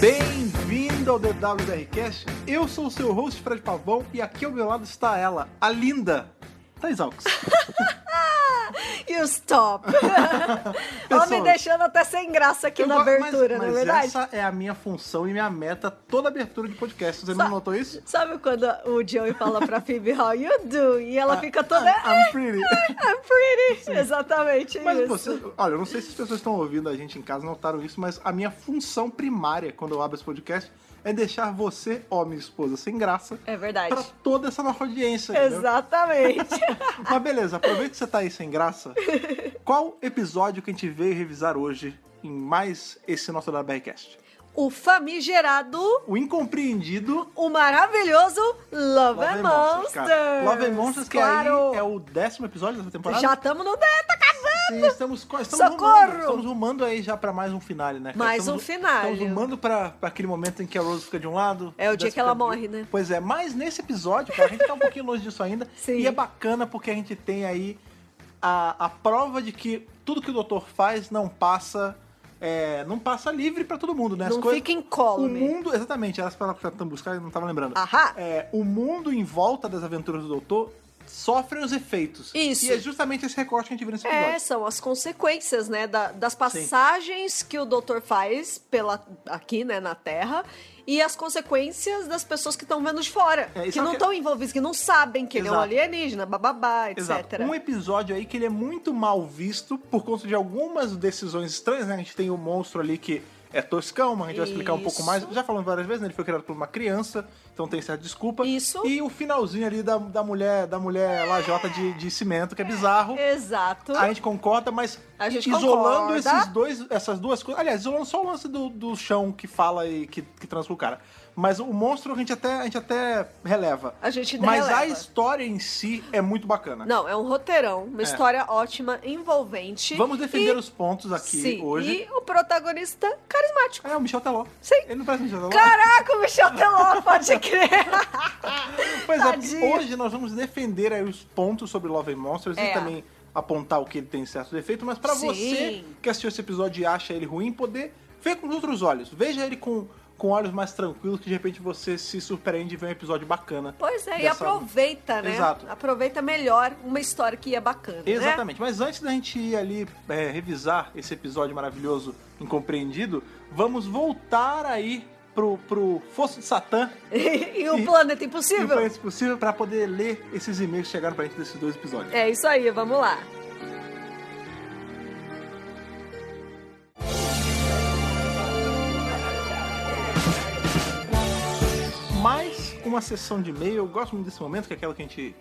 Bem-vindo ao DWDRcast. Eu sou o seu host, Fred Pavão, e aqui ao meu lado está ela, a linda Thais Alves. You stop. Ela me Pessoal, deixando até sem graça aqui Eu na go- mas- abertura, mas não é verdade? Essa é a minha função e minha meta toda abertura de podcast. Você não Só- notou isso? Sabe quando o Joey fala pra Phoebe how you do? E ela fica toda. Ah, I'm, I'm pretty. I'm pretty! Exatamente Mas isso. você, olha, eu não sei se as pessoas estão ouvindo a gente em casa, notaram isso, mas a minha função primária quando eu abro esse podcast é deixar você, homem e esposa, sem graça, É verdade. pra toda essa nossa audiência. tá entendeu? Exatamente. Mas beleza, aproveita que você tá aí sem graça. Qual episódio que a gente veio revisar hoje em mais esse nosso WBRcast? o famigerado, O incompreendido o maravilhoso Love, and Monsters. cara. Love and Monsters, que claro. aí é o décimo episódio dessa temporada. Já estamos no dentro, acabando! Sim, estamos, co- estamos Socorro! rumando, estamos rumando aí já pra mais um finale, né? cara? Mais Estamos- um finale. Estamos rumando pra, pra aquele momento em que a Rose fica de um lado. É o Jess dia que fica ela do- morre, né? Pois é, mas nesse episódio, cara, a gente tá um pouquinho longe disso ainda. Sim. E é bacana porque a gente tem aí a, a prova de que tudo que o doutor faz não passa. é, não passa livre pra todo mundo, né? As Não coisas- fica o incólume. mundo, exatamente, era essa palavra que eu tava buscando e não tava lembrando. Ahá. É, o mundo em volta das aventuras do doutor sofrem os efeitos. Isso. E é justamente esse recorte que a gente viu nesse episódio. É, são as consequências, né, da- das passagens que o doutor faz pela aqui, né, na Terra, e as consequências das pessoas que estão vendo de fora, É, e que sabe não que- estão envolvidas, que não sabem que ele é um Exato. alienígena, bababá, etc. Exato. Um episódio aí que ele é muito mal visto por conta de algumas decisões estranhas, né? A gente tem o monstro ali que é toscão, mas a gente vai explicar um pouco Isso. mais. Já falamos várias vezes, né? Ele foi criado por uma criança, então tem certa desculpa. Isso. E o finalzinho ali da, da mulher, da mulher lajota de, de cimento, que é bizarro. Exato. A gente concorda, mas A gente isolando concorda. esses dois, essas duas coisas. Aliás, isolando só o lance do, do chão que fala e que, que transa com o cara. Mas o monstro a gente até, a gente até releva. A gente Mas a releva. história em si é muito bacana. Não, é um roteirão, uma É. história ótima, envolvente. Vamos defender e... os pontos aqui Sim, hoje. e o protagonista carismático. É o Michel Teló. Sim. Ele não parece o Michel tá Teló? Caraca, o Michel Teló, pode crer. pois é, porque tadinho. hoje nós vamos defender aí os pontos sobre Love and Monsters e É. também apontar o que ele tem certo defeito, mas pra Sim. você que assistiu esse episódio e acha ele ruim, poder ver com outros olhos. Veja ele com, com olhos mais tranquilos, que de repente você se surpreende e vê um episódio bacana. Pois é, e dessa- aproveita, né? Exato. Aproveita melhor uma história que é bacana, né? Exatamente, mas antes da gente ir ali é, revisar esse episódio maravilhoso incompreendido, vamos voltar aí pro, pro Fosso de Satã, e o é tipo E- Planeta E Impossível. foi isso possível pra poder ler esses e-mails que chegaram pra gente desses dois episódios. É isso aí, vamos lá. Mais uma sessão de e-mail, eu gosto muito desse momento, que é aquela que a gente.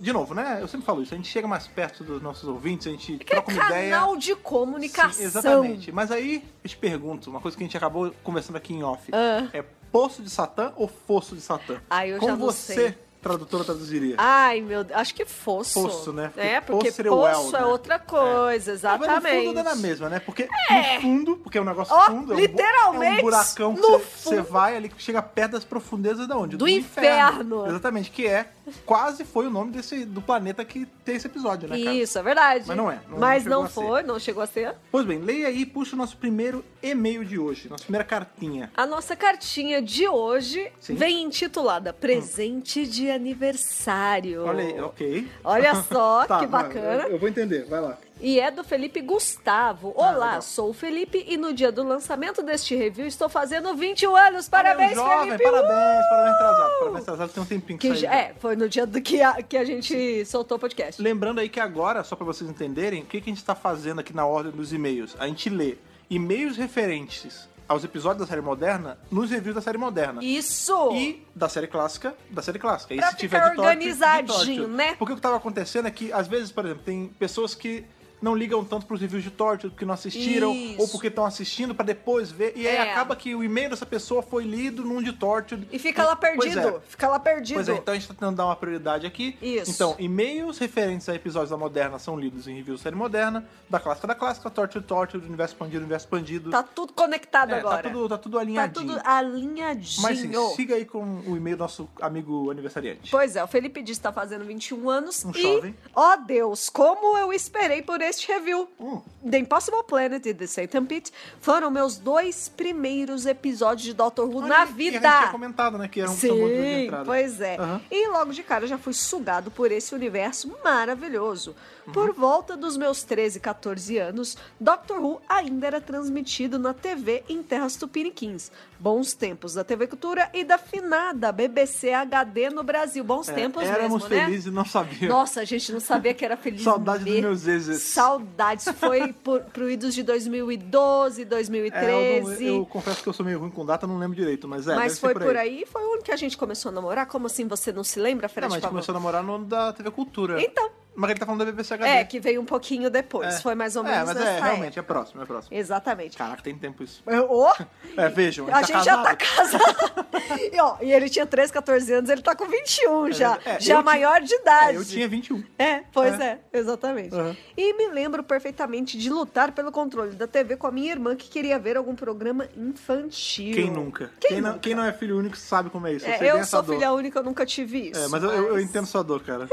De novo, né? Eu sempre falo isso, a gente chega mais perto dos nossos ouvintes, a gente Que é troca uma ideia. canal de comunicação. Sim, exatamente. Mas aí eu te pergunto, uma coisa que a gente acabou conversando aqui em off. Ah. É poço de Satã ou fosso de Satã? Ah, eu já Como não você, sei. tradutora, traduziria? Ai, meu Deus, acho que fosso. Fosso, né? Porque É, porque poço seria poço o well, é né? outra coisa, Mas exatamente. no fundo dá na mesma, né? Porque no fundo, porque é um negócio Ó, fundo, é um bu- é um literalmente, buracão que no você fundo. vai ali, que chega perto das profundezas da onde? Do inferno. Exatamente, que é, quase foi o nome desse, do planeta que tem esse episódio, né, cara? Isso, é verdade. Mas não é, não- Mas não não, chegou a foi, não chegou a ser. Pois bem, leia aí e puxa o nosso primeiro e-mail de hoje, nossa primeira cartinha. A nossa cartinha de hoje Sim. Hum. vem intitulada Presente de Aniversário. Olha aí, ok. Olha só Tá, que vai, bacana. Eu, eu vou entender, vai lá. E é do Felipe Gustavo. Ah, Olá, legal. sou o Felipe e no dia do lançamento deste review estou fazendo 21 anos. Parabéns, Olha, jovem, Felipe! parabéns, Uh! parabéns atrasado. Parabéns atrasado, tem um tempinho que, Que saiu já- já. é, foi no dia do que a, que a gente soltou o podcast. Lembrando aí que agora, só pra vocês entenderem, o que, que a gente tá fazendo aqui na ordem dos e-mails? A gente lê e-mails referentes aos episódios da série moderna nos reviews da série moderna. Isso! E da série clássica, da série clássica. e Pra se tiver ficar de tópico, organizadinho, de tópico. né? Porque o que tava acontecendo é que, às vezes, por exemplo, tem pessoas que não ligam tanto pros reviews de Torture porque não assistiram Isso. ou porque estão assistindo pra depois ver. E aí É. acaba que o e-mail dessa pessoa foi lido num de Torture. E fica lá Pois perdido. é. Fica lá perdido. Pois é, então a gente tá tentando dar uma prioridade aqui. Isso. Então, e-mails referentes a episódios da Moderna são lidos em reviews da série moderna, da clássica da clássica, Torture Torture, do universo expandido, do universo expandido. Tá tudo conectado É, agora. tá tudo, tá tudo Tá alinhadinho. tudo alinhadinho. Mas assim, sim, siga aí com o e-mail do nosso amigo aniversariante. Pois é, o Felipe diz que tá fazendo 21 anos Um e, jovem. ó Deus, como eu esperei por este review. Hum. The Impossible Planet e The Satan Pit foram meus dois primeiros episódios de Doctor Who Olha, na vida. Que a gente tinha comentado, né? Que era um Sim, de pois é. Uhum. E logo de cara já fui sugado por esse universo maravilhoso. Uhum. Por volta dos meus 13, 14 anos, Doctor Who ainda era transmitido na TV em terras tupiniquins. Bons tempos da TV Cultura e da finada BBC HD no Brasil. Bons é, tempos éramos mesmo, felizes né? e não sabíamos. Nossa, a gente não sabia que era feliz. Saudade mesmo. dos meus exes. Saudades. Foi por, pro idos de 2012, 2013. É, eu, eu, confesso que eu sou meio ruim com data, não lembro direito, mas é. Mas foi por aí. por aí. Foi onde que a gente começou a namorar. Como assim você não se lembra, Fred? Não, a gente começou a namorar no ano da TV Cultura. Então. Mas ele tá falando da BBC HD. É, que veio um pouquinho depois. É. Foi mais ou menos É, mas é, época. realmente, é próximo, é próximo. Exatamente. Caraca, tem tempo isso. Oh, é, vejam, a tá gente casado. já tá casado. e, ó, e ele tinha 13, 14 anos, ele tá com 21 é, já. É, já maior de idade. eu tinha 21. É, pois é, exatamente. Uhum. E me lembro perfeitamente de lutar pelo controle da TV com a minha irmã que queria ver algum programa infantil. Quem nunca? Quem, quem, nunca? Não, quem não, é filho único sabe como é isso. eu, eu sou filha única, eu nunca tive isso. É, mas, mas... Eu, eu entendo sua dor, cara.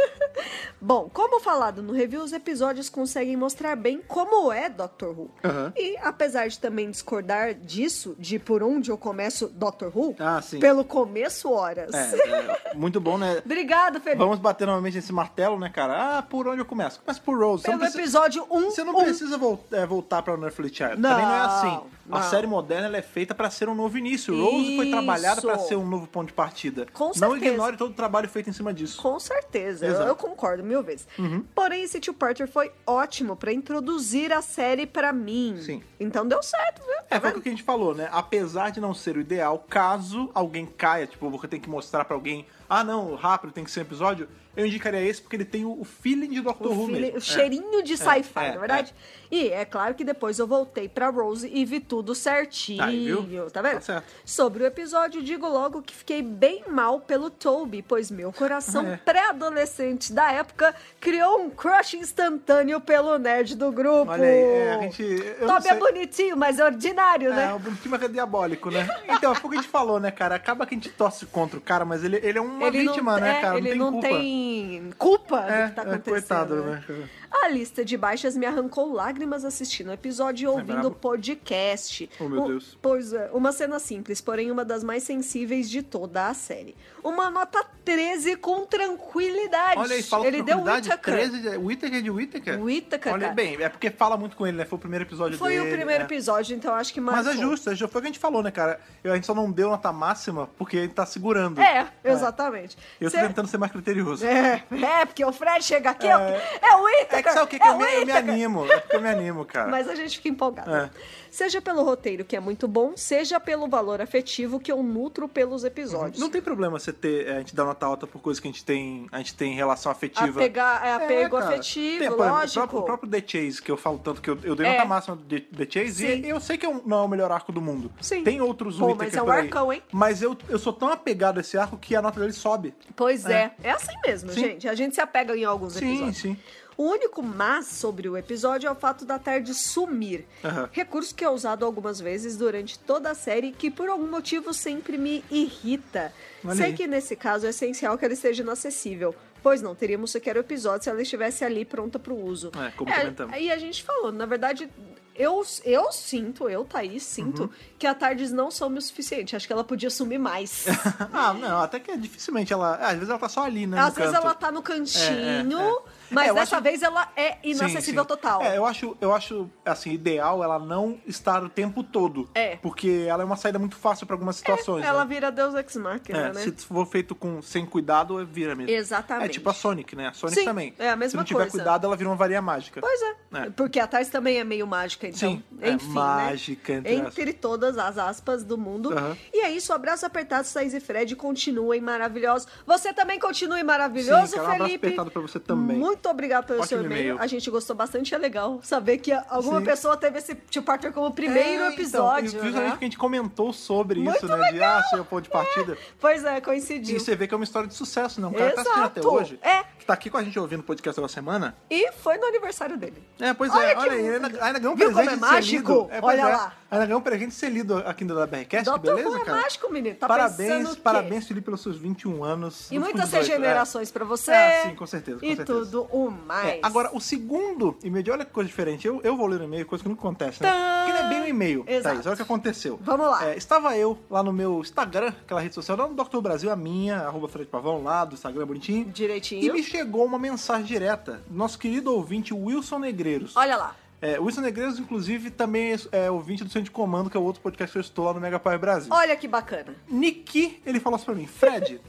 Bom, como falado no review, os episódios conseguem mostrar bem como é Doctor Who. Uhum. E apesar de também discordar disso, de por onde eu começo Doctor Who, ah, pelo começo horas. É, é, muito bom, né? Obrigado, Felipe. Vamos bater novamente nesse martelo, né, cara? Ah, por onde eu começo? Começa por Rose. Pelo precisa... episódio 1. Um, você não um. precisa voltar, é, voltar pra Unearthly Child. Não, também não é assim. Não. A série moderna é feita para ser um novo início. Isso. Rose foi trabalhada para ser um novo ponto de partida. Com não certeza. ignore todo o trabalho feito em cima disso. Com certeza. Eu, eu concordo mil vezes. Uhum. Porém, esse Tio Porter foi ótimo para introduzir a série para mim. Sim. Então deu certo, viu? é, foi o que a gente falou, né? Apesar de não ser o ideal, caso alguém caia, tipo, você tem que mostrar para alguém, ah, não, rápido, tem que ser um episódio, eu indicaria esse porque ele tem o feeling de Doctor o Who feeling, mesmo. O cheirinho é. de sci-fi, é, na verdade. É. E é claro que depois eu voltei pra Rose e vi tudo certinho, Aí, viu? tá vendo? Tá Sobre o episódio, digo logo que fiquei bem mal pelo Toby, pois meu coração é. pré-adolescente da época criou um crush instantâneo pelo nerd do grupo. Olha aí, a gente... Eu Toby é bonitinho, mas é ordinário, né? É, o bonitinho, mas é diabólico, né? Então, foi o que a gente falou, né, cara? Acaba que a gente torce contra o cara, mas ele, ele é uma ele vítima, não, né, cara? Ele não tem não culpa. Tem culpa é, do que tá acontecendo. É, coitado, né? né? A lista de baixas me arrancou lágrimas assistindo o episódio e ouvindo o é podcast. Oh, meu Deus. Um, pois é, uma cena simples, porém uma das mais sensíveis de toda a série. Uma nota 13 com tranquilidade. Olha aí, fala Ele deu um Whittaker. 13 de Whittaker de Whittaker? Whittaker, Olha cara. bem, é porque fala muito com ele, né? Foi o primeiro episódio Foi dele. é. Foi o primeiro né? episódio, então acho que marcou. Mas é justo, já foi o que a gente falou, né, cara? A gente só não deu nota máxima porque ele tá segurando. É, exatamente. É. Eu Cê... tô tentando ser mais criterioso. É, é, porque o Fred chega aqui, é, é o Whittaker. É que sabe o que? É que eu, o me, eu me animo. É porque eu me animo, cara. Mas a gente fica empolgado. É. Seja pelo roteiro, que é muito bom, seja pelo valor afetivo que eu nutro pelos episódios. Não tem problema você ter, é, a gente dar nota alta por coisas que a gente tem, a gente tem relação afetiva. Apegar, é apego é, afetivo, tem, lógico. É. O próprio, o próprio The Chase, que eu falo tanto, que eu, eu dei nota máxima do The Chase, Sim. e eu sei que não é o melhor arco do mundo. Sim. Tem outros Pô, Whittaker mas é um por aí. arcão, hein? Mas eu, eu sou tão apegado a esse arco que a nota dele sobe. Pois é. É, assim mesmo, Sim. gente. A gente se apega em alguns sim, episódios. Sim, sim. O único mas sobre o episódio é o fato da tarde sumir. Aham. Recurso que é usado algumas vezes durante toda a série que por algum motivo sempre me irrita. Olha Sei aí. que nesse caso é essencial que ela esteja inacessível. Pois não, teríamos sequer o episódio se ela estivesse ali pronta para o uso. É, como comentamos. aí a gente falou, na verdade, eu, eu sinto, eu, Thaís, sinto Uhum. que a Tardes não some o suficiente. Acho que ela podia sumir mais. ah, não, até que dificilmente ela. Às vezes ela tá só ali, né? Às no vezes canto. ela tá no cantinho, É, é, é. mas É, eu dessa acho- vez ela é Sim, inacessível sim. total. É, eu acho, eu acho, assim, ideal ela não estar o tempo todo. É. Porque ela é uma saída muito fácil pra algumas situações. ela né? vira Deus Ex Machina, É, né? se for feito com, sem cuidado, é vira mesmo. Exatamente. É tipo a Sonic, né? A Sonic Sim, também. é a mesma Se não tiver coisa. cuidado, ela vira uma varinha mágica. Pois é. É. Porque a Tars também é meio mágica, então. Sim, é enfim, né? mágica, entre Entre todas as aspas do mundo. Aham. E é isso, abraço apertado, Thaís e Fred. Continuem maravilhosos. Você também continue maravilhoso, Sim, cara, um abraço Felipe. apertado pra você também. Muito obrigado pelo Ótimo seu e-mail. e-mail. A gente gostou bastante, é legal saber que alguma Sim. pessoa teve esse Tio Parter como primeiro É, episódio. Então, e justamente né? porque a gente comentou sobre Muito isso, né? De ah, seu ponto de partida. Pois é, coincidiu. E você vê que é uma história de sucesso, né? Um cara que tá assistindo Exato. até hoje, É. que tá aqui com a gente ouvindo o podcast toda semana. E foi no aniversário dele. É, pois Olha é, que- olha aí, ainda, ainda ganhou um Viu presente como é de ser lido. mágico? É, pois Olha é. lá. Ainda ganhou um presente selido aqui no BRCast, que Dr. Who beleza, é cara? mágico, menino. Tá pensando parabéns, o quê? parabéns, Felipe, pelos seus 21 anos. é. E Não muitas fui 18, regenerações pra você. Ah, sim, com certeza, com e certeza. tudo o mais. É. É, agora, o segundo e-mail, de- olha que coisa diferente. Eu, eu vou ler o e-mail, coisa que nunca acontece, né? Tã! Porque não é bem um e-mail, Exato. Thaís. Olha o que aconteceu. Vamos lá. É, estava eu lá no meu Instagram, aquela rede social, não do Dr. Brasil, a minha, arroba Fred Pavão, lá do Instagram bonitinho. E Direitinho. me chegou uma mensagem direta do nosso querido ouvinte Wilson Negreiros. Olha lá. É, Wilson Negreiros, inclusive, também é, é ouvinte do Centro de Comando, que é o outro podcast que eu estou lá no Mega Power Brasil. Olha que bacana. Niki, ele falou assim pra mim, Fred,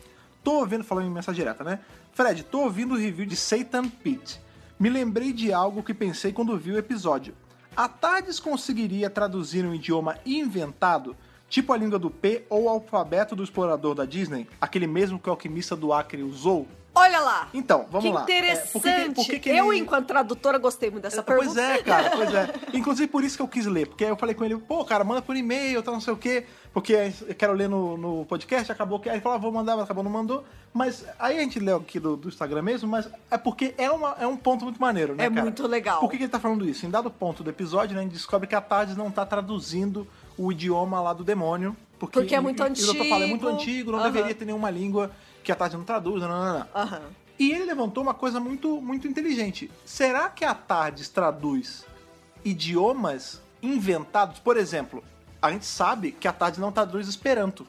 tô ouvindo, falando em mensagem direta, né? Fred, tô ouvindo o review de Satan Pit. Me lembrei de algo que pensei quando vi o episódio. A Tardes conseguiria traduzir um idioma inventado, tipo a língua do P ou o alfabeto do explorador da Disney, aquele mesmo que o alquimista do Acre usou? Olha lá. Então, vamos que lá. É, interessante. por que que- por que que ele- Eu, enquanto tradutora, gostei muito dessa pergunta. Pois é, cara, pois é. Inclusive por isso que eu quis ler, porque eu falei com ele, pô, cara, manda por e-mail, tá não sei o quê, porque eu quero ler no, no podcast, acabou que. Aí ele falou, ah, vou mandar, mas acabou não mandou. Mas aí a gente leu aqui do, do Instagram mesmo, mas é porque é, uma, é um ponto muito maneiro, né? É cara? muito legal. Por que, que ele tá falando isso? Em dado ponto do episódio, né, a gente descobre que a Tardes não tá traduzindo o idioma lá do demônio. Porque, Porque é muito e- e o doutor fala, é muito antigo. antigo, não Aham. deveria ter nenhuma língua que a Tardes não traduz, não, não, não, não. Aham. E ele levantou uma coisa muito, muito inteligente. Será que a Tardes traduz idiomas inventados? Por exemplo, a gente sabe que a Tardes não traduz Esperanto.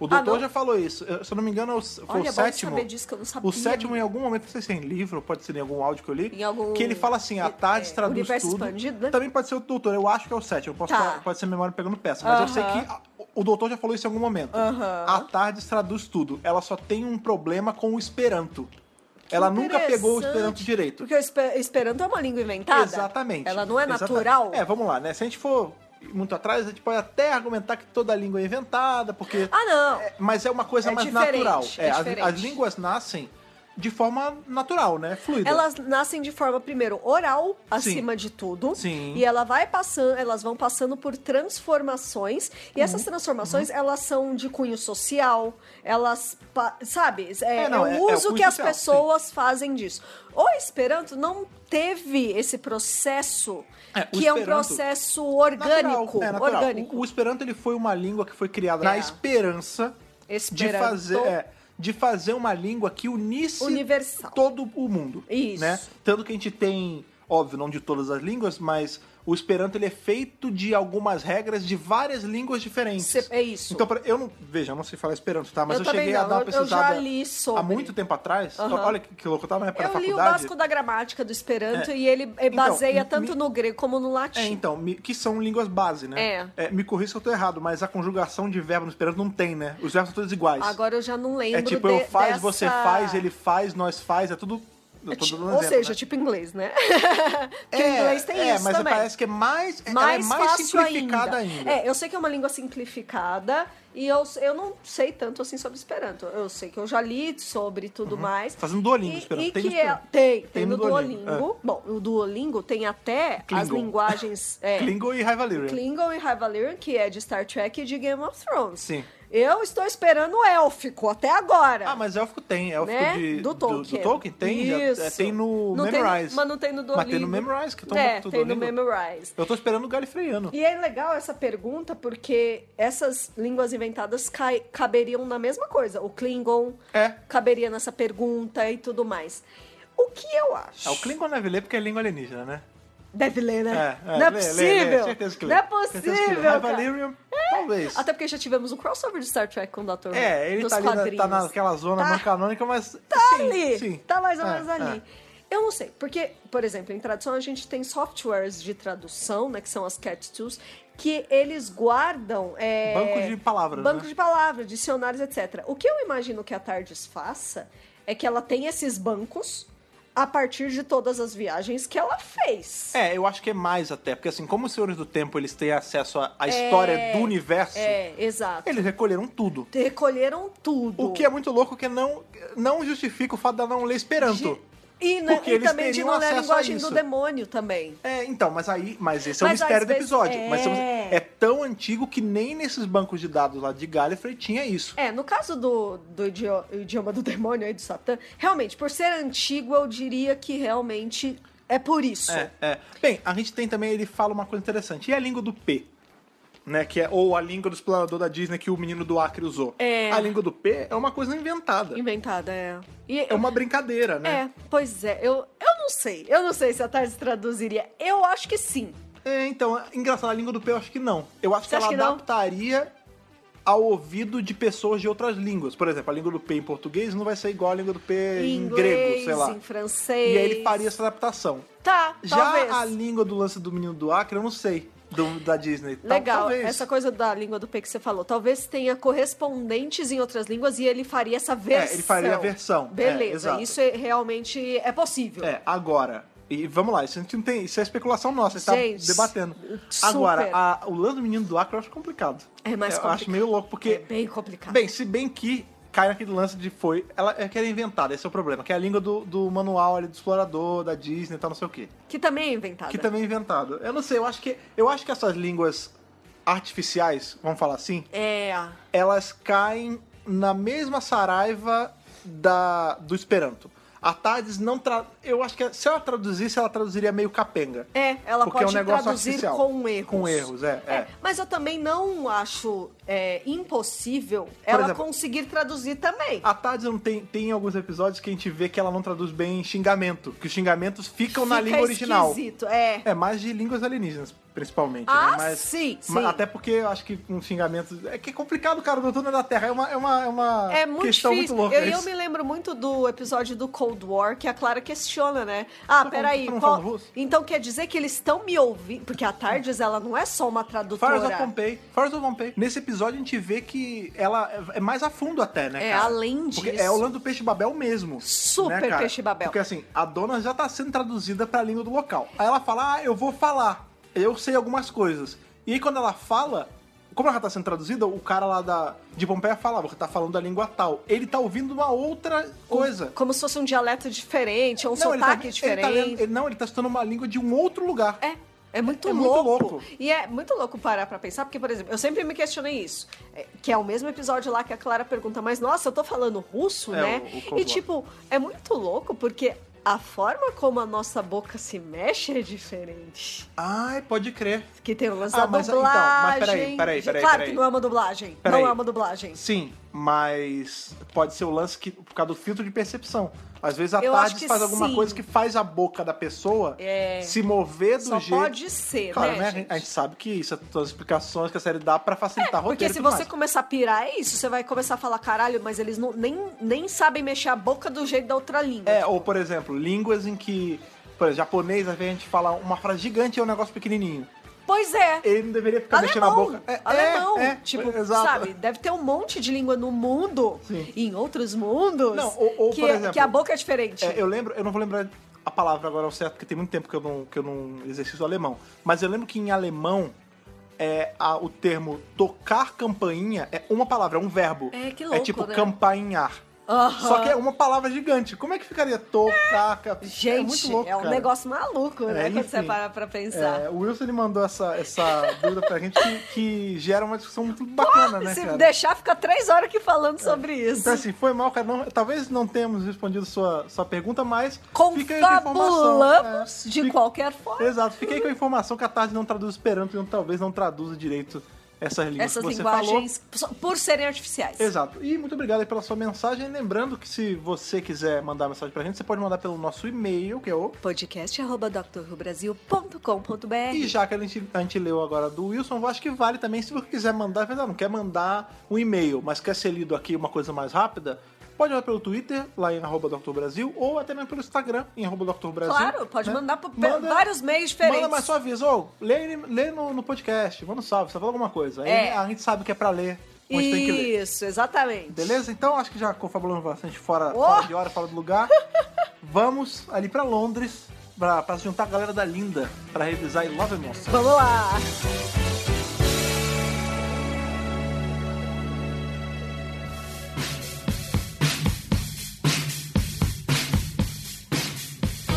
O Ah, doutor não? já falou isso. Eu- Se eu não me engano, é o- foi Olha, o bom sétimo. saber disso, que eu não sabia. O sétimo, em algum momento, não sei se é em livro, pode ser em algum áudio que eu li, Em algum- que ele fala assim, a Tardes é, traduz universo tudo. expandido, né? Também pode ser o doutor, eu acho que é o sétimo, eu posso Tá. falar- pode ser a memória pegando peça, mas eu sei Aham. que a- o doutor já falou isso em algum momento. Aham. A Tardes traduz tudo, ela só tem um problema com o Esperanto. ela nunca pegou o Esperanto Interessante. direito. Porque o esper- Esperanto é uma língua inventada. Exatamente. Ela não é Exata- natural. É, vamos lá, né? Se a gente for muito atrás, a gente pode até argumentar que toda língua é inventada, porque... Ah, não. É, mas é uma coisa É mais diferente, natural. é as- diferente. as, línguas nascem de forma natural, né? Fluida. Elas nascem de forma, primeiro, oral, acima de tudo. Sim. E ela vai passando, elas vão passando por transformações. E Uhum. essas transformações, elas são de cunho social. Elas, pa- sabe? É, É, não, é é- é o o uso cunho que as social, pessoas fazem disso. O Esperanto não teve esse processo, É, o que é um Esperanto- processo orgânico. Natural, é, natural. orgânico. O, o Esperanto ele foi uma língua que foi criada na É. esperança Esperanto. de fazer é, de fazer uma língua que unisse Universal. todo o mundo. Isso. Né? Tanto que a gente tem, óbvio, não de todas as línguas, mas o Esperanto ele é feito de algumas regras de várias línguas diferentes. Cê- é isso. Então, pra- eu não. Veja, eu não sei falar Esperanto, tá? Mas Eu eu, também cheguei a não, dar uma eu- eu já pesquisada. li sobre. Há muito tempo atrás. Aham. Olha que, que louco, eu tava na época da Eu li o faculdade. básico da gramática do Esperanto e ele eh, Então, baseia me- tanto no grego como no latim. É, então, me- que são línguas base, né? É. Me corrija se eu tô errado, mas a conjugação de verbo no esperanto não tem, né? Os verbos são todos iguais. Agora eu já não lembro é tipo, de- eu faz, dessa- você faz, ele faz, nós faz, é tudo. eu É tô ti- dando um Ou exemplo, seja, né? tipo inglês, né? Porque em inglês tem é, isso mas também. parece que é mais, ela mais é mais fácil simplificada ainda. É, eu sei que é uma língua simplificada e eu, eu não sei tanto assim sobre Esperanto. Eu sei que eu já li sobre tudo mais. Uhum. Tá Fazendo Duolingo, e, Esperanto. E Tem que no é- Esperanto. tem, tem, Tem no no Duolingo. Duolingo, é. Bom, o Duolingo tem até as Klingon. linguagens... é, Klingon e Rivalry. Klingon e Hivalarian, que é de Star Trek e de Game of Thrones. Sim. Eu estou esperando o élfico até agora. Ah, mas élfico tem, élfico É. né? de, do Tolkien. tem, já- é, Isso. tem no Não tem no- Memorize. mas não tem no Duolingo. Mas tem no Memorize, que eu tô É, do tem no Duolingo. Memorize. Eu tô esperando o Galifreyano. E é legal essa pergunta porque essas línguas inventadas cai- caberiam na mesma coisa. O Klingon É. caberia nessa pergunta e tudo mais. O que eu acho? Ah, o Klingon deve ler porque é língua alienígena, né? Deve ler, né? É, é, não é lê, possível. Lê, lê, certeza que lê. Não é Certeza que lê. possível. High cara. É, Valyrian, talvez. Até porque já tivemos um crossover de Star Trek com o Dr. Who. É, ele dos tá ali, na, quadrinhos. tá naquela zona Tá não canônica, mas... É, Tá ali. Tá mais Ah, ou menos ali. Eu não sei, porque, por exemplo, em tradução a gente tem softwares de tradução, né, que são as CAT tools, que eles guardam... é, Bancos de palavras, Bancos né? de palavras, dicionários, etc. O que eu imagino que a Tardes faça é que ela tem esses bancos a partir de todas as viagens que ela fez. É, eu acho que é mais até, porque assim, como os Senhores do Tempo, eles têm acesso à, à história do universo, É, exato. eles recolheram tudo. Recolheram tudo. O que é muito louco, que não, não justifica o fato de ela não ler Esperanto. De- E, né, Porque e eles também de teriam não ler a acesso a linguagem do isso. demônio também. É, então, mas aí, mas esse é o Mas às mistério do vezes- episódio. Mas é. se você- é tão antigo que nem nesses bancos de dados lá de Gallifrey tinha isso. É, no caso do, do idio- idioma do demônio aí, do Satã, realmente, por ser antigo, eu diria que realmente é por isso. É, é. Bem, a gente tem também, ele fala uma coisa interessante. E a língua do P? né? Que é ou a língua do explorador da Disney que o menino do Acre usou. É. A língua do P é uma coisa inventada. Inventada, é. E É uma brincadeira, né? É, pois é. Eu, eu não sei. Eu não sei se a Tardes traduziria. Eu acho que sim. É, então, é engraçado, a língua do P eu acho que não. Eu acho Você que ela acha que não? adaptaria ao ouvido de pessoas de outras línguas. Por exemplo, a língua do P em português não vai ser igual a língua do P Em em inglês, grego, sei lá. em E francês. aí ele faria essa adaptação. Tá, Já talvez. a língua do lance do menino do Acre, eu não sei. do- da Disney. Tal- Legal, talvez. essa coisa da língua do P que você falou. Talvez tenha correspondentes em outras línguas e ele faria essa versão. ele faria a versão. É, Beleza, exato. isso é- realmente é possível. É, agora. E vamos lá, isso, a gente não tem, isso é especulação nossa, a gente Gente, tá debatendo. super. Agora, a- o lance do menino do Acre eu acho complicado. É mais eu complicado. acho meio louco, porque. É bem complicado. Bem, se bem que cai naquele lance de foi. Ela é que era inventada, esse é o problema. Que é a língua do, do manual ali do explorador, da Disney e tal, não sei o quê. que também é inventada. Que também é inventado. Eu não sei, eu acho que. Eu acho que essas línguas artificiais, vamos falar assim, É. elas caem na mesma saraiva da, do Esperanto. A Tades não tra... Eu acho que se ela traduzisse, ela traduziria meio capenga. É, ela Porque é um pode negócio traduzir artificial. com erros. Com erros, é, é. Mas eu também não acho é, impossível ela exemplo, conseguir traduzir também. A Tades não tem, tem alguns episódios que a gente vê que ela não traduz bem xingamento, que os xingamentos ficam na Fica língua original. esquisito, é. É, mais de línguas alienígenas, principalmente. Ah, né? Mas, sim, ma- sim. Até porque eu acho que um xingamento. É que é complicado, cara, o doutor não é da Terra. É uma, é uma, é uma É muito questão difícil. muito louca. é eu, eu isso. me lembro muito do episódio do Cold War que a Clara questiona, né? Ah, Tô falando- peraí. tô falando qual- russo? Então quer dizer que eles estão me ouvindo? Porque a Tardes, ela não é só uma tradutora. Fires of Pompeii. Fires of Pompeii. Nesse episódio a gente vê que ela é mais a fundo até, né, É, cara? além Porque disso. é o lance do peixe babel mesmo. Super né, cara? peixe babel. Porque assim, a dona já tá sendo traduzida pra língua do local. Aí ela fala, ah, eu vou falar. Eu sei algumas coisas. E aí quando ela fala... Como ela tá sendo traduzida, o cara lá da, de Pompeia fala, você tá falando da língua tal. Ele tá ouvindo uma outra coisa. Como se fosse um dialeto diferente, ou um ele tá- sotaque ele diferente. tá lendo- ele- não, ele tá estudando uma língua de um outro lugar. É. É muito, É muito louco. louco. E é muito louco parar pra pensar, porque, por exemplo, eu sempre me questionei isso. é, Que é o mesmo episódio lá que a Clara pergunta, mas nossa, eu tô falando russo, É, né? o- o Cold e tipo, é muito louco porque a forma como a nossa boca se mexe é diferente. Ai, pode crer. Que tem o lance Ah, da mas, então, dublagem. mas peraí, peraí, peraí, Claro peraí. que não é uma dublagem. Peraí. Não é uma dublagem. Sim, mas pode ser o lance que, por causa do filtro de percepção. Às vezes a Eu acho tarde que faz alguma sim. coisa que faz a boca da pessoa É. se mover do Só jeito. pode ser, Claro, né, né? gente? A gente sabe que isso, são as explicações que a série dá pra facilitar o É, Porque roteiro. se e tudo você mais. começar a pirar é isso, você vai começar a falar, caralho, mas eles não, nem, nem sabem mexer a boca do jeito da outra língua. É, ou por exemplo, línguas em que. Por exemplo, japonês, às vezes a gente fala uma frase gigante e um negócio pequenininho. Pois é. Ele não deveria ficar Alemão, mexendo a boca. É, alemão. é, é, tipo, exato. sabe? Deve ter um monte de língua no mundo Sim. e em outros mundos Não, ou- ou, que, por exemplo, que a boca é diferente. É, eu lembro, eu não vou lembrar a palavra agora ao certo, porque tem muito tempo que eu não, que eu não exercito o alemão. Mas eu lembro que em alemão é a- o termo tocar campainha é uma palavra, é um verbo. É, que louco, tipo né? campainhar. Aham. Só que é uma palavra gigante. Como é que ficaria tocar? ca- Gente, é muito louco, um cara. negócio maluco, né? É, Quando você enfim. para pra pensar. É, o Wilson ele mandou essa, essa dúvida pra gente que, que gera uma discussão muito bacana, né, Se cara? deixar, fica três horas aqui falando sobre isso. Então, assim, foi mal, cara. Não- talvez não tenhamos respondido sua, sua pergunta, mas. assim, fica aí com a informação. É, Confabulamos de fica- qualquer forma. Exato, fiquei com a informação que a tarde não traduz esperanto e não- talvez não traduza direito essas línguas Essas que você linguagens, so- por serem artificiais. falou. Exato. E muito obrigado aí pela sua mensagem. Lembrando que se você quiser mandar mensagem pra gente, você pode mandar pelo nosso e-mail, que é o. E podcast.drrubrasil.com.br já que a gente, a gente leu agora do Wilson, eu acho que vale também se você quiser mandar, mas, ah, não quer mandar um e-mail, mas quer ser lido aqui uma coisa mais rápida, pode mandar pelo Twitter, lá em arroba Dr. Brasil, ou até mesmo pelo Instagram, em arroba Dr. Brasil. Claro, pode mandar por pe- né? Manda- vários meios diferentes. Manda, mas só avisa, ô, lê, lê no, no podcast, manda um salve, você fala alguma coisa. Aí É. a gente sabe que é pra ler, onde tem que ler. Isso, exatamente. Beleza? Então acho que já confabulamos bastante fora, Oh! fora de hora, fora do lugar. Vamos ali pra Londres, pra, pra se juntar a galera da Linda, pra revisar I Love Monster. Vamos lá.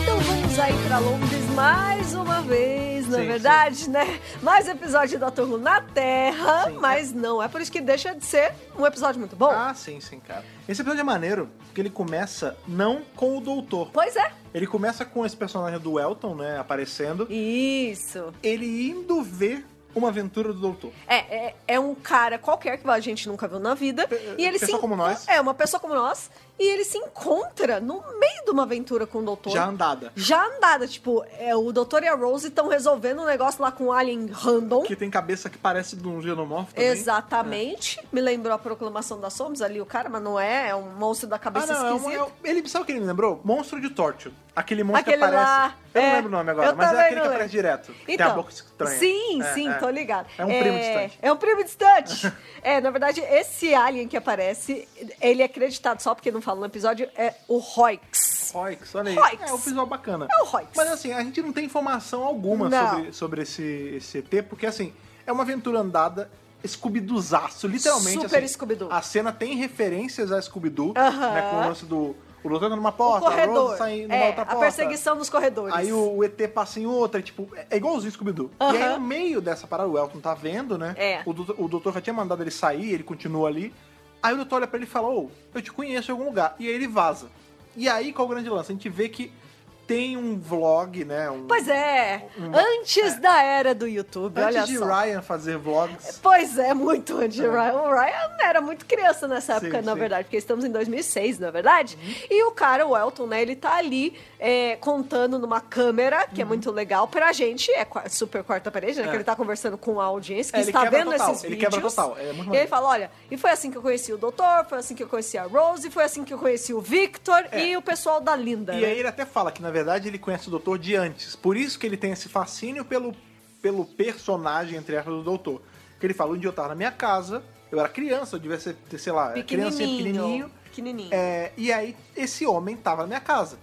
Então vamos aí pra Londres mais uma vez, na Sim, verdade, né? Mais episódio da Torre na Terra, Sim, mas não é por isso que deixa de ser um episódio muito bom. Ah, sim, sim, cara. Esse episódio é maneiro, porque ele começa não com o doutor. Pois é. Ele começa com esse personagem do Elton, né, aparecendo. Isso. Ele indo ver Uma aventura do doutor. É, é, é um cara qualquer que a gente nunca viu na vida. E ele pessoa se como enco- nós. É, uma pessoa como nós. E ele se encontra no meio de uma aventura com o doutor. Já andada. Já andada. Tipo, é, o doutor e a Rose estão resolvendo um negócio lá com um alien random. Que tem cabeça que parece de um genomorfo também. Exatamente. Me lembrou a proclamação da Sombras ali, o cara, mas não é, é um monstro da Ah, cabeça não, é um- esquisita. é um- ele, sabe o que ele me lembrou? Monstro de Torture. Aquele monstro Aquele que aparece. lá, eu não é. lembro o nome agora, Eu mas é também aquele não que lembro. Então, aparece direto. tem a boca estranha. Sim, É, sim, é. tô ligado. É um primo distante. É um primo distante. é, na verdade, esse alien que aparece, ele é acreditado só porque não fala no episódio, é o Roix. Roix, olha aí. Roix. É um visual bacana. É o Roix. Mas assim, a gente não tem informação alguma Não. sobre, sobre esse, esse ET, porque assim, é uma aventura andada Scooby-Doozaço, literalmente. Super assim, Scooby-Doo. A cena tem referências a Scooby-Doo, Aham. né, com o lance do... O lutando numa O porta, a corredor. Rose saindo na é, outra a porta. perseguição nos corredores. Aí o ET passa em outra, tipo, é igualzinho Scooby-Doo. E aí Aham. no meio dessa parada, o Elton tá vendo, né? É. O, doutor, o doutor já tinha mandado ele sair, ele continua ali. Aí o doutor olha pra ele e fala, ô, eu te conheço em algum lugar. E aí ele vaza. E aí, qual é o grande lance? A gente vê que tem um vlog, né? Um, Pois é, Um- antes da era do YouTube, olha Antes de só. Ryan fazer vlogs, Pois é, muito antes de Ryan. O Ryan era muito criança nessa Sim, época, na sim. Uhum. verdade, porque estamos em 2006, na verdade. E o cara, o Elton, né, ele tá ali é, contando numa câmera, que é muito legal pra gente, é qua- super quarta parede, né, Uhum. É. que ele tá conversando com a audiência, que É, ele está quebra vendo total, esses ele vídeos. quebra total, é muito e ele maneiro. fala, olha, e foi assim que eu conheci o doutor, foi assim que eu conheci a Rose, foi assim que eu conheci o Victor É. e o pessoal da Linda. E né? aí ele até fala que, na verdade, ele conhece o doutor de antes. Por isso que ele tem esse fascínio pelo, pelo personagem, entre aspas, do doutor. Que ele fala, um dia eu tava na minha casa, eu era criança, eu devia ser, ter, sei lá, criança pequenininho. pequenininho. Pequenininho. É, e aí esse homem tava na minha casa.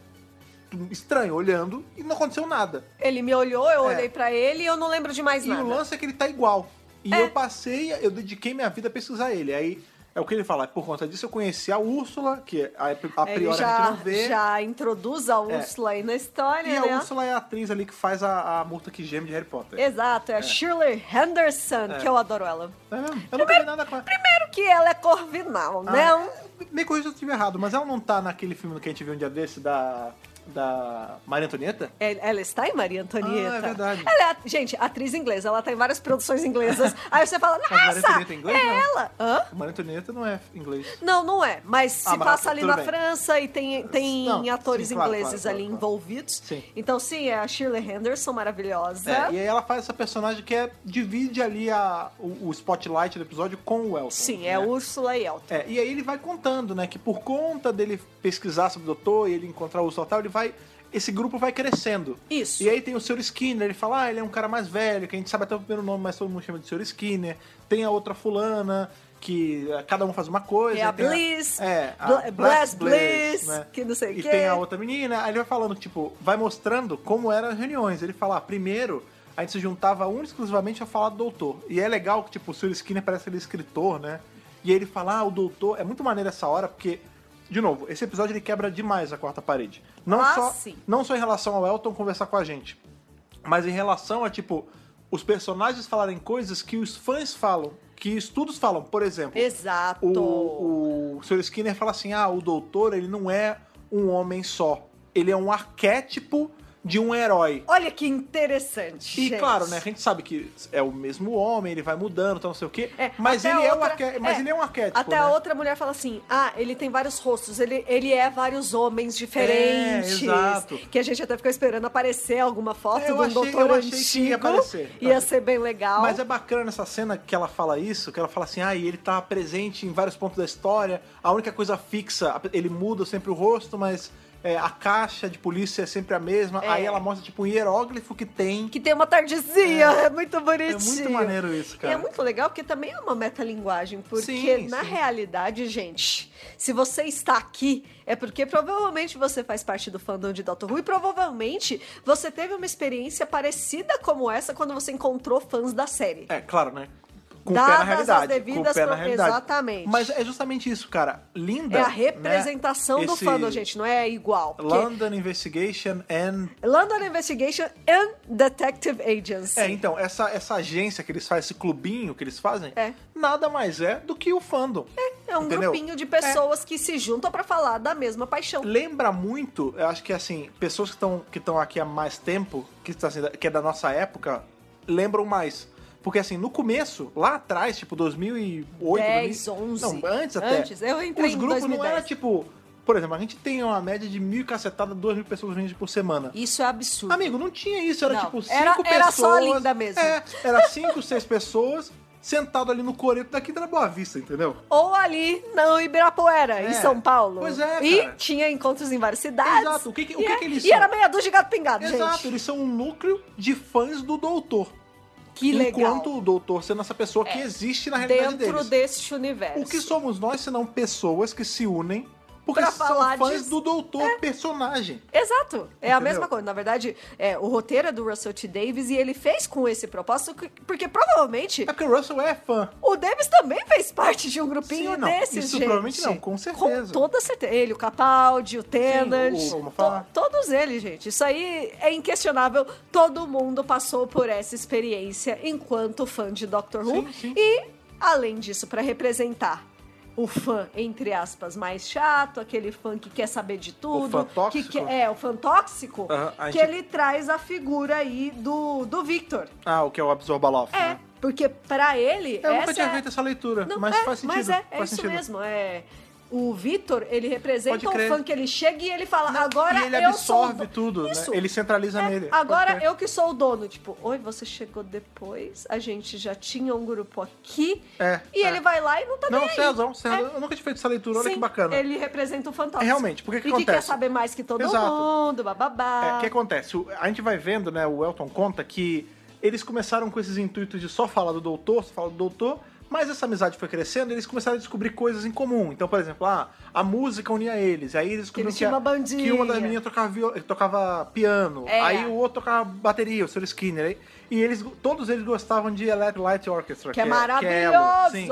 Estranho, olhando, e não aconteceu nada. Ele me olhou, eu É. olhei pra ele e eu não lembro de mais E nada. o lance é que ele tá igual. E É. eu passei, eu dediquei minha vida a pesquisar ele. Aí é o que ele fala, por conta disso eu conheci a Úrsula, que a, a É, priori já, a gente não vê. já introduz a É. Úrsula aí na história, E a né? Úrsula é a atriz ali que faz a, a multa que geme de Harry Potter. Exato, é, a Shirley Henderson, É. que eu adoro ela. É mesmo? Eu não tenho nada com ela. Primeiro que ela é corvinal, né? Um- Ah, me corrija se eu estiver errado, mas ela não tá naquele filme que a gente viu um dia desse da, da Maria Antonieta? Ela ela está em Maria Antonieta. Ah, é verdade. Ela é, a- gente, atriz inglesa. Ela tá em várias produções inglesas. aí você fala, Maria nossa, Antonieta é inglesa, é não? ela. Hã? Maria Antonieta não é inglês. Não, não é. Mas se Ah, mas passa tá, ali tudo na bem. França e tem, tem Não, sim, atores claro, ingleses claro, ali claro, claro. envolvidos. Sim. Então, sim, é a Shirley Henderson, maravilhosa. É, e aí ela faz essa personagem que é, divide ali a, o, o spotlight do episódio com o Elton. Sim, né? é Úrsula e Elton. É, e aí ele vai contando, né, que por conta dele pesquisar sobre o doutor e ele encontrar o Úrsula e tal, ele vai... Esse grupo vai crescendo. Isso. E aí tem o Sr. Skinner, ele fala, ah, ele é um cara mais velho, que a gente sabe até o primeiro nome, mas todo mundo chama de Sr. Skinner. Tem a outra fulana, que eh, cada um faz uma coisa. É a aí tem Bliss, é, a Bla- Bless Bless Bliss, que não sei o E quê. tem a outra menina, aí ele vai falando, tipo, vai mostrando como eram as reuniões. Ele fala, ah, primeiro... A gente se juntava única e exclusivamente a falar do doutor. E é legal que, tipo, o Sr. Skinner parece que ele é escritor, né? E aí ele fala, ah, o doutor... É muito maneiro essa hora, porque... De novo, esse episódio ele quebra demais a quarta parede. Não Ah, só, sim. não só em relação ao Elton conversar com a gente, mas em relação a, tipo, os personagens falarem coisas que os fãs falam, que estudos falam. Por exemplo, Exato. o, o Sr. Skinner fala assim: ah, o doutor, ele não é um homem só. Ele é um arquétipo de um herói. Olha que interessante. E gente. claro, né? A gente sabe que é o mesmo homem, ele vai mudando, então não sei o quê. É, mas até ele, a é um outra- arqué- mas é, ele é um arquétipo. Até né? a outra mulher fala assim: ah, ele tem vários rostos, ele, ele é vários homens diferentes. É, exato. Que a gente até ficou esperando aparecer alguma foto É, de eu um achei- doutor eu achei antigo. que ia aparecer. Ia ser bem legal. Mas é bacana essa cena que ela fala isso, que ela fala assim, ah, e ele tá presente em vários pontos da história, a única coisa fixa, ele muda sempre o rosto, mas é, a caixa de polícia é sempre a mesma. É. Aí ela mostra, tipo, um hieróglifo que tem. Que tem uma tardezinha, é, muito É bonitinho. muito maneiro isso, E cara. é muito legal porque também é uma metalinguagem, porque Sim, na sim. realidade, gente, se você está aqui, é porque provavelmente você faz parte do fandom de Doctor Who e provavelmente você teve uma experiência parecida como essa quando você encontrou fãs da série. É, claro, né? Com o pé Dadas na as realidade. com devidas o pé na pro- realidade. Exatamente. Mas é justamente isso, cara. Linda. É a né? representação do Esse fandom, gente, não é igual. porque- London Investigation and London Investigation and Detective Agency. É, então, essa, essa agência que eles fazem, esse clubinho que eles fazem, É. nada mais é do que o fandom. É um entendeu? É. grupinho de pessoas que se juntam pra falar da mesma paixão. Lembra muito, eu acho que assim, pessoas que estão que estão aqui há mais tempo, que, tá, assim, da- que é da nossa época, lembram mais. Porque assim, no começo, lá atrás, tipo 2008, 10, 2000, 11. Não, antes até. Antes, eu entrei Os em grupos não 2010. era tipo, por exemplo, a gente tem uma média de mil cacetada, duas mil pessoas reunidas por semana. Isso é absurdo. Amigo, não tinha isso, era Não, tipo cinco era- pessoas. era só a linda mesmo. É, era cinco, seis pessoas sentado ali no coreto daqui da Boa Vista, entendeu? Ou ali no Ibirapuera, É. em São Paulo. Pois é, E cara. tinha encontros em várias cidades. Exato. O que que- o e que é- que eles E são? era meia dúzia de gato pingado, Exato, gente. eles são um núcleo de fãs do doutor. Que legal. É. Enquanto o doutor sendo essa pessoa que existe na realidade Dentro deles. deste universo. O que somos nós senão pessoas que se unem porque Pra são falar É. fãs de- do doutor personagem. Exato, é a Entendeu? mesma coisa. Na verdade, é, o roteiro é do Russell T. Davis e ele fez com esse propósito, que- porque provavelmente É porque o Russell é fã. o Davis também fez parte de um grupinho Sim, não. desses, Isso gente. provavelmente não, com certeza. Com toda certeza. Ele, o Capaldi, o Tennant, o- como to- fala? todos eles, gente. Isso aí é inquestionável. Todo mundo passou por essa experiência enquanto fã de Doctor Who. Sim, sim. E, além disso, para representar o fã, entre aspas, mais chato, aquele fã que quer saber de tudo. fã que tóxico? quer- é, o fã tóxico, Aham, a que gente- ele traz a figura aí do, do Victor. Ah, o que é o Absorbaloff, É, né? porque para ele. Eu essa nunca tinha é- feito essa leitura, não, mas é, faz sentido. Mas é, é faz isso sentido. mesmo. É. O Vitor, ele representa Pode um crer. fã que ele chega e ele fala, agora e ele eu sou o absorve do- tudo, Isso. né? Ele centraliza É, nele. Agora Pode crer. eu que sou o dono. Tipo, oi, você chegou depois, a gente já tinha um grupo aqui. É, e é. ele vai lá e não tá Não, nem aí. César, César, É. eu nunca tinha feito essa leitura, olha Sim, que bacana. Ele representa o fantasma. É, realmente, porque que E que acontece? quer saber mais que todo Exato. mundo, bababá. É, o que acontece? O- A gente vai vendo, né? O Elton conta que eles começaram com esses intuitos de só falar do doutor, só falar do doutor, mas essa amizade foi crescendo e eles começaram a descobrir coisas em comum. Então, por exemplo, ah, a música unia eles. Aí eles descobriram eles que, tinham a- uma bandinha. que uma das meninas tocava, viol- tocava piano, É. aí o outro tocava bateria, o Sr. Skinner. aí- E eles, todos eles gostavam de Electric Light Orchestra. Que é elo, maravilhoso! sim.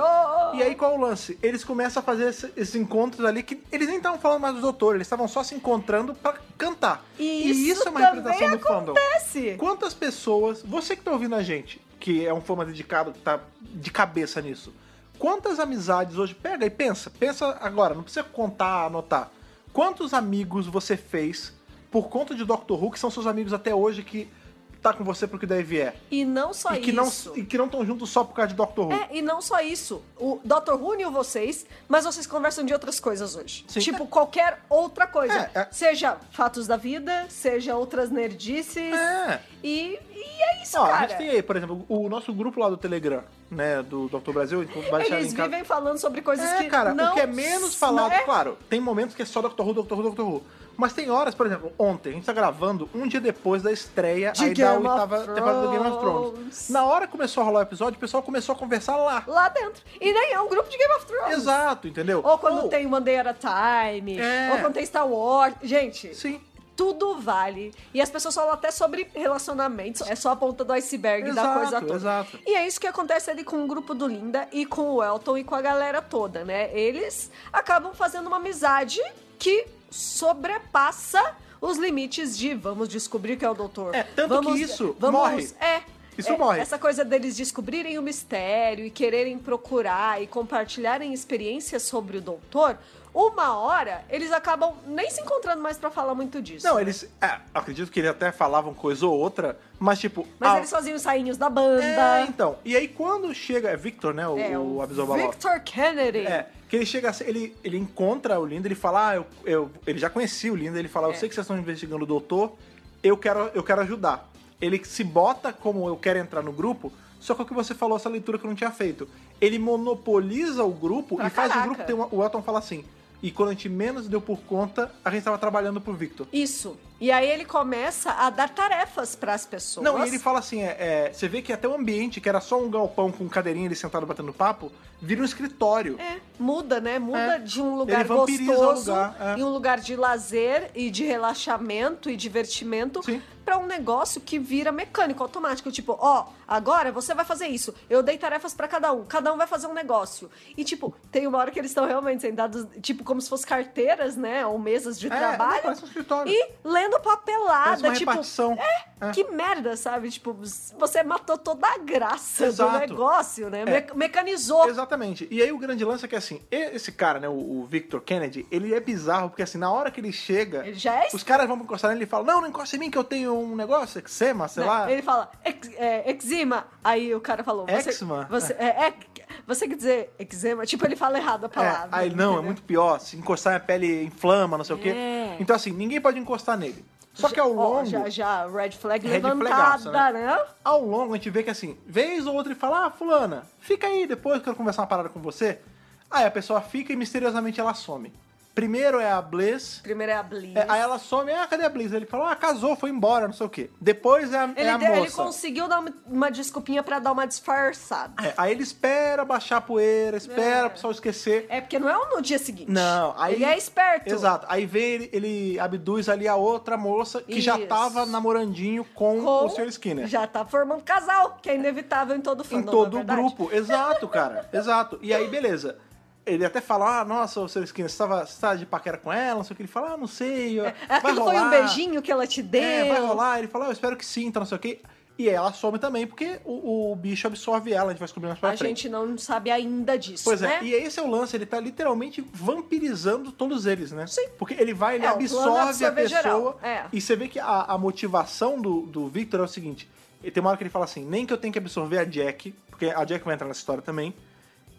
E aí qual é o lance? Eles começam a fazer esse- esses encontros ali que eles nem estavam falando mais do doutor, eles estavam só se encontrando pra cantar. E e isso isso é uma também representação do fandom. Acontece. Quantas pessoas, você que tá ouvindo a gente, que é um fã mais dedicado, que tá de cabeça nisso, quantas amizades hoje, pega e pensa, pensa agora, não precisa contar, anotar. Quantos amigos você fez por conta de Doctor Who que são seus amigos até hoje que tá com você pro que daí vier? E não só e que isso. não e que não estão juntos só por causa de Doctor Who. É, e não só isso. O Dr. Who uniu vocês, mas vocês conversam de outras coisas hoje. Sim. Tipo, qualquer outra coisa. É, é. Seja fatos da vida, seja outras nerdices. É. E, e é isso, Ó, a cara. gente tem aí, por exemplo, o nosso grupo lá do Telegram, né, do Dr. Brasil, a gente vai deixar Eles linkado. vivem falando sobre coisas É, que cara, não... o que é menos falado, não é? claro, tem momentos que é só Dr. Who, Dr. Who, Dr. Who. Mas tem horas, por exemplo, ontem, a gente tá gravando um dia depois da estreia De aí da Game of oitava temporada do Game of Thrones. Thrones. Na hora que começou a rolar o episódio, o pessoal começou a conversar lá. Lá dentro. E nem é um grupo de Game of Thrones. Exato, entendeu? Ou quando Ou- tem One Day at a Time. É. Ou quando tem Star Wars. Gente, Sim. tudo vale. E as pessoas falam até sobre relacionamentos. É só a ponta do iceberg da Exato, coisa toda. exato. E é isso que acontece ali com o grupo do Linda e com o Elton e com a galera toda, né? Eles acabam fazendo uma amizade que sobrepassa os limites de vamos descobrir que é o doutor. É, tanto vamos, que isso vamos, morre. É. Isso é, morre. Essa coisa deles descobrirem o mistério e quererem procurar e compartilharem experiências sobre o doutor, uma hora eles acabam nem se encontrando mais pra falar muito disso. Não, né? eles. É, acredito que eles até falavam coisa ou outra, mas tipo. Mas ah, eles faziam os sainhos da banda. É, então. E aí quando chega. É Victor, né? O, É, o Absorbaló. Victor Kennedy. É, que ele chega, assim, ele, ele encontra o Linda, ele fala, ah, eu, eu- ele já conhecia o Linda, ele É. fala, eu sei que vocês estão investigando o doutor, eu quero, eu quero ajudar. Ele se bota como eu quero entrar no grupo, só que o que você falou, essa leitura que eu não tinha feito. Ele monopoliza o grupo Pra e faz caraca. o grupo ter uma, O Elton fala assim, e quando a gente menos deu por conta, a gente tava trabalhando pro Victor. Isso. E aí ele começa a dar tarefas pras pessoas. Não, e ele fala assim, é, é, você vê que até o ambiente, que era só um galpão com cadeirinha ele sentado batendo papo, vira um escritório. É, muda, né? Muda É. de um lugar Ele vampiriza o gostoso, lugar, é. e um lugar de lazer e de relaxamento e divertimento, Sim. pra um negócio que vira mecânico, automático. Tipo, ó, agora você vai fazer isso. Eu dei tarefas pra cada um, cada um vai fazer um negócio. E, tipo, tem uma hora que eles estão realmente sentados, tipo, como se fossem carteiras, né? Ou mesas de não, trabalho. parece um escritório. E lendo papelada, Parece uma tipo. repartição. É, É. que merda, sabe? Tipo, você matou toda a graça do Exato. negócio, né? É. Me- mecanizou Exatamente. E aí o grande lance é que assim, assim, esse cara, né, o, o Victor Kennedy, ele é bizarro, porque assim, na hora que ele chega, Ele já é os caras vão encostar nele e falam, não, não encosta em mim que eu tenho um negócio, eczema, sei Né? lá. Ele fala, "Ex- é, eczema. Aí o cara falou, você, Eczema? Você, é, é- você quer dizer eczema? Tipo, ele fala errado a É, palavra. aí não, é entendeu? muito pior. Se encostar a pele inflama, não sei o quê. É. Então, assim, ninguém pode encostar nele. Só que ao Ó, longo, já, já, red flag Red levantada, flagaça, né? né? ao longo, a gente vê que assim, vez ou outra ele fala, ah, fulana, fica aí, depois eu quero conversar uma parada com você. Aí a pessoa fica e misteriosamente ela some. Primeiro é a Bliss. Primeiro é a Bliss. é, aí ela some, ah, cadê a Bliss? Ele fala, ah, casou, foi embora, não sei o quê. Depois é a, é ele, a deu- ele moça. conseguiu dar uma, uma desculpinha pra dar uma disfarçada. É, aí ele espera baixar a poeira, espera É. o pessoal esquecer. É porque não é um no dia seguinte. Não, aí. Ele é esperto. Exato. Aí vem ele, ele abduz ali a outra moça que já Isso. tava namorandinho com, Com- o Sr. Skinner. Já tá formando casal, que é inevitável em todo fandom, em não é todo o verdade? grupo. Exato, cara. Exato. E aí, beleza. Ele até fala, ah, nossa, o Sr. Skinner, você tava, você tava de paquera com ela, não sei o que. Ele fala, ah, não sei. É, vai Aquilo rolar. foi um beijinho que ela te deu. É, vai rolar. Ele fala, ah, eu espero que sim, então não sei o que. E ela some também, porque o, o bicho absorve ela, a gente vai descobrir mais pra A frente. gente não sabe ainda disso, Pois né? é, e esse é o lance, ele tá literalmente vampirizando todos eles, né? Sim. Porque ele vai, ele É, o plano é absorve a absorver geral, pessoa. é. E você vê que a, a motivação do, do Victor é o seguinte: ele tem uma hora que ele fala assim, nem que eu tenha que absorver a Jack, porque a Jack vai entrar nessa história também.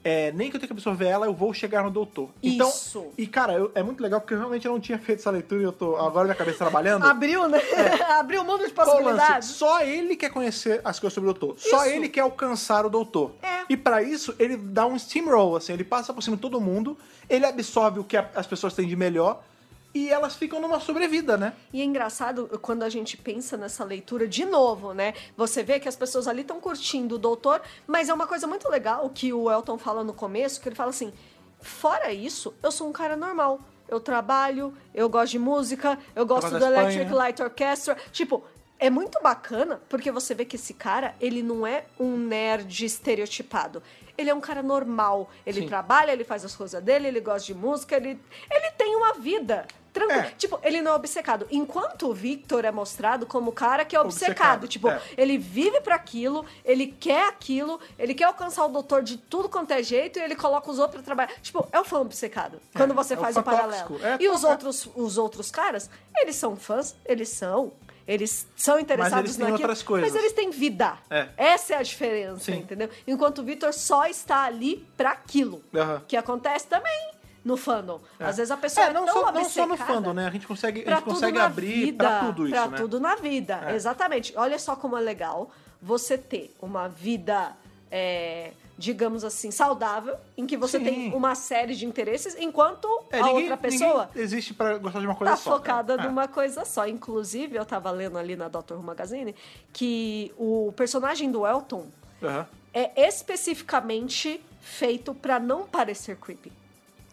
É, nem que eu tenha que absorver ela, eu vou chegar no doutor. Então, Isso. e cara, eu- é muito legal porque eu realmente não tinha feito essa leitura e eu tô agora minha cabeça trabalhando. Abriu, né? Abriu o mundo É. de Qual o lance? possibilidades. Só ele quer conhecer as coisas sobre o doutor. Só Isso. ele quer alcançar o doutor. É. E pra isso, ele dá um steamroll, assim, ele passa por cima de todo mundo, ele absorve o que a- as pessoas têm de melhor e elas ficam numa sobrevida, né? E é engraçado quando a gente pensa nessa leitura de novo, né? Você vê que as pessoas ali estão curtindo o doutor, mas é uma coisa muito legal que o Elton fala no começo, que ele fala assim: fora isso, eu sou um cara normal. Eu trabalho, eu gosto de música, eu gosto gosto do da Espanha." Electric Light Orchestra. Tipo, é muito bacana porque você vê que esse cara, ele não é um nerd estereotipado. Ele é um cara normal. Ele Sim. trabalha, ele faz as coisas dele, ele gosta de música, ele, ele tem uma vida. Tranquila. É. Tipo, ele não é obcecado. Enquanto o Victor é mostrado como o cara que é obcecado. Obcecado, Tipo, é. ele vive pra aquilo, ele quer aquilo, ele quer alcançar o doutor de tudo quanto é jeito e ele coloca os outros pra trabalhar. Tipo, é o fã obcecado. Quando você é o faz fã o paralelo. tóxico. É, e os é. outros, os outros caras, eles são fãs, eles são. Eles são interessados Mas eles têm naquilo, outras coisas. Mas eles têm vida. É. Essa é a diferença, Sim. entendeu? Enquanto o Victor só está ali pra aquilo. Aham. Que acontece também no fandom. É. Às vezes a pessoa é, não, tão só, não só no obcecada fandom, né? A gente consegue, a pra gente tudo consegue na abrir vida, pra tudo isso, pra né? tudo na vida, É. exatamente. Olha só como é legal você ter uma vida, é, digamos assim, saudável, em que você Sim. tem uma série de interesses, enquanto É, a ninguém- outra pessoa Ninguém existe pra gostar de uma coisa tá só. focada cara. É. numa coisa só. Inclusive, eu tava lendo ali na Dr. Who Magazine que o personagem do Elton Aham. é especificamente feito pra não parecer creepy.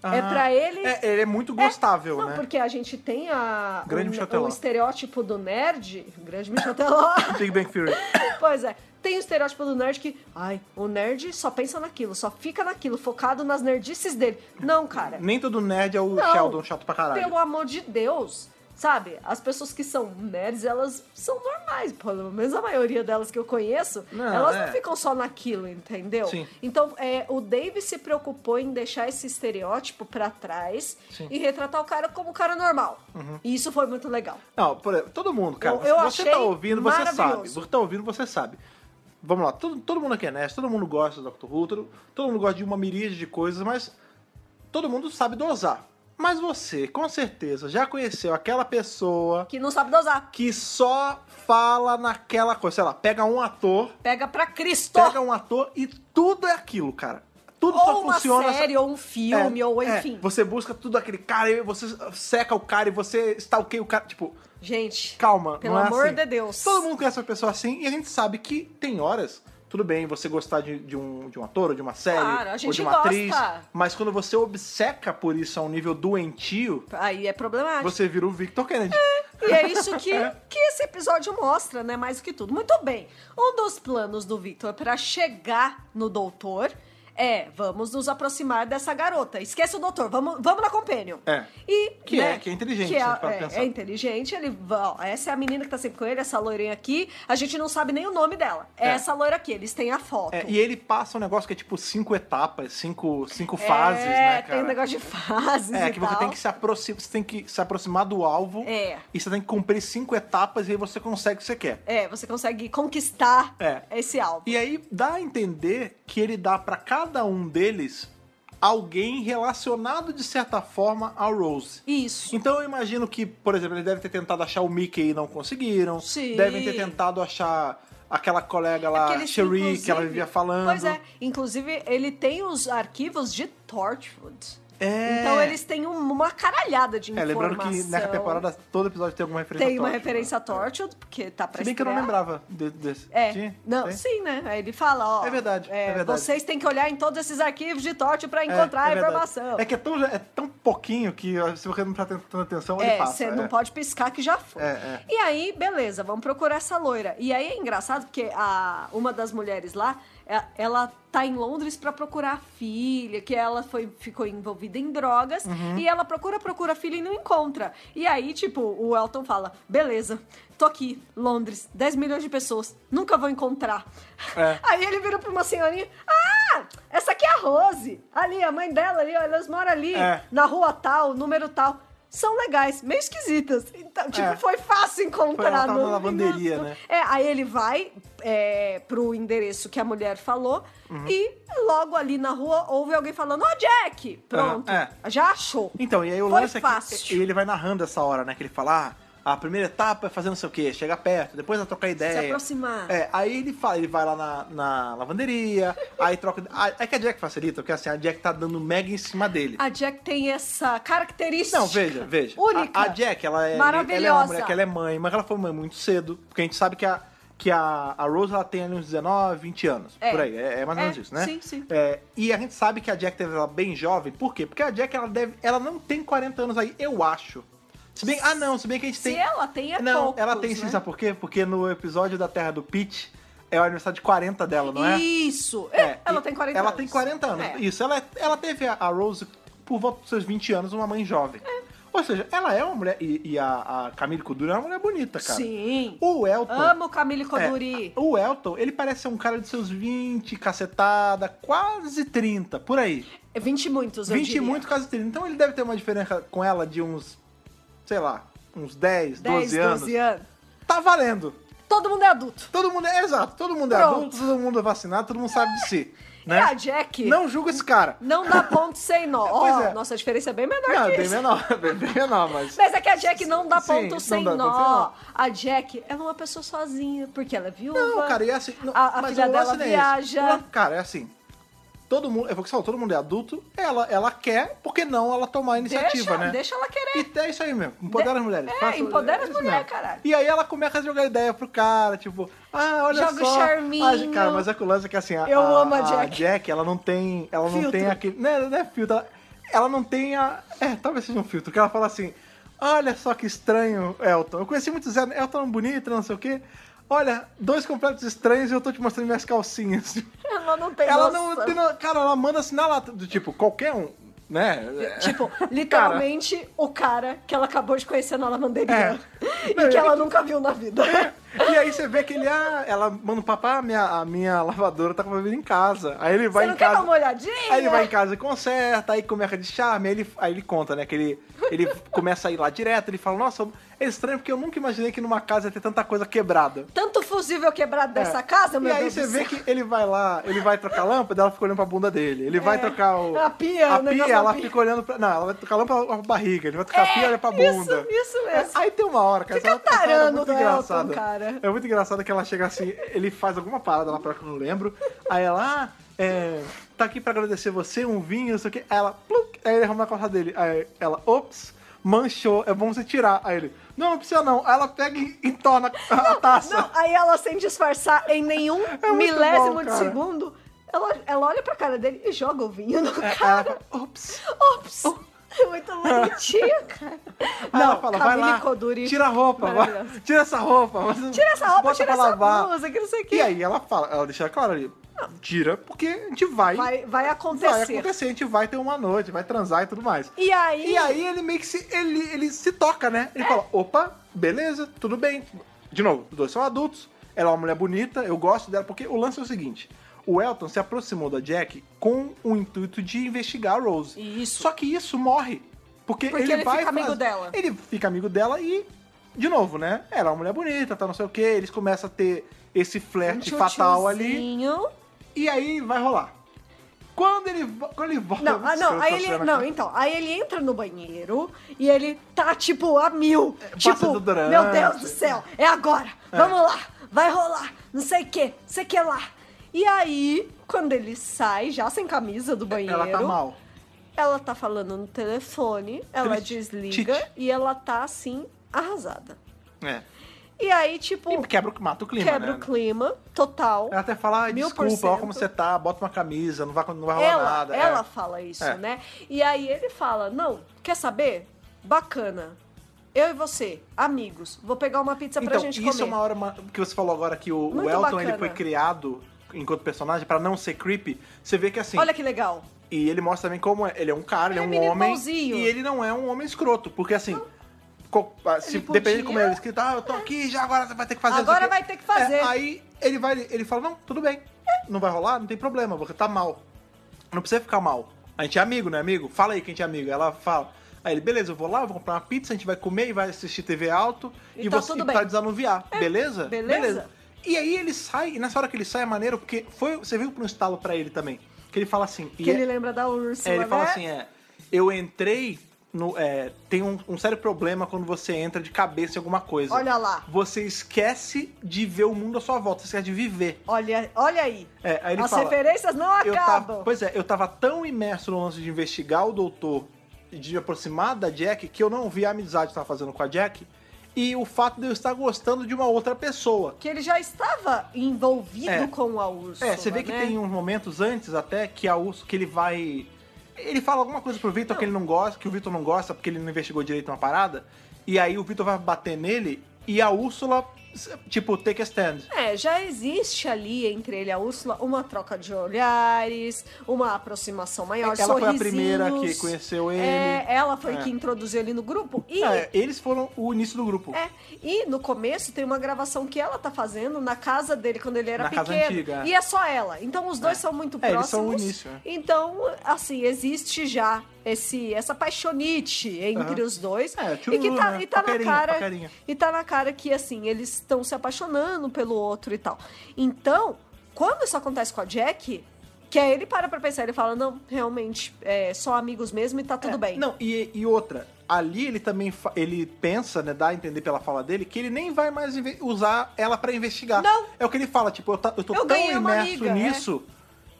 É Ah. pra ele É, ele é muito gostável, não, né? porque a gente tem a, Grande o- Michel o, Teló. estereótipo do nerd. Grande Michel Teló. Big Bang Theory. pois é. Tem o estereótipo do nerd que, ai, o nerd só pensa naquilo, só fica naquilo, focado nas nerdices dele. Não, cara. Nem todo nerd é o Não. Sheldon chato pra caralho. Pelo amor de Deus. Sabe? As pessoas que são nerds, elas são normais. Pelo menos a maioria delas que eu conheço, Não, elas não é. ficam só naquilo, entendeu? Sim. Então, é, o Dave se preocupou em deixar esse estereótipo pra trás Sim. Uhum. e retratar o cara como um cara normal. E isso foi muito legal. Não, por exemplo, todo mundo, cara. Eu- eu você achei tá ouvindo, você sabe. maravilhoso. Você tá ouvindo, você sabe. Vamos lá, todo, todo mundo aqui é nerd, todo mundo gosta do Doctor Who, todo, todo mundo gosta de uma miríade de coisas, mas todo mundo sabe dosar. Mas você, com certeza, já conheceu aquela pessoa Que não sabe dosar. que só fala naquela coisa. Sei lá, pega um ator, Pega pra Cristo. pega um ator e tudo é aquilo, cara. Tudo ou só uma funciona. série, ou um filme, É, ou é, enfim. você busca tudo aquele cara, e você seca o cara e você stalkeia o cara. Tipo, Gente, Calma, pelo não é amor assim. de Deus. Todo mundo conhece uma pessoa assim e a gente sabe que tem horas. Tudo bem você gostar de, de um, de um ator ou de uma série Claro, a gente ou de uma gosta. atriz, mas quando você obceca por isso a um nível doentio, Aí é problemático. você vira o Victor Kennedy. E é isso que, que esse episódio mostra, né? Mais do que tudo. Muito bem. Um dos planos do Victor para chegar no doutor É, vamos nos aproximar dessa garota. Esquece o doutor, vamos, vamos na Companion. É. E, Que né, é- que é inteligente, que se a gente parar pra é, pensar. é inteligente, ele va- ó, essa é a menina que tá sempre com ele, essa loirinha aqui, a gente não sabe nem o nome dela. É, É. essa loira aqui, eles têm a foto. É, e ele passa um negócio que é tipo cinco etapas, cinco, cinco É, fases, né, cara? tem um negócio de fases É, e que tal. você tem que se aproximar, você tem que se aproximar do alvo É. e você tem que cumprir cinco etapas e aí você consegue o que você quer. É, você consegue conquistar É. esse álbum. E aí dá a entender que ele dá pra cada um deles alguém relacionado de certa forma ao Rose. Isso. Então eu imagino que, por exemplo, ele deve ter tentado achar o Mickey e não conseguiram. Sim. Devem ter tentado achar aquela colega lá, Aqueles, Cherie, que ela inclusive- vivia falando. Pois é, inclusive ele tem os arquivos de Torchwood. É. Então eles têm um- uma caralhada de É, informação. lembrando que nessa temporada todo episódio tem alguma referência tem a uma Torchwood, referência a né? Torchwood, porque tá pra Se bem que eu não estrear. lembrava de- desse. É. Tinha? Não, Tem? sim, né? Aí ele fala, ó. É verdade, é verdade. Vocês têm que olhar em todos esses arquivos de Torchwood pra É, encontrar é a verdade. informação. É que é tão, é tão pouquinho que ó, se você não tá prestando atenção, ele É, passa. você é. não pode piscar que já foi. É, E aí, beleza, vamos procurar essa loira. E aí é engraçado porque a, uma das mulheres lá, é- ela tá em Londres pra procurar a filha, que ela foi, ficou envolvida em drogas, Uhum. e ela procura, procura a filha e não encontra. E aí, tipo, o Elton fala: beleza, tô aqui, Londres, 10 milhões de pessoas, nunca vou encontrar. É. Aí ele vira pra uma senhorinha: ah, essa aqui é a Rose, ali, a mãe dela ali, ó, elas moram ali, É. na rua tal, número tal. São legais, meio esquisitas. Então, tipo, É. foi fácil encontrar. Foi, ela tava não- na lavanderia, né? É, aí ele vai é, pro endereço que a mulher falou Uhum. e logo ali na rua ouve alguém falando, ó, Jack! Pronto, Aham, já achou. Então, e aí o Foi lance é que fácil. e ele vai narrando essa hora, né? Que ele fala, ah, a primeira etapa é fazer não sei o quê, chegar perto, depois é trocar ideia. Se aproximar. É, aí ele fala, ele vai lá na, na lavanderia, aí troca. aí- É que a Jack facilita, porque assim, a Jack tá dando mega em cima dele. A Jack tem essa característica Não, veja, veja. única. A, a Jack, ela é, ela é uma Maravilhosa. mulher que ela é mãe, mas ela foi mãe muito cedo. Porque a gente sabe que a, que a, a Rose ela tem ali uns 19, 20 anos. É. Por aí. É, é mais ou É, menos isso, né? sim, sim. É, e a gente sabe que a Jack teve ela bem jovem. Por quê? Porque a Jack ela, deve, ela não tem 40 anos aí, eu acho. Se bem, ah, não, se bem que a gente Se tem. ela tem, é não, poucos, ela tem sim, né? sabe por quê? Porque no episódio da Terra do Pete é o aniversário de 40 dela, não é? Isso. É, É, ela e- tem 40 ela anos. tem 40 anos. É. Isso, ela, é- ela teve a, a Rose por volta dos seus 20 anos, uma mãe jovem. Ou seja, ela é uma mulher. E, e a, a Camille Kudura é uma mulher bonita, cara. Sim. O Elton. Amo Camille é, Coduri. o Elton, ele parece ser um cara de seus 20, cacetada, quase 30, por aí. 20 É, e muitos, eu 20 e diria. muito, quase 30. Então ele deve ter uma diferença com ela de uns, sei lá, uns 10, 10, 12 anos. 12 anos. Tá valendo. Todo mundo é adulto. Todo mundo é, exato, todo mundo é Pronto. É adulto, todo mundo é vacinado, todo mundo sabe de si. Né? E a Jack não, Não julga esse cara. dá ponto sem nó. Pois Ó, é. nossa, a diferença é bem menor Não, que é bem isso. menor, bem, bem menor, mas. Mas é que a Jack não dá Sim, ponto não sem dá ponto sem nó. nó. A Jack ela é uma pessoa sozinha, porque ela é viúva. Não, cara, e é assim. não, A- a mas filha o lance dela não é esse. viaja. Não, Cara, é assim. Todo mundo, é o que você falou, todo mundo é adulto, ela, ela quer, porque não ela tomar a iniciativa, deixa, né? deixa ela querer. E é isso aí mesmo, empodera De- as mulheres. é, Faça- empodera as isso mulheres, mesmo. caralho. E aí ela começa a jogar ideia pro cara, tipo, ah, olha Joga o só. charminho. Ah, cara, mas é que o lance é que assim, a, Eu a- amo a Jack. ela não tem, ela não Filtro. tem aquele, não é, não é filtro, ela, ela não tem a, é, talvez seja um filtro, que ela fala assim, olha só que estranho, Elton. Eu conheci muito Zé, Elton é um bonito, não sei o quê. Olha, dois completos estranhos e eu tô te mostrando minhas calcinhas. Ela não tem Ela noção. não, tem no- cara, ela manda assim na lata, do tipo, qualquer um, né? Tipo, literalmente o cara que ela acabou de conhecer na lavanderia. É. E Não, que e- ela nunca viu na vida. E aí você vê que ele, ah, ela manda um papá, a minha, a minha lavadora tá com a bebida em casa. Aí ele vai Você não em quer casa. dar uma olhadinha? Aí ele vai em casa e conserta, aí começa de charme, aí ele, aí ele conta, né? Que ele, ele começa a ir lá direto, ele fala, nossa, é estranho porque eu nunca imaginei que numa casa ia ter tanta coisa quebrada. Tanto fusível quebrado dessa É. casa, meu E aí Deus você do vê céu. que ele vai lá, ele vai trocar a lâmpada, ela fica olhando pra bunda dele. Ele vai É. trocar o. A pia, a o negócio pia, da ela pia. É, fica olhando pra. Não, ela vai trocar a lâmpada pra barriga, ele vai trocar a pia e olha pra isso, bunda. É isso mesmo. Aí tem uma hora, cara. Fica essa hora- essa hora tarando é muito do Elton, engraçada. cara. É muito engraçado que ela chega assim, ele faz alguma parada lá pra que eu não lembro. Aí ela, ah, é, tá aqui pra agradecer você, um vinho, não sei o quê. Aí ela, pluk, aí ele arruma na calça dele. Aí ela, ops, manchou, é bom você tirar. Aí ele, não, não precisa não. Aí ela pega e entorna a, a taça. Não, aí ela sem disfarçar em nenhum É muito milésimo bom, de cara. segundo, ela, ela olha pra cara dele e joga o vinho no É, Aí cara. ela fala, ops. Ops! É muito bonitinho, cara. Oh. Aí ela fala, vai Camille lá, Coduri. tira a roupa, vai- Maravilhosa. tira essa roupa. mas- Tira essa roupa, bota tira pra essa lavar. blusa, que não sei o quê. E aí ela fala, ela deixa claro ali, tira, porque a gente vai, vai, Vai, vai acontecer. acontecer, a gente vai ter uma noite, vai transar e tudo mais. E aí, E aí ele meio que se, ele, ele se toca, né? Ele fala, opa, beleza, tudo bem. De novo, os dois são adultos, ela é uma mulher bonita, eu gosto dela, porque o lance é o seguinte, o Elton se aproximou da Jack com o intuito de investigar a Rose. Isso. Só que isso morre, porque, Porque ele vai fica amigo fazer- dela. Ele fica amigo dela e, de novo, né? Ela é uma mulher bonita, tá não sei o quê, eles começam a ter esse flerte É fatal ali, um Tchutchuzinho. e aí vai rolar. Quando ele, vo- quando ele volta... Não, ah, não, tá aí ele, não, então, aí ele entra no banheiro e ele tá tipo a mil, É, tipo, desodorante. meu Deus do céu, é agora. Vamos lá. Vai rolar. Não sei o que, não sei o que lá. E aí, quando ele sai já sem camisa do banheiro, Ela tá mal. ela tá falando no telefone, ela Triste. desliga Tite. e ela tá assim arrasada. É. E aí, tipo, E quebra, o- mata o clima, quebra né? o clima total. Ela até fala, "Ai, Mil por desculpa, ó como cento. você tá, bota uma camisa, não vai, não vai rolar ela, nada. ela é. fala isso, É. né? E aí ele fala: Não, quer saber? Bacana. Eu e você, amigos, vou pegar uma pizza pra Então, gente isso comer. é uma hora ma- que você falou agora que o, o Muito Elton bacana. ele foi criado enquanto personagem pra não ser creepy. Você vê que assim, Olha que legal. e ele mostra também como é- ele é um cara, ele, Ele é é um menino homem. bonzinho. E ele não é um homem escroto, porque assim. co- ah, Se, Ele podia- dependendo de como ele é escrito, ah, eu tô aqui, já agora você vai ter que fazer. não sei Agora o quê. vai ter que fazer. É. É, aí ele vai, ele fala, não, tudo bem. Não vai rolar, não tem problema, você tá mal. Não precisa ficar mal. A gente é amigo, não é amigo? Fala aí que a gente é amigo. Ela fala. Aí ele, beleza, eu vou lá, vou comprar uma pizza, a gente vai comer e vai assistir TV alto. E E, tá você tudo e bem. É. pra desanuviar, beleza? beleza. E aí ele sai, e nessa hora que ele sai é maneiro, porque foi, você viu pra um estalo pra ele também. Que ele fala assim. e Que é- ele lembra da Úrsula, é, ele né? fala assim, é, eu entrei no, é, tem um, um sério problema quando você entra de cabeça em alguma coisa. Olha lá. Você esquece de ver o mundo à sua volta, você esquece de viver. Olha, olha aí. É, aí ele As fala, referências não eu acabam. tava, pois é, eu tava tão imerso no lance de investigar o doutor e de me aproximar da Jack que eu não vi a amizade que eu tava fazendo com a Jack e o fato de eu estar gostando de uma outra pessoa. Que ele já estava envolvido É. com a Úrsula. É, você vê que né? tem uns momentos antes até que a Urso, que ele vai. Ele fala alguma coisa pro Vitor Não. que ele não gosta, que o Vitor não gosta porque ele não investigou direito uma parada. E aí o Vitor vai bater nele e a Úrsula, tipo, take a stand. É, já existe ali entre ele e a Úrsula uma troca de olhares, uma aproximação maior, Ela foi a sorrisinhos. primeira que conheceu ele. É, ela foi É. que introduziu ele no grupo. E, É, eles foram o início do grupo. é, e no começo tem uma gravação que ela tá fazendo na casa dele quando ele era Na pequeno. casa antiga, é. E é só ela. Então os dois É. são muito É, eles próximos. são o início, é. Então, assim, existe já esse, essa paixonite entre Aham. os dois. É, e que tchururu, tá, né? e tá na Paquerinha, cara. paquerinha. E tá na cara que, assim, eles estão se apaixonando pelo outro e tal. Então, quando isso acontece com a Jack, que aí ele para pra pensar, ele fala, não, realmente, é só amigos mesmo e tá tudo É, bem. Não, e, e outra, ali ele também fa- ele pensa, né, dá a entender pela fala dele, que ele nem vai mais inve- usar ela pra investigar. Não. É o que ele fala, tipo, eu, tá- eu tô Eu tão ganhei uma imerso amiga, é. nisso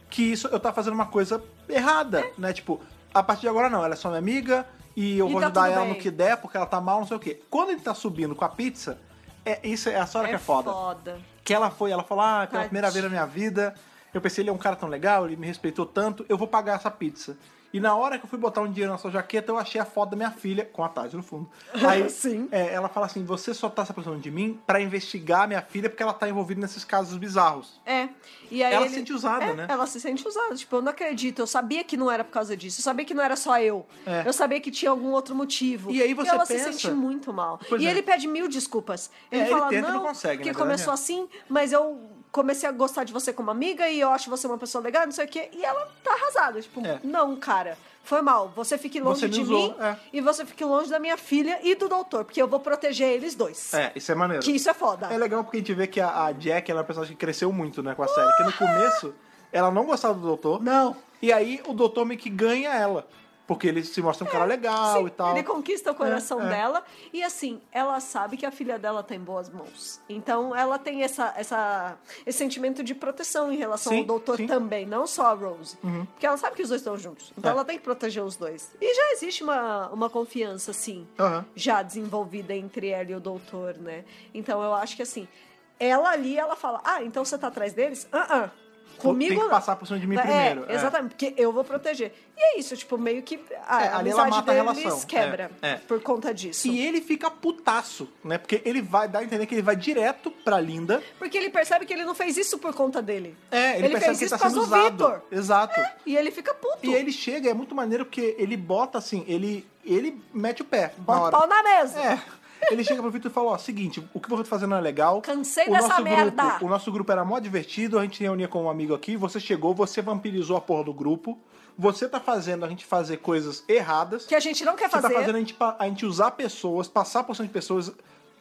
que isso, eu tava fazendo uma coisa errada, né? Tipo, a partir de agora não, ela é só minha amiga e eu É. E vou tá ajudar tudo ela bem. no que der porque ela tá mal, não sei o quê. Quando ele tá subindo com a pizza, é, isso é a hora que é foda foda. que ela foi, ela falou, ah, pela Tadinho. primeira vez na minha vida, eu pensei, ele é um cara tão legal, ele me respeitou tanto, eu vou pagar essa pizza. E na hora que eu fui botar um dinheiro na sua jaqueta, eu achei a foto da minha filha, com a Tati no fundo. Aí, Sim. é, ela fala assim, você só tá se aproximando de mim pra investigar a minha filha, porque ela tá envolvida nesses casos bizarros. É. E aí Ela ele- se sente usada, É, né? Ela se sente usada. Tipo, eu não acredito. Eu sabia que não era por causa disso. Eu sabia que não era só eu. É. Eu sabia que tinha algum outro motivo. E aí você ela se pensa- sente muito mal. Pois e é. ele pede mil desculpas. Ele É, ele fala, tenta e não, não consegue, que na verdade, começou é. assim, mas eu comecei a gostar de você como amiga e eu acho você uma pessoa legal, não sei o quê. E ela tá arrasada. Tipo, É. não, cara. Foi mal. Você fique longe Você me de usou, mim é. e você fique longe da minha filha e do doutor, porque eu vou proteger eles dois. É, isso é maneiro. Que isso é foda. É legal porque a gente vê que a, a Jack ela é uma personagem que cresceu muito, né, com a série. Que no começo, ela não gostava do doutor. Não. E aí, o doutor meio que ganha ela. Porque ele se mostra um cara legal É, Sim, e tal. Ele conquista o coração É, é. dela. E assim, ela sabe que a filha dela tá em boas mãos. Então ela tem essa, essa, esse sentimento de proteção em relação Sim, ao doutor sim. Uhum. também, não só a Rose. Porque ela sabe que os dois estão juntos. Então É. ela tem que proteger os dois. E já existe uma, uma confiança, assim, Aham. já desenvolvida entre ela e o doutor, né? Então eu acho que assim, ela ali, ela fala: Ah, então você tá atrás deles? Ah, ah. Comigo tem que não. passar por cima de mim É, primeiro. é. Exatamente, porque eu vou proteger. E é isso, tipo, meio que a É, ali ela amizade mata a deles relação, quebra é, é. por conta disso. E ele fica putaço, né? Porque ele vai dar a entender que ele vai direto pra Linda. Porque ele percebe que ele não fez isso por conta dele. É, ele, percebe fez que ele isso tá por sendo causa do usado. Vitor. É, Exato. E ele fica puto. E ele chega, é muito maneiro porque ele bota assim, ele, ele mete o pé. na Bota o hora. pau na mesa. É. Ele chega pro Vitor e fala, ó, seguinte, o que eu vou fazer não é legal. Cansei o dessa nosso merda. Grupo, o nosso grupo era mó divertido, a gente reunia com um amigo aqui, você chegou, você vampirizou a porra do grupo. Você tá fazendo a gente fazer coisas erradas. Que a gente não quer Você fazer. tá fazendo a gente, pa- a gente usar pessoas, passar por cima de pessoas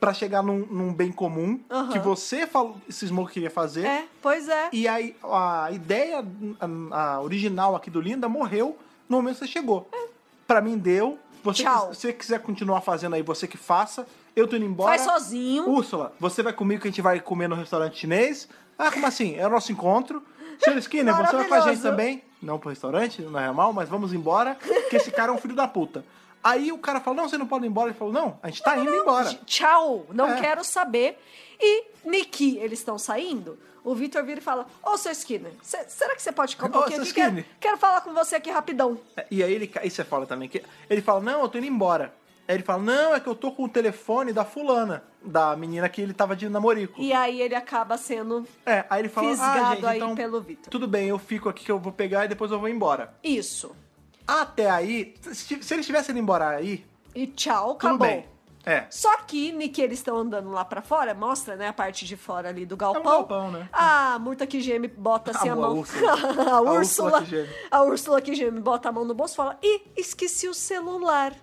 pra chegar num, num bem comum Aham. que você falou, cismou que queria fazer. É, pois é. E aí a ideia a, a original aqui do Linda morreu no momento que você chegou. Pra mim deu. Você É. Tchau. quis- se você quiser continuar fazendo aí, você que faça. Eu tô indo embora. Faz sozinho. Úrsula, você vai comigo que a gente vai comer no restaurante chinês. Ah, como assim? É o nosso encontro. Senhor Skinner, você vai com a gente Maravilhoso. também? Não pro restaurante, não é mal, mas vamos embora, que esse cara é um filho da puta. Aí o cara fala, não, você não pode ir embora. Ele falou, não, a gente tá indo embora. Tchau, não É. quero saber. E Niki, eles estão saindo? O Vitor vira e fala: Ô, seu Skinner, cê- será que você pode ficar um Ô, pouquinho seu aqui? Quero, Skinner." quero falar com você aqui rapidão. É, E aí ele, ca- aí você fala também que ele fala: "Não, eu tô indo embora". Aí ele fala: "Não, é que eu tô com o telefone da fulana, da menina que ele tava de namorico". E aí ele acaba sendo É, aí ele fala: "Ah, fisgado gente, aí então pelo Vitor. tudo bem, eu fico aqui que eu vou pegar e depois eu vou embora". Isso. Até aí, se se ele tivesse ido embora aí, E tchau, tudo acabou. bem. É. Só que Nick eles estão andando lá pra fora, mostra, né, a parte de fora ali do galpão. galpão, né? A Murta que geme bota assim a, A mão. Úrsula. a A Úrsula. Úrsula que geme. A Úrsula que geme bota a mão no bolso e fala: "Ih, esqueci o celular".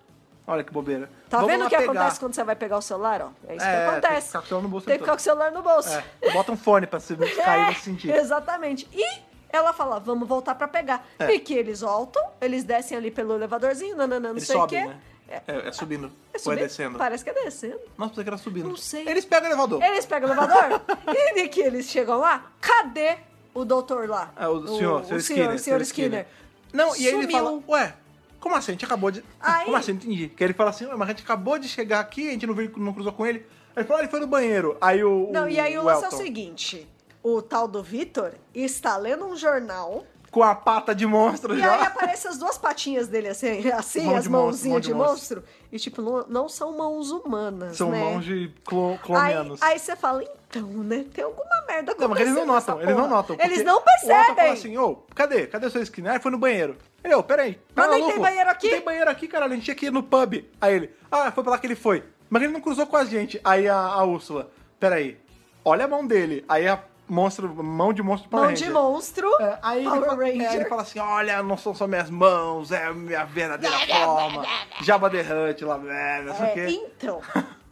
Olha que bobeira. Tá Vamos vendo lá o que pegar. acontece quando você vai pegar o celular, ó? É isso É, tem que que acontece. ficar com o celular no bolso Tem o tempo que ficar com o celular no bolso. É, bota um fone pra se cair É, e você sentir. Exatamente. E ela fala, vamos voltar pra pegar. É. E que eles voltam, eles descem ali pelo elevadorzinho, nananã, não Eles sei o quê. sobem, né? É, é subindo. É Ou é subir? descendo. Parece que é descendo. Nossa, pensei que era subindo. Não sei. Eles pegam o elevador. Eles pegam o elevador e de que eles chegam lá, cadê o doutor lá? É, o senhor, senhor o senhor, Skinner. senhor Skinner. Não, e aí ele Sumiu. fala, ué, como assim? A gente acabou de... Aí- Como assim? Não Entendi. Que ele fala assim, ué, mas a gente acabou de chegar aqui, a gente não, veio, não cruzou com ele. Aí ele fala, ah, ele foi no banheiro. Aí o Não, e aí o o lance é o Elton, seguinte: o tal do Vitor está lendo um jornal. Com a pata de monstro E já. aí aparecem as duas patinhas dele assim, assim Mão de as monstro, mão mãozinhas de de monstro. E tipo, não, não são mãos humanas, São né? mãos de clo Aí, clonianos. aí você fala, então, né? Tem alguma merda Não, mas eles não acontecendo nessa notam, eles não porra. notam. Eles porque não O Elton fala percebem. assim, ô, cadê? Cadê o seu Skinner? Ah, ele foi no banheiro. Ele, ô, peraí. Mas tá nem tem maluco? banheiro aqui? Não tem banheiro aqui, caralho. A gente tinha que ir no pub. Aí ele, ah, foi pra lá que ele foi. Mas ele não cruzou com a gente. Aí a, a Úrsula, peraí. Olha a mão dele. Aí a monstro, mão de monstro Power Mão de Ranger. monstro. É, aí ele, Power fala, é, Ranger. ele fala assim, olha, não são só minhas mãos, é a minha verdadeira forma. Jabba the Hutt lá, velho, não sei o É, quê. então,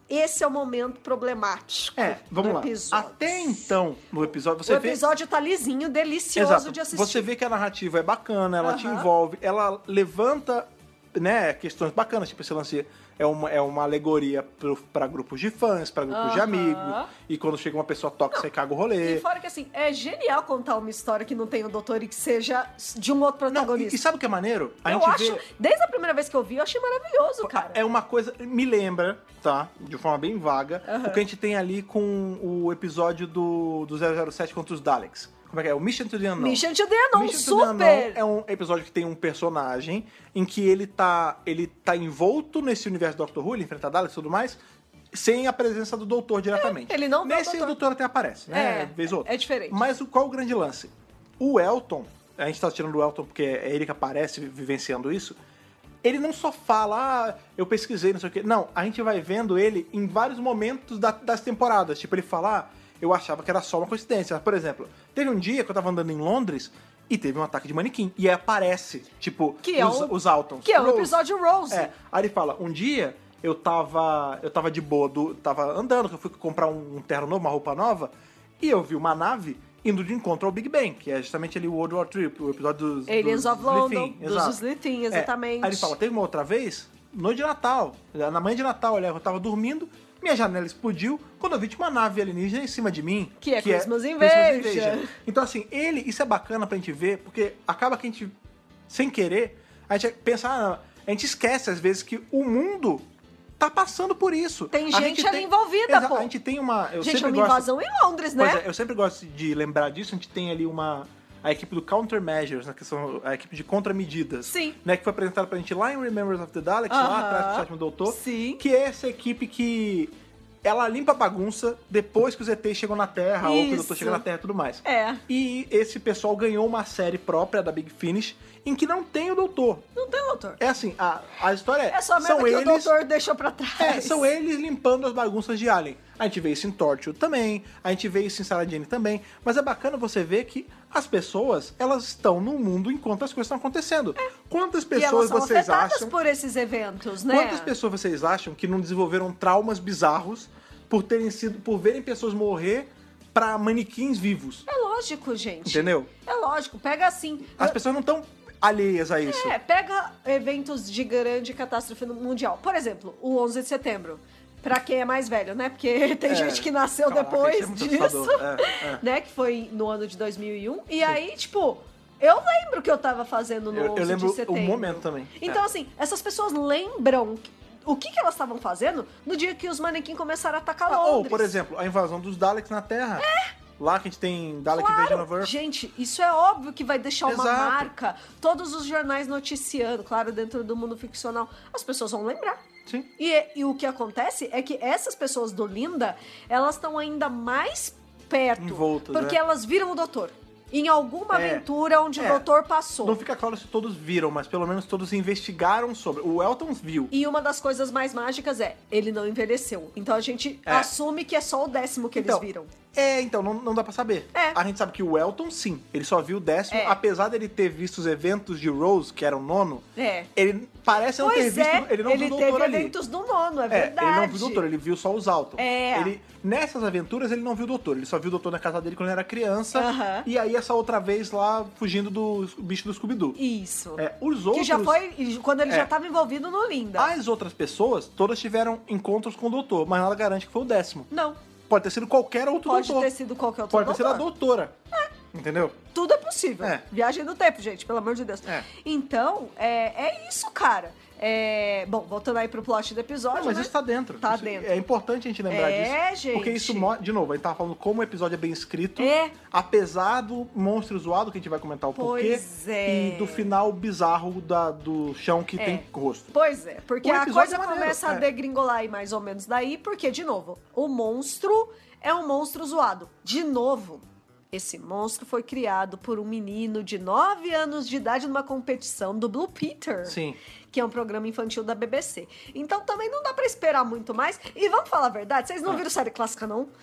esse é o momento problemático É, vamos do lá. episódio. Até então, no episódio, você o vê... episódio tá lisinho, delicioso Exato. de assistir. Você vê que a narrativa é bacana, ela te Aham. envolve, ela levanta né, questões bacanas, tipo esse lance é uma, é uma alegoria pro, pra grupos de fãs, pra grupos de Aham. amigos, e quando chega uma pessoa toca, você caga o E rolê. fora que assim, é genial contar uma história que não tem o doutor e que seja de um outro Não, e, protagonista. e sabe o que é maneiro? A eu gente acho, vê... desde a primeira vez que eu vi, eu achei maravilhoso, cara. É uma coisa. Me lembra, tá? De forma bem vaga, o que a gente tem ali com o episódio do, do 007 contra os Daleks. Como é que é? O Mission to the Unknown. Mission to the Unknown, Mission to the super! Unknown é um episódio que tem um personagem em que ele tá, ele tá envolto nesse universo do Doctor Who, ele enfrenta Daleks e tudo mais, sem a presença do doutor diretamente. É, ele não vê o Nesse doutor. doutor até aparece, né? É, vez ou outra. é diferente. Mas o- qual o grande lance? O Elton, a gente tá tirando o Elton porque é ele que aparece vivenciando isso. Ele não só fala, ah, eu pesquisei, não sei o quê. Não, a gente vai vendo ele em vários momentos da- das temporadas. Tipo, ele fala, ah, eu achava que era só uma coincidência. Por exemplo, teve um dia que eu tava andando em Londres e teve um ataque de manequim. E aí aparece, tipo, Que é os, o- os Altons. Que é o Rose. episódio Rose. É, aí ele fala, um dia eu tava, eu tava de boa, do, tava andando, que eu fui comprar um, um terno novo, uma roupa nova, e eu vi uma nave indo de encontro ao Big Bang, que é justamente ali o World War III, o episódio dos... Aliens dos of London, Slithin, dos exato. Slithin, É, exatamente. Aí ele fala, teve uma outra vez, noite de Natal, na manhã de Natal, olha, eu tava dormindo, minha janela explodiu, quando eu vi tinha uma nave alienígena em cima de mim. Que é Christmas Invasion. Então, assim, ele, isso é bacana pra gente ver, porque acaba que a gente, sem querer, a gente pensa, ah, a gente esquece às vezes que o mundo tá passando por isso. Tem A gente ali envolvida, Exa- pô. A gente tem uma. Eu Gente, é sempre uma gosto, é, invasão em Londres, né? Pois é, eu sempre gosto de lembrar disso, a gente tem ali uma. a equipe do Countermeasures, né, que são a equipe de contramedidas. Sim. Né, que foi apresentada pra gente lá em Remembrance of the Daleks, lá Aham. atrás que o Chatman doutor. Sim. Que é essa equipe que ela limpa a bagunça depois que os ETs chegam na Terra, ou que o doutor Isso. chega na Terra e tudo mais. É. E esse pessoal ganhou uma série própria da Big Finish, em que não tem o doutor. Não tem doutor. É assim, a, a história é. É só a merda são que eles, o doutor deixou pra trás. é, são eles limpando as bagunças de Alien. A gente vê isso em Torture também, a gente vê isso em Sarah Jane também, mas é bacana você ver que as pessoas, elas estão no mundo enquanto as coisas estão acontecendo. Quantas É. E elas pessoas são vocês afetadas acham? por esses eventos, né? Quantas pessoas vocês acham que não desenvolveram traumas bizarros por terem sido, por verem pessoas morrer pra manequins vivos? É lógico, gente. Entendeu? É lógico. Pega assim. As pessoas não estão alheias a isso. É, pega eventos de grande catástrofe no- mundial. Por exemplo, o 11 de setembro. Pra quem é mais velho, né? Porque tem É, gente que nasceu caraca, depois isso é muito disso, assustador, é, é. né? Que foi no ano de 2001. E aí, tipo, eu lembro que eu tava fazendo no Eu- eu 11 lembro o de setembro. momento é. também. Então, assim, essas pessoas lembram que- o que, que elas estavam fazendo no dia que os manequins começaram a atacar Ah, Londres. É. Ou, por exemplo, a invasão dos Daleks na Terra. Lá que a gente tem Dalek Claro. Invasion of Earth. Gente, isso é óbvio que vai deixar uma Exato. marca. Todos os jornais noticiando, claro, dentro do mundo ficcional, as pessoas vão lembrar. Sim. E, e o que acontece é que essas pessoas do Linda, elas estão ainda mais perto. Envoltas, porque né? elas viram o doutor. Em alguma É. aventura onde É. o doutor passou. Não fica claro se todos viram, mas pelo menos todos investigaram sobre. O Elton viu. E uma das coisas mais mágicas é, ele não envelheceu. Então a gente É. assume que é só o décimo que Então, eles viram. É, então, não, não dá pra saber. É. A gente sabe que o Elton, sim, ele só viu o décimo, É. apesar dele ter visto os eventos de Rose, que era o nono, É. ele parece não ter pois visto. é, ele não viu o doutor teve ali. eventos do nono, é, É, verdade. ele não viu o doutor, ele viu só os Alton. É. Ele, nessas aventuras ele não viu o doutor, ele só viu o doutor na casa dele quando ele era criança. Aham. E aí essa outra vez lá fugindo do bicho do Scooby-Doo. Isso. É, os Que outros, já foi quando ele É. já tava envolvido no Linda. As outras pessoas, todas tiveram encontros com o doutor, mas nada garante que foi o décimo. Não. Pode ter sido qualquer outro Pode doutor. ter sido qualquer outro Pode ter sido a doutor. doutora. Entendeu? Tudo é possível. É. Viagem no tempo, gente, pelo amor de Deus. É. Então, é, é isso, cara. É, bom, voltando aí pro plot do episódio. Não, mas né? isso tá dentro. Tá Isso- dentro. É importante a gente lembrar É, disso. gente. Porque isso, mo- de novo, a gente tava falando como o episódio é bem escrito. É. Apesar do monstro zoado, que a gente vai comentar o porquê. Pois é. E do final bizarro da- do chão que É. tem rosto. Pois é, porque Um a episódio coisa maneiro, começa a é. degringolar aí mais ou menos daí, porque, de novo, o monstro é um monstro zoado. De novo, esse monstro foi criado por um menino de 9 anos de idade numa competição do Blue Peter. Sim. Que é um programa infantil da BBC. Então também não dá pra esperar muito mais. E vamos falar a verdade, vocês Ah. não viram série clássica, não?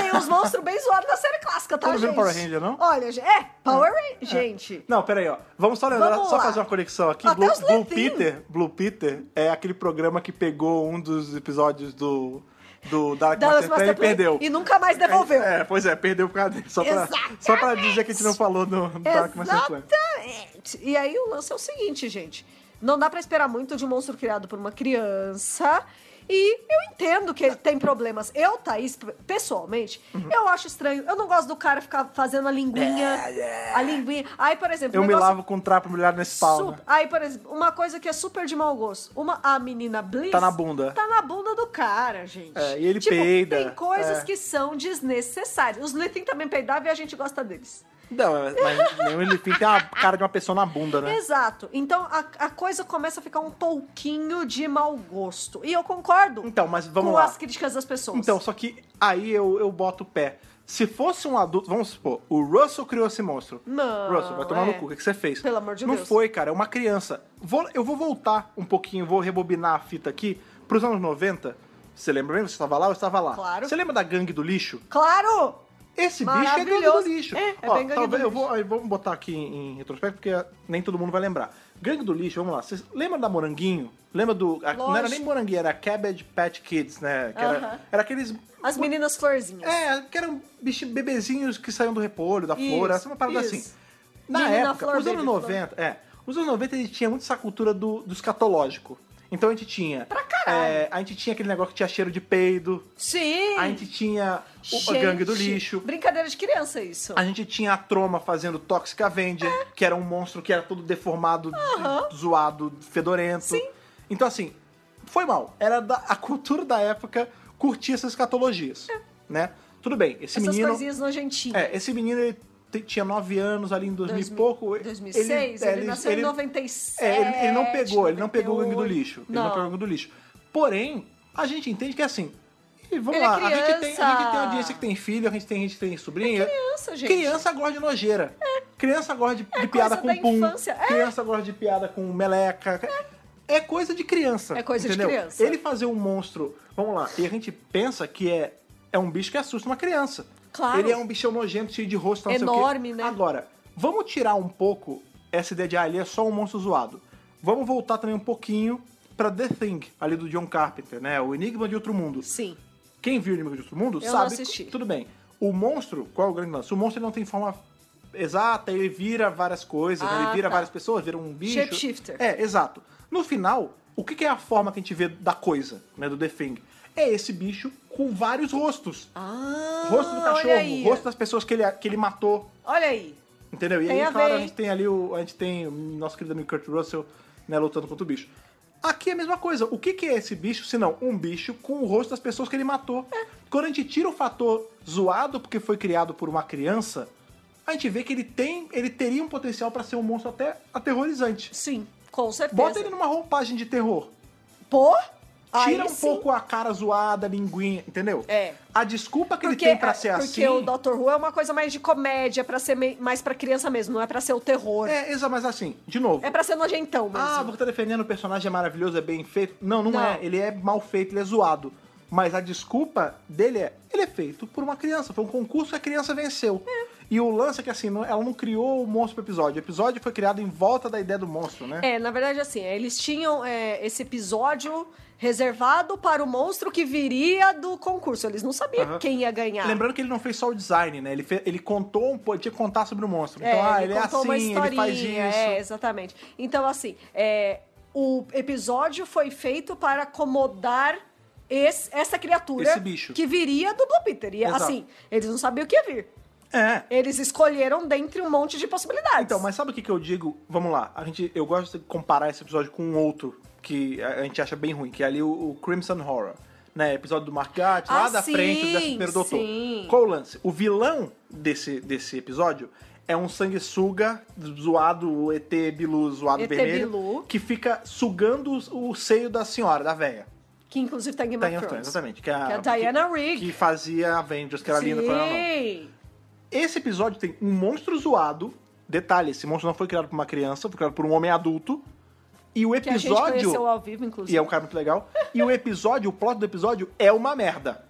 Tem uns monstros bem zoados da série clássica, tá, Vocês não gente? viram Power Ranger, não? Ah. Olha, gente, é, Power Ranger. Gente, Não, peraí, ó. Vamos só lembrar, Vamos só lá. fazer uma conexão aqui. Até Blue, os Blue levinhos. Peter, Blue Peter é aquele programa que pegou um dos episódios do, do Dark da Master Master Plan e Plan perdeu. E nunca mais devolveu. É, pois é, perdeu por causa dele. Só pra, Exatamente. só pra dizer que a gente não falou no no Dark Master Plan. É, Exatamente. E aí o lance é o seguinte, gente. Não dá pra esperar muito de um monstro criado por uma criança. E eu entendo que ele tem problemas. Eu, Thaís, p- pessoalmente, Uhum. eu acho estranho. Eu não gosto do cara ficar fazendo a linguinha. A linguinha. Aí, por exemplo, Eu um me negócio lavo com um trapo molhado nesse pau. super- né? Aí, por exemplo, uma coisa que é super de mau gosto. Uma, a menina Bliss. Tá na bunda. Tá na bunda do cara, gente. É, e ele tipo, peida. Tem coisas É. que são desnecessárias. Os Lithin também peidavam e a gente gosta deles. Não, mas nenhum elefim tem a cara de uma pessoa na bunda, né? Exato. Então a, a coisa começa a ficar um pouquinho de mau gosto. E eu concordo Então, mas vamos com lá. as críticas das pessoas. Então, só que aí eu, eu boto o pé. Se fosse um adulto, vamos supor, o Russell criou esse monstro. Não, Russell, vai tomar é. no cu, o que que você fez? Pelo amor de Não Deus. foi, cara, é uma criança. Vou- eu vou voltar um pouquinho, vou rebobinar a fita aqui pros anos 90. Você lembra mesmo? Você estava lá? Eu estava lá. Claro. Você lembra da gangue do lixo? Claro! Esse bicho é gangue do Maravilhoso. lixo. É, é Ó, bem gangue talvez do eu vou, aí vamos botar aqui em, em retrospecto, porque nem todo mundo vai lembrar. Gangue do lixo, vamos lá. Vocês lembram da Moranguinho? Lembra do. a- não era Lógico. nem Moranguinho, era Cabbage Patch Kids, né? Que Aham. era, era aqueles. As meninas florzinhas. É, que eram bicho, bebezinhos que saíam do repolho, da Isso, flor, essa é uma parada isso. assim. Na Menina época, flor, os anos baby flor. 90, é. Os anos 90 a gente tinha muito essa cultura do, do escatológico. Então a gente tinha. Pra caralho. a gente tinha aquele negócio que tinha cheiro de peido. Sim! A gente tinha o, a Gente, gangue do lixo. Brincadeira de criança, isso. A gente tinha a Troma fazendo Toxic Avenger, É. que era um monstro que era todo deformado, zoado, fedorento. Sim. Então, assim, foi mal. Era da- a cultura da época curtir essas catologias, né? Tudo bem, esse É. Essas menino... coisinhas nojentinhas. É, esse menino, ele te- tinha 9 anos ali em 2000 e Dois mil- pouco. ele- 2006, ele, é, nasceu em ele- 97. é, ele, ele não pegou, ele não pegou o gangue do 98. lixo. Ele Não. não pegou o gangue do lixo. Porém, a gente entende que é assim. E vamos Ele é lá, a, gente tem, a gente criança. tem audiência que tem filho, a gente tem, a gente tem sobrinha. Criança, gente. É Criança gosta de nojeira. Criança gosta de, de piada coisa com da pum. infância, é. Criança gosta de piada com meleca. É. coisa de criança. É coisa de entendeu? criança. Ele fazer um monstro, vamos lá, e a gente pensa que é, é um bicho que assusta uma criança. Claro. Ele é um bichão nojento, cheio de rosto, não Enorme, sei o quê. né? Agora, vamos tirar um pouco essa ideia de, ah, ele é só um monstro zoado. Vamos voltar também um pouquinho pra The Thing, ali do John Carpenter, né? O Enigma de Outro Mundo. Sim. Quem viu Inimigo de Outro Mundo Eu sabe. não assisti. Tudo bem. O monstro, qual é o grande lance? O monstro ele não tem forma exata, ele vira várias coisas, né? Ah, ele vira tá. várias pessoas, vira um bicho. Shapeshifter. É, exato. No final, o que que é a forma que a gente vê da coisa, né? Do The Thing? É esse bicho com vários rostos. Ah, rosto do Olha cachorro, aí. rosto das pessoas que ele, que ele matou, Olha aí. Entendeu? E Tem aí, a claro, ver, a hein? gente tem ali o. A gente tem o nosso querido amigo Kurt Russell, né, lutando contra o bicho. Aqui é a mesma coisa. O que, que é esse bicho, se não um bicho com o rosto das pessoas que ele matou? É. Quando a gente tira o fator zoado porque foi criado por uma criança, a gente vê que ele tem. ele teria um potencial pra ser um monstro até aterrorizante. Sim, com certeza. Bota ele numa roupagem de terror. Pô? Tira um aí sim. pouco a cara zoada, a linguinha, entendeu? É. A desculpa que Porque, é, ele tem pra ser porque assim. o Dr. Who é uma coisa mais de comédia, é pra ser mei- mais pra criança mesmo, não é pra ser o terror. É, É, exa, mas assim, de novo. pra ser nojentão mesmo. Ah, porque tá defendendo o personagem é maravilhoso, é bem feito. Não, não, Não. é. Ele é mal feito, ele é zoado. Mas a desculpa dele é, ele é feito por uma criança. Foi um concurso que a criança venceu. E o lance é que assim, não- ela não criou o monstro pro episódio. O episódio foi criado em volta da ideia do monstro, né? É, na verdade, assim, eles tinham é, esse episódio reservado para o monstro que viria do concurso. Eles não sabiam Aham. quem ia ganhar. Lembrando que ele não fez só o design, né? Ele, fe- ele contou um pouco, tinha que contar sobre o monstro. Então, ah, ele, é contou uma assim, ele faz isso. historinha, É, exatamente. Então, assim, é, o episódio foi feito para acomodar esse- essa criatura Esse bicho. que viria do Blue Peter. E, Exato. assim, eles não sabiam o que ia vir. é. Eles escolheram dentre um monte de possibilidades. Então, mas sabe o que, que eu digo? Vamos lá, a gente, eu gosto de comparar esse episódio com um outro que a a gente acha bem ruim, que é ali o, o Crimson Horror. Né, episódio do Mark Gatiss, lá Ah, da sim, frente do 11º Doutor. sim. Qual o lance? O vilão desse, desse episódio é um sanguessuga zoado, o ET Bilu zoado ET vermelho, Bilu. que fica sugando os- o seio da senhora, da véia. Que, inclusive, tá em Game Tá em of Australia, Thrones. exatamente. Que é a, Que é a Diana Rigg. Que fazia Avengers, que era linda pra ela não. Sim. Esse episódio tem um monstro zoado. Detalhe, esse monstro não foi criado por uma criança, foi criado por um homem adulto. E o Que a gente episódio. conheceu ao vivo, inclusive. E é um cara muito legal. E o episódio, o plot do episódio é uma merda.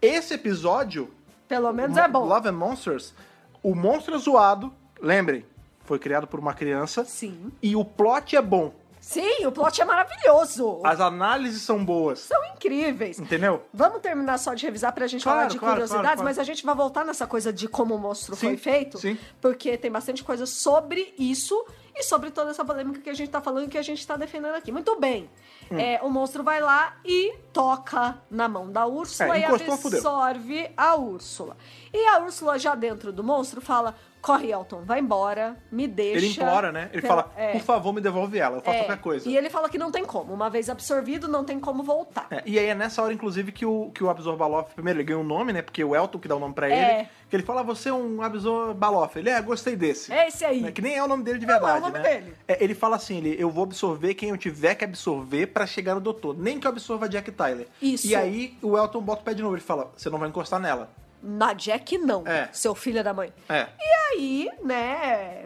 Esse episódio, Pelo menos é bom. Love and Monsters, o monstro é zoado, lembrem, foi criado por uma criança. Sim. E o plot é bom. Sim, o plot é maravilhoso. As análises são boas. São incríveis. Entendeu? Vamos terminar só de revisar pra gente Claro, falar de claro, curiosidades, claro, claro. mas a gente vai voltar nessa coisa de como o monstro Sim, foi feito, sim. porque tem bastante coisa sobre isso e sobre toda essa polêmica que a gente tá falando e que a gente tá defendendo aqui. Muito bem. Hum. É, o monstro vai lá e toca na mão da Úrsula É, e encostou, fudeu. absorve a Úrsula. E a Úrsula, já dentro do monstro, fala: corre, Elton, vai embora, me deixa. Ele implora, né? Ele Pela- fala, é, por favor, me devolve ela, eu faço é. qualquer coisa. E ele fala que não tem como. Uma vez absorvido, não tem como voltar. É, e aí é nessa hora, inclusive, que o, que o Absorbaloff, primeiro, ele ganha um nome, né? Porque o Elton que dá o nome pra É. ele. Que ele fala, "Ah, você é um Absorbaloff. Ele, é, gostei desse. É esse aí. Né, Que nem é o nome dele de Não, é o verdade, nome né? dele. É, ele fala assim, ele, eu vou absorver quem eu tiver que absorver pra chegar no doutor. Nem que eu absorva Jack Tyler. Isso. E aí o Elton bota o pé de novo, ele fala, você não vai encostar nela. Na Jack, não, É. seu filho da mãe. É. E aí, né,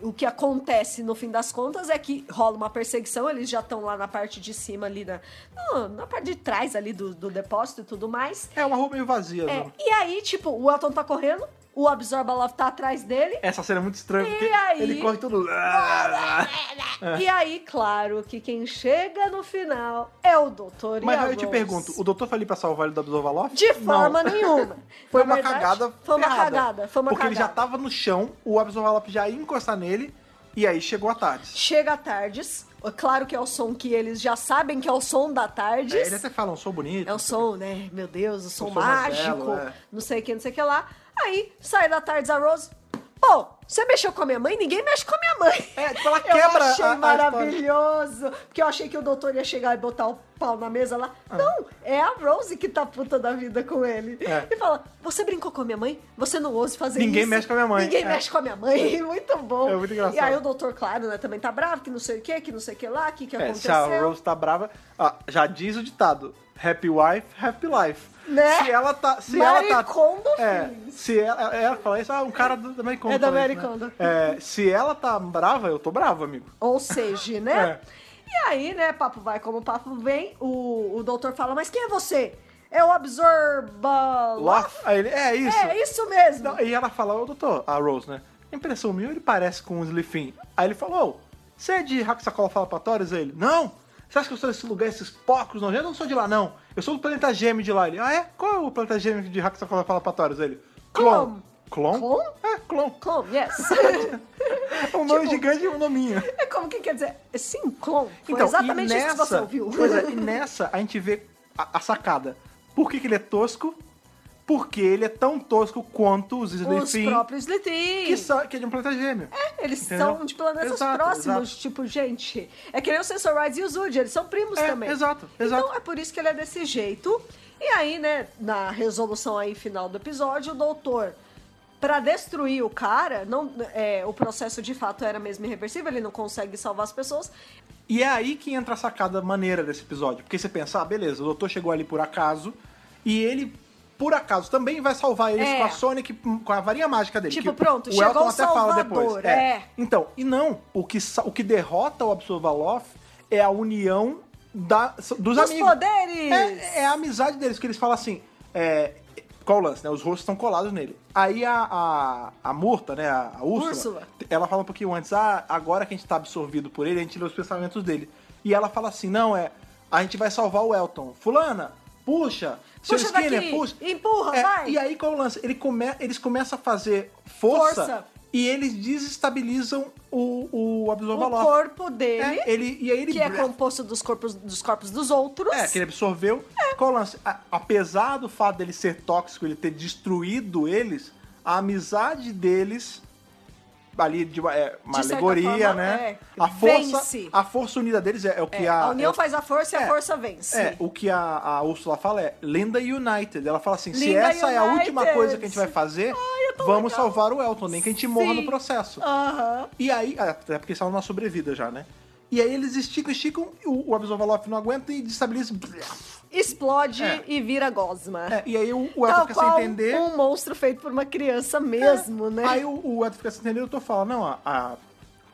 o que acontece no fim das contas é que rola uma perseguição, eles já estão lá na parte de cima ali, na, não, na parte de trás ali do, do depósito e tudo mais. É uma rua meio vazia, É, né? e aí, tipo, o Elton tá correndo, o Absorbalove tá atrás dele, Essa cena é muito estranha, porque aí? ele corre todo... É. e aí, claro, que quem chega no final é o Dr. Mas e a aí eu te Rose. pergunto, o doutor foi ali pra salvar ele do Absorbaloff? De Não. forma nenhuma. Foi Na uma verdade, cagada Foi uma ferrada. cagada, foi uma Porque cagada. ele já tava no chão, o Absorvalop já ia encostar nele, e aí chegou a tarde. Chega à tardes. É Claro que é o som que eles já sabem que é o som da tarde. É, eles até falam, sou bonito. É o som, né? Meu Deus, o som som mais mágico. belo, é. Não sei o que, não sei o que lá. Aí sai da tardes a Rose. Pô, Você mexeu com a minha mãe? Ninguém mexe com a minha mãe. É, tipo, ela eu quebra achei a- a maravilhoso. Porque eu achei que o doutor ia chegar e botar o pau na mesa lá. Ah. Não, é a Rose que tá puta da vida com ele. É. E fala: Você brincou com a minha mãe? Você não ouse fazer Ninguém isso. mexe com a minha mãe. Ninguém É. mexe com a minha mãe. Muito bom. É muito engraçado. E aí o doutor, claro, né, também tá bravo, que não sei o que, que não sei o que lá, que que É, se aconteceu. a Rose tá brava, ah, já diz o ditado: Happy wife, happy life. Né? Se ela tá. Se Marie ela tá. Kondo é, Filmes. se ela, ela fala isso, ah, um cara do, da Mary Kondo. É da fala Marie isso, né? Kondo. É, se ela tá brava, eu tô bravo, amigo. Ou seja, né? É. E aí, né, papo vai como papo vem, o, o doutor fala, mas quem é você? É o Absorba... Lá, aí ele, é isso. É, isso mesmo. Não, e ela fala, ô doutor, a Rose, né? Impressão minha, ele parece com um Slifin. Aí ele falou, ô, você é de Haxacola Falapatórios? Aí ele, não! Você acha que eu sou desse lugar, esses porcos nojentos? Eu não sou de lá, não. Eu sou do planeta gêmeo de lá. Ele, ah, é? Qual é o planeta gêmeo de Haxacola Falapatórios? Aí ele, Clon. Clon? Clon? É, Clon. Clon, yes. É um nome Tipo- gigante e um nominho. é como que quer dizer? Sim, clon. Foi Então, exatamente e nessa, isso que você ouviu. Pois é, e nessa a gente vê a, a sacada. Por que, que ele é tosco? Porque ele é tão tosco quanto os Os Slifin, próprios Slytherin. que, são- que é de um planeta gêmeo. Eles Entendeu? são tipo, de planetas Exato, próximos, exato. tipo, gente. É que nem o Sensorides e o Zud, eles são primos É, também. exato, Então exato. é por isso que ele é desse jeito. E aí, né, na resolução aí final do episódio, o doutor, pra destruir o cara, não, é, o processo de fato era mesmo irreversível, ele não consegue salvar as pessoas. E é aí que entra a sacada maneira desse episódio. Porque você pensa, ah, beleza, o doutor chegou ali por acaso e ele, por acaso, também vai salvar eles É. com a Sonic, com a varinha mágica dele. Tipo, que pronto, o chegou Elton o até fala Salvador, depois. é. Então, e não, o que, sa- o que derrota o Absolvaloff é a união da, dos, amigos. poderes! É, é a amizade deles, que eles falam assim. é, qual o lance, né? Os rostos estão colados nele. Aí a, a, a Murta, né? A, a Úrsula, Úrsula. ela fala um pouquinho antes, ah, agora que a gente tá absorvido por ele, a gente lê os pensamentos dele. E ela fala assim, não, é, a gente vai salvar o Elton. Fulana, puxa, seu Puxa Skinner, daqui, puxa. empurra, É, vai. E aí qual o lance? Ele come, eles começam a fazer força, Força. e eles desestabilizam o, o O Absorvaloff. corpo dele, É, ele, e aí ele que é bre- composto dos corpos dos, corpos dos outros. é, que ele absorveu. Qual o lance? A- apesar do fato dele ser tóxico, ele ter destruído eles, a amizade deles, ali de uma, é, uma De certa alegoria, forma, né? é. a força, Vence. a força unida deles é, é o que É, a a união é, faz assim. a força e a é, força vence. é, o que a, a Ursula fala é Linda United. Ela fala assim: se Linda essa é a última United. coisa que a gente vai fazer, Ai, é tão vamos legal. salvar o Elton, nem que a gente morra Sim. no processo. Aham. E aí, até porque isso é uma sobrevida já, né? E aí eles esticam, esticam, e o, o Absolvaloff não aguenta e destabiliza. Explode É. e vira gosma. É, e aí o, o Elton Tal fica sem qual entender. É. um monstro feito por uma criança mesmo, né? Aí o, o Elton fica sem entender, eu tô falando, não, a, a-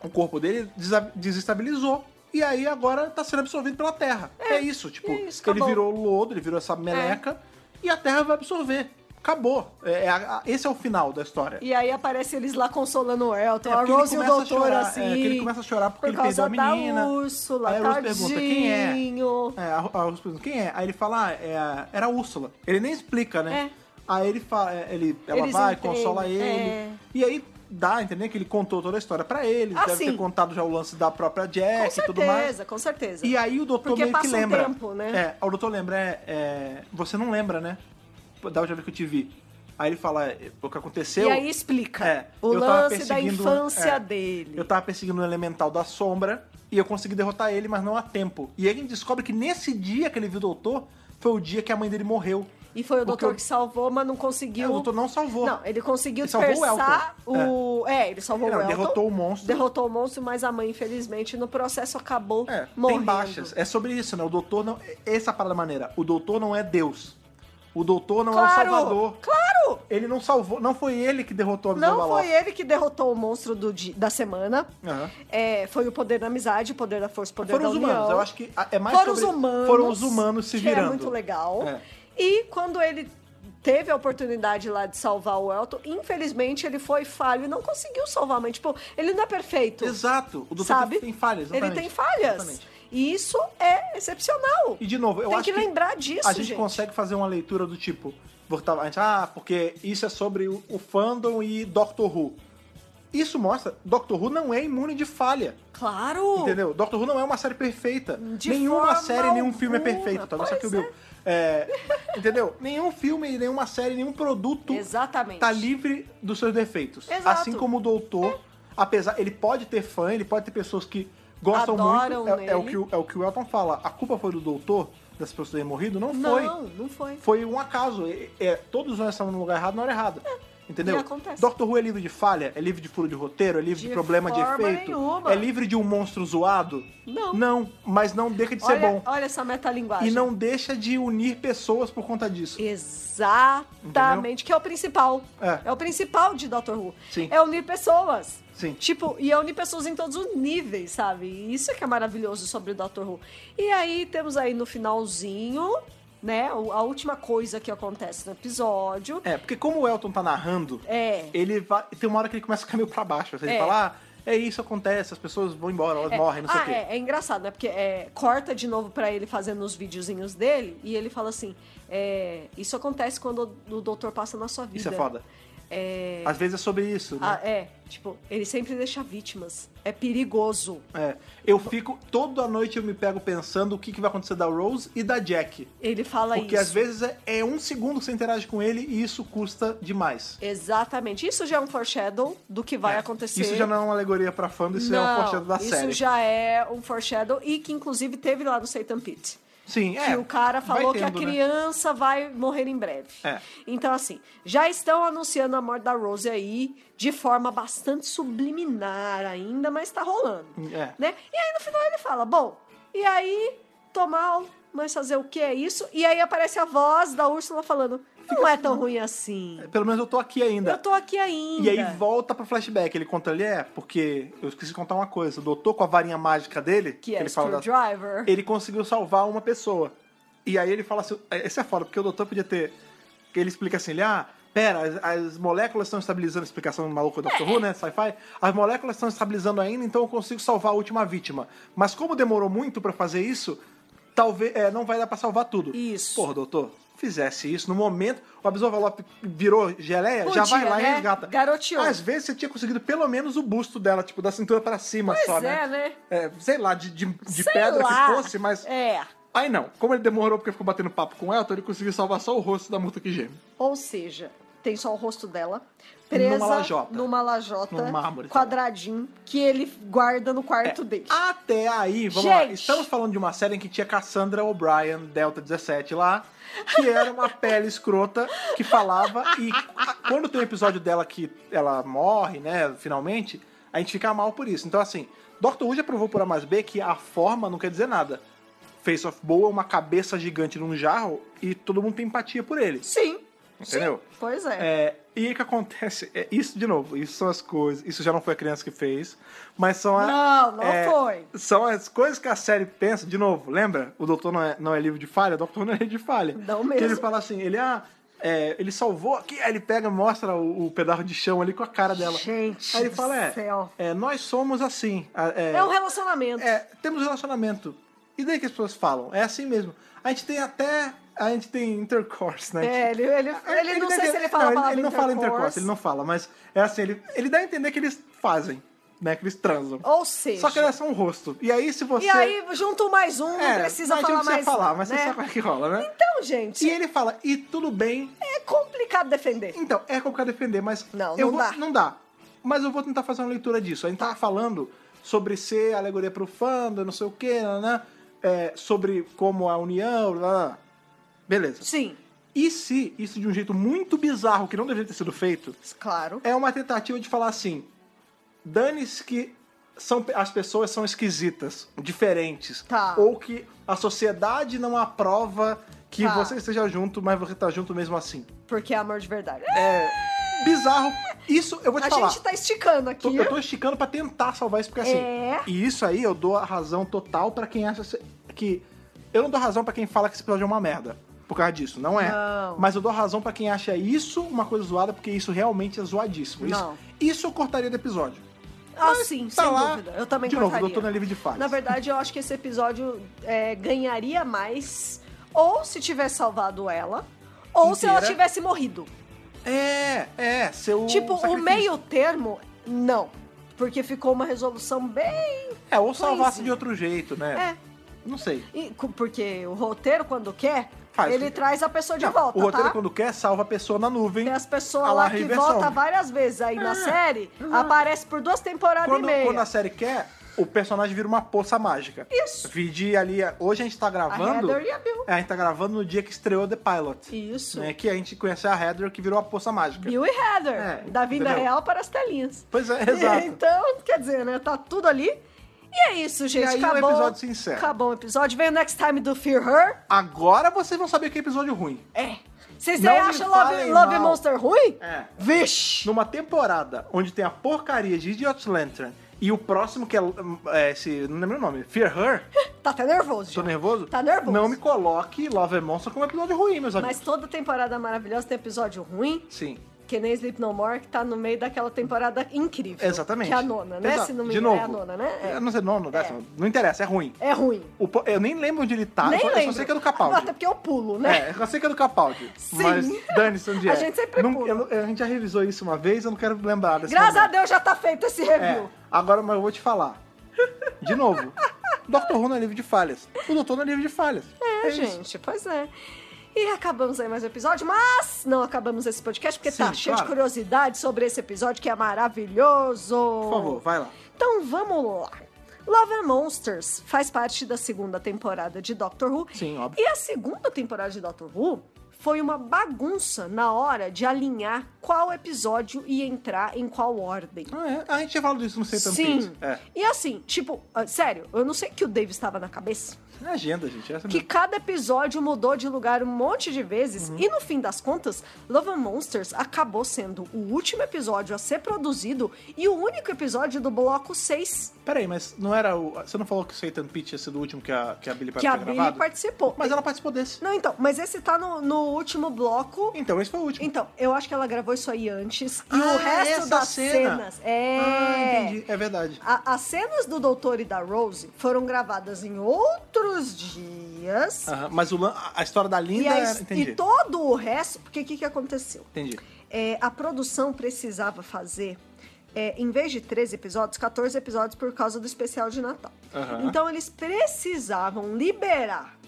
o corpo dele desa- desestabilizou. E aí agora tá sendo absorvido pela Terra. É, isso, tipo, é isso, ele acabou. É. virou lodo, ele virou essa meleca, e a Terra vai absorver. Acabou. É, é a- a- esse é o final da história. E aí aparece eles lá consolando o Elton, É, a porque ele Rose e o começa a doutor, chorar, assim. é, que ele começa a chorar porque por ele causa perdeu a menina. da Úrsula, Aí a Rose pergunta, quem é? tadinho. É, a, a Rose pergunta, quem é? Aí ele fala, ah, é a- era a Úrsula. Ele nem explica, né? É. Aí ele fala, é, ele, ela Eles vai, entendem, consola ele. é. E aí dá a entender que ele contou toda a história pra eles. Ah, deve sim. ter contado já o lance da própria Com Jack e certeza, É, tudo mais. com certeza. E aí o doutor Porque meio que passa um lembra. tempo, né? É, o doutor lembra, é, é, Você não lembra, né? Da última vez que eu te vi. Aí ele fala, é, o que aconteceu. E aí explica É, o eu tava lance da perseguindo- infância é, dele. Eu tava perseguindo um elemental da sombra e eu consegui derrotar ele, mas não a tempo. E aí a gente descobre que nesse dia que ele viu o doutor, foi o dia que a mãe dele morreu. E foi o Porque doutor o- que salvou, mas não É, conseguiu. o doutor não salvou. Não, ele conseguiu Ele salvou o dispersar Elton. o. É. ele salvou Não, o Elton. derrotou o monstro. Derrotou o monstro, mas a mãe, infelizmente, no processo acabou É, morrendo. tem baixas. É sobre isso, né? O doutor não. Essa parada maneira. O doutor não é Deus. O doutor não é o Claro! salvador. Claro! Ele não salvou. Não foi ele que derrotou a Não Absalom foi Alof. ele que derrotou o monstro do di- da semana. Aham. É, foi o poder da amizade, o poder da força, o poder Foram da os união. humanos. Eu acho que é mais foram os sobre- humanos. Foram os humanos se que virando. É muito legal. É. E quando ele teve a oportunidade lá de salvar o Elton, infelizmente ele foi falho e não conseguiu salvar, mas tipo, ele não é perfeito. Exato. O doutor sabe? tem falhas. Ele exatamente. tem falhas. Exatamente. E isso é excepcional. E de novo, eu tem acho que, lembrar disso, a gente, consegue fazer uma leitura do tá, tipo, voltava- a gente, ah, porque isso é sobre o, o fandom e Doctor Who. Isso mostra, Doctor Who não é imune de falha, Claro! entendeu? Doctor Who não é uma série perfeita. De nenhuma forma série, nenhum filme é alguma, perfeito. Talvez só que o pois Bill. É, entendeu? Nenhum filme, nenhuma série, nenhum produto Exatamente. tá livre dos seus defeitos. Exato. Assim como o Doutor, apesar, ele pode ter fã, ele pode ter pessoas que gostam Adoram muito. É, é o nele. que, o- é o que o Elton fala. A culpa foi do Doutor, das pessoas terem morrido? Não, foi Não, não foi. foi um acaso. É, é, todos nós estávamos no lugar errado na hora errada. Entendeu? É, E acontece. Doctor Who é livre de falha, é livre de furo de roteiro, é livre de, De problema de forma efeito, nenhuma. é livre de um monstro zoado. Não. Não, mas não deixa de ser olha, bom. olha essa metalinguagem. E não deixa de unir pessoas por conta disso. Exatamente, que é o principal. É. o principal de Dr. Who. Sim. É unir pessoas. Sim. Tipo, e é unir pessoas em todos os níveis, sabe? E Isso é que é maravilhoso sobre o Dr. Who. E aí temos aí no finalzinho, né, o- a última coisa que acontece no episódio. É, porque como o Elton tá narrando, É. ele vai, tem uma hora que ele começa a ficar meio pra baixo. Ele É. fala, ah, é isso, acontece, as pessoas vão embora, elas É. morrem, não sei ah, o quê. É, é engraçado, né? Porque é, corta de novo pra ele fazendo os videozinhos dele e ele fala assim: é, Isso acontece quando o, o doutor passa na sua vida. Isso é foda. É, Às vezes é sobre isso, né? ah, é, tipo, ele sempre deixa vítimas. É perigoso. É, eu fico, toda noite eu me pego pensando o que, que vai acontecer da Rose e da Jack. Ele fala Porque isso. às vezes é, é um segundo que você interage com ele e isso custa demais. Exatamente. Isso já é um foreshadow do que vai acontecer. Isso já não é uma alegoria pra fã, isso é um forte da isso série. já é um foreshadow e que inclusive teve lá no Satan Pit. Sim, é. que o cara vai falou que tendo, a né? criança vai morrer em breve. É. Então, assim, já estão anunciando a morte da Rose aí de forma bastante subliminar ainda, mas tá rolando. É. Né? E aí no final ele fala: bom, e aí, tô mal, mas fazer o que é isso? E aí aparece a voz da Úrsula falando: não é tão ruim assim. Pelo menos eu tô aqui ainda. Eu tô aqui ainda. né? É, E aí volta pro flashback, ele conta ali, é, porque eu esqueci de contar uma coisa, o doutor com a varinha mágica dele, Que é ele fala da- Screwdriver. ele conseguiu salvar uma pessoa. E aí ele fala assim, esse é foda, porque o doutor podia ter, ele explica assim, ele, ah, pera, as, as moléculas estão estabilizando, explicação maluca do Dr. É. Who, né, sci-fi, as moléculas estão estabilizando ainda, então eu consigo salvar a última vítima. Mas como demorou muito pra fazer isso, talvez, é, não vai dar pra salvar tudo. Isso. Porra, doutor, fizesse isso no momento, o Absorvalope virou geleia, já Podia, vai lá e né? resgata. Garoteou. Às vezes você tinha conseguido pelo menos o busto dela, tipo, da cintura pra cima Pois só, é, né? né? É, sei lá, de, de, de Sei pedra lá. que fosse, mas. É. Aí não. Como ele demorou porque ficou batendo papo com ela, então ele conseguiu salvar só o rosto da multa que geme. Ou seja, tem só o rosto dela presa Numa lajota. numa lajota, Num mármore, É. quadradinho que ele guarda no quarto dele. Até aí, vamos lá. Gente! Estamos falando de uma série em que tinha Cassandra O'Brien, Delta 17 lá, que era uma pele escrota que falava. E quando tem o episódio dela que ela morre, né, finalmente, a gente fica mal por isso. Então, assim, Dr. Who já provou por A mais B que a forma não quer dizer nada. Face of Boa é uma cabeça gigante num jarro e todo mundo tem empatia por ele. Sim. Entendeu? Sim, Pois é. É, e aí o que acontece? É, isso, de novo, isso são as coisas. Isso já não foi a criança que fez, mas são a, Não, não é, foi. São as coisas que a série pensa, de novo, lembra? O doutor não é, não é livro de falha, o doutor não é livro de falha. Não Que ele mesmo. fala assim, ele, ah, é, ele salvou aqui, aí ele pega, mostra o, o pedaço de chão ali com a cara dela. Gente aí ele do fala, é, céu. é, nós somos assim. a- É, um relacionamento. é, temos relacionamento. E daí que as pessoas falam? É assim mesmo. A gente tem até. A gente tem intercourse, né? É, ele- ele- A- ele não dá sei a se ele fala a ele- palavra Ele não fala intercourse. intercourse, ele não fala, mas é assim, ele, ele dá a entender que eles fazem, né? Que eles transam. Ou seja. Só que era só um rosto. E aí, se você. E aí, junto mais um, É, não precisa mas a gente falar não precisa mais. falar, mas você né? sabe como é que rola, né? Então, gente, E ele fala, e tudo bem. é complicado defender. Então, é complicado defender, mas. Não, eu não vou- dá. Não dá. Mas eu vou tentar fazer uma leitura disso. A gente tava falando sobre ser alegoria pro fã, do não sei o quê, né? sobre como a união, lá, lá, lá. Beleza. Sim, E se isso de um jeito muito bizarro, que não deveria ter sido feito, claro. é uma tentativa de falar assim: dane-se que são, as pessoas são esquisitas, diferentes. Tá. Ou que a sociedade não aprova que Tá. você esteja junto, mas você tá junto mesmo assim. Porque é amor de verdade. É bizarro. Isso eu vou te a falar. gente tá esticando aqui. Tô- eu tô esticando pra tentar salvar isso, porque assim. É. E isso aí eu dou a razão total pra quem acha se- que. Eu não dou razão pra quem fala que esse episódio é uma merda. Por causa disso, não é. Não. Mas eu dou razão pra quem acha isso uma coisa zoada, porque isso realmente é zoadíssimo. Isso, Não. isso eu cortaria do episódio. Ah, sim, tá sem lá, dúvida. Eu também de novo, cortaria. doutor na livre de falhas. Na verdade, eu acho que esse episódio é, ganharia mais ou se tivesse salvado ela, ou se ela Inteira. tivesse morrido. É, é, seu. tipo, o sacrifício. meio termo Não. Porque ficou uma resolução bem. É, ou salvasse Coisinha. de outro jeito, né? É. Não sei. e- cu- porque o roteiro, quando quer, Faz ele o que- traz a pessoa de volta. o roteiro, tá? quando quer, salva a pessoa na nuvem. Tem as A pessoas lá, lá que reversão. voltam várias vezes aí É, na série, exato. aparece por duas temporadas e Quando, meia. quando a série quer, o personagem vira uma poça mágica. Isso. Vide ali. Hoje a gente tá A gravando. Heather e a Bill. É, a gente tá gravando no dia que estreou The Pilot. Isso. Né, que a gente conhece a Heather que virou a poça mágica. Bill e Heather. É, da vinda entendeu? real para as telinhas. Pois é, exato. Então, quer dizer, né? Tá tudo ali. E é isso, gente. aí o acabou. episódio se encerra. Acabou o episódio. Vem o next time do Fear Her. Agora vocês vão saber que é episódio ruim. É. Vocês Não aí me acham Love, falem Love mal. Monster ruim? É. Vixe! Numa temporada onde tem a porcaria de Idiot Lantern e o próximo que é. é, esse, não lembro o nome. Fear Her. Tá até nervoso. Tô já. nervoso? Tá nervoso. Não me coloque Love and Monster como episódio ruim, meus amigos. Mas toda temporada maravilhosa tem episódio ruim. Sim. Que nem Sleep No More, que tá no meio daquela temporada incrível. Exatamente. Que é a nona, né? Exato. Se não me De engano, novo. é a nona, né? Eu não sei, nono, décimo. Não interessa, é ruim. É, é ruim. O po- eu nem lembro onde ele tá, nem eu, só, lembro. eu só sei que é do Ah, Capaldi. Até porque eu pulo, né? É, eu sei que é do Capaldi. Sim. Mas dane-se onde é. A gente sempre não, pula. eu não- A gente já revisou isso uma vez, eu não quero lembrar desse Graças a momento. Deus já tá feito esse review. É, agora, mas eu vou te falar. De novo. Dr. Who não é livro de falhas. O Doutor não é livro de falhas. É, isso. gente, pois é. E acabamos aí mais um episódio, mas não acabamos esse podcast porque Sim, tá cheio de claro. curiosidade sobre esse episódio que é maravilhoso. Por favor, vai lá. Então vamos lá. Love and Monsters faz parte da segunda temporada de Doctor Who. Sim, óbvio. E a segunda temporada de Doctor Who foi uma bagunça na hora de alinhar qual episódio ia entrar em qual ordem. Ah, é. A gente já falou disso no Satan Sim. Pete. É. E assim, tipo, ah, sério, eu não sei o que o Dave estava na cabeça. É agenda, gente. Essa Que cada episódio mudou de lugar um monte de vezes. Uhum. E no fim das contas, Love and Monsters acabou sendo o último episódio a ser produzido e o único episódio do bloco 6 é- Peraí, mas não era o. Você não falou que o Satan Pitch ia ser o último que a, que a Billy que Piper a tinha Billy gravado? participou. Mas ela participou desse. Não, então, mas esse tá no, no último bloco. Então, esse foi o último. Então, eu acho que ela gravou isso aí antes. E Ah, o resto essa das cena. cenas. É. Ah, entendi. É verdade. A- as cenas do Doutor e da Rose foram gravadas em outros dias. Aham, Mas o lan- a- a história da E, Linda a- Ah, era. Entendi. e todo o resto. Porque o que, que aconteceu? Entendi. É, a produção precisava fazer, é, em vez de 13 episódios, 14 episódios por causa do especial de Natal. Aham. Então eles precisavam liberar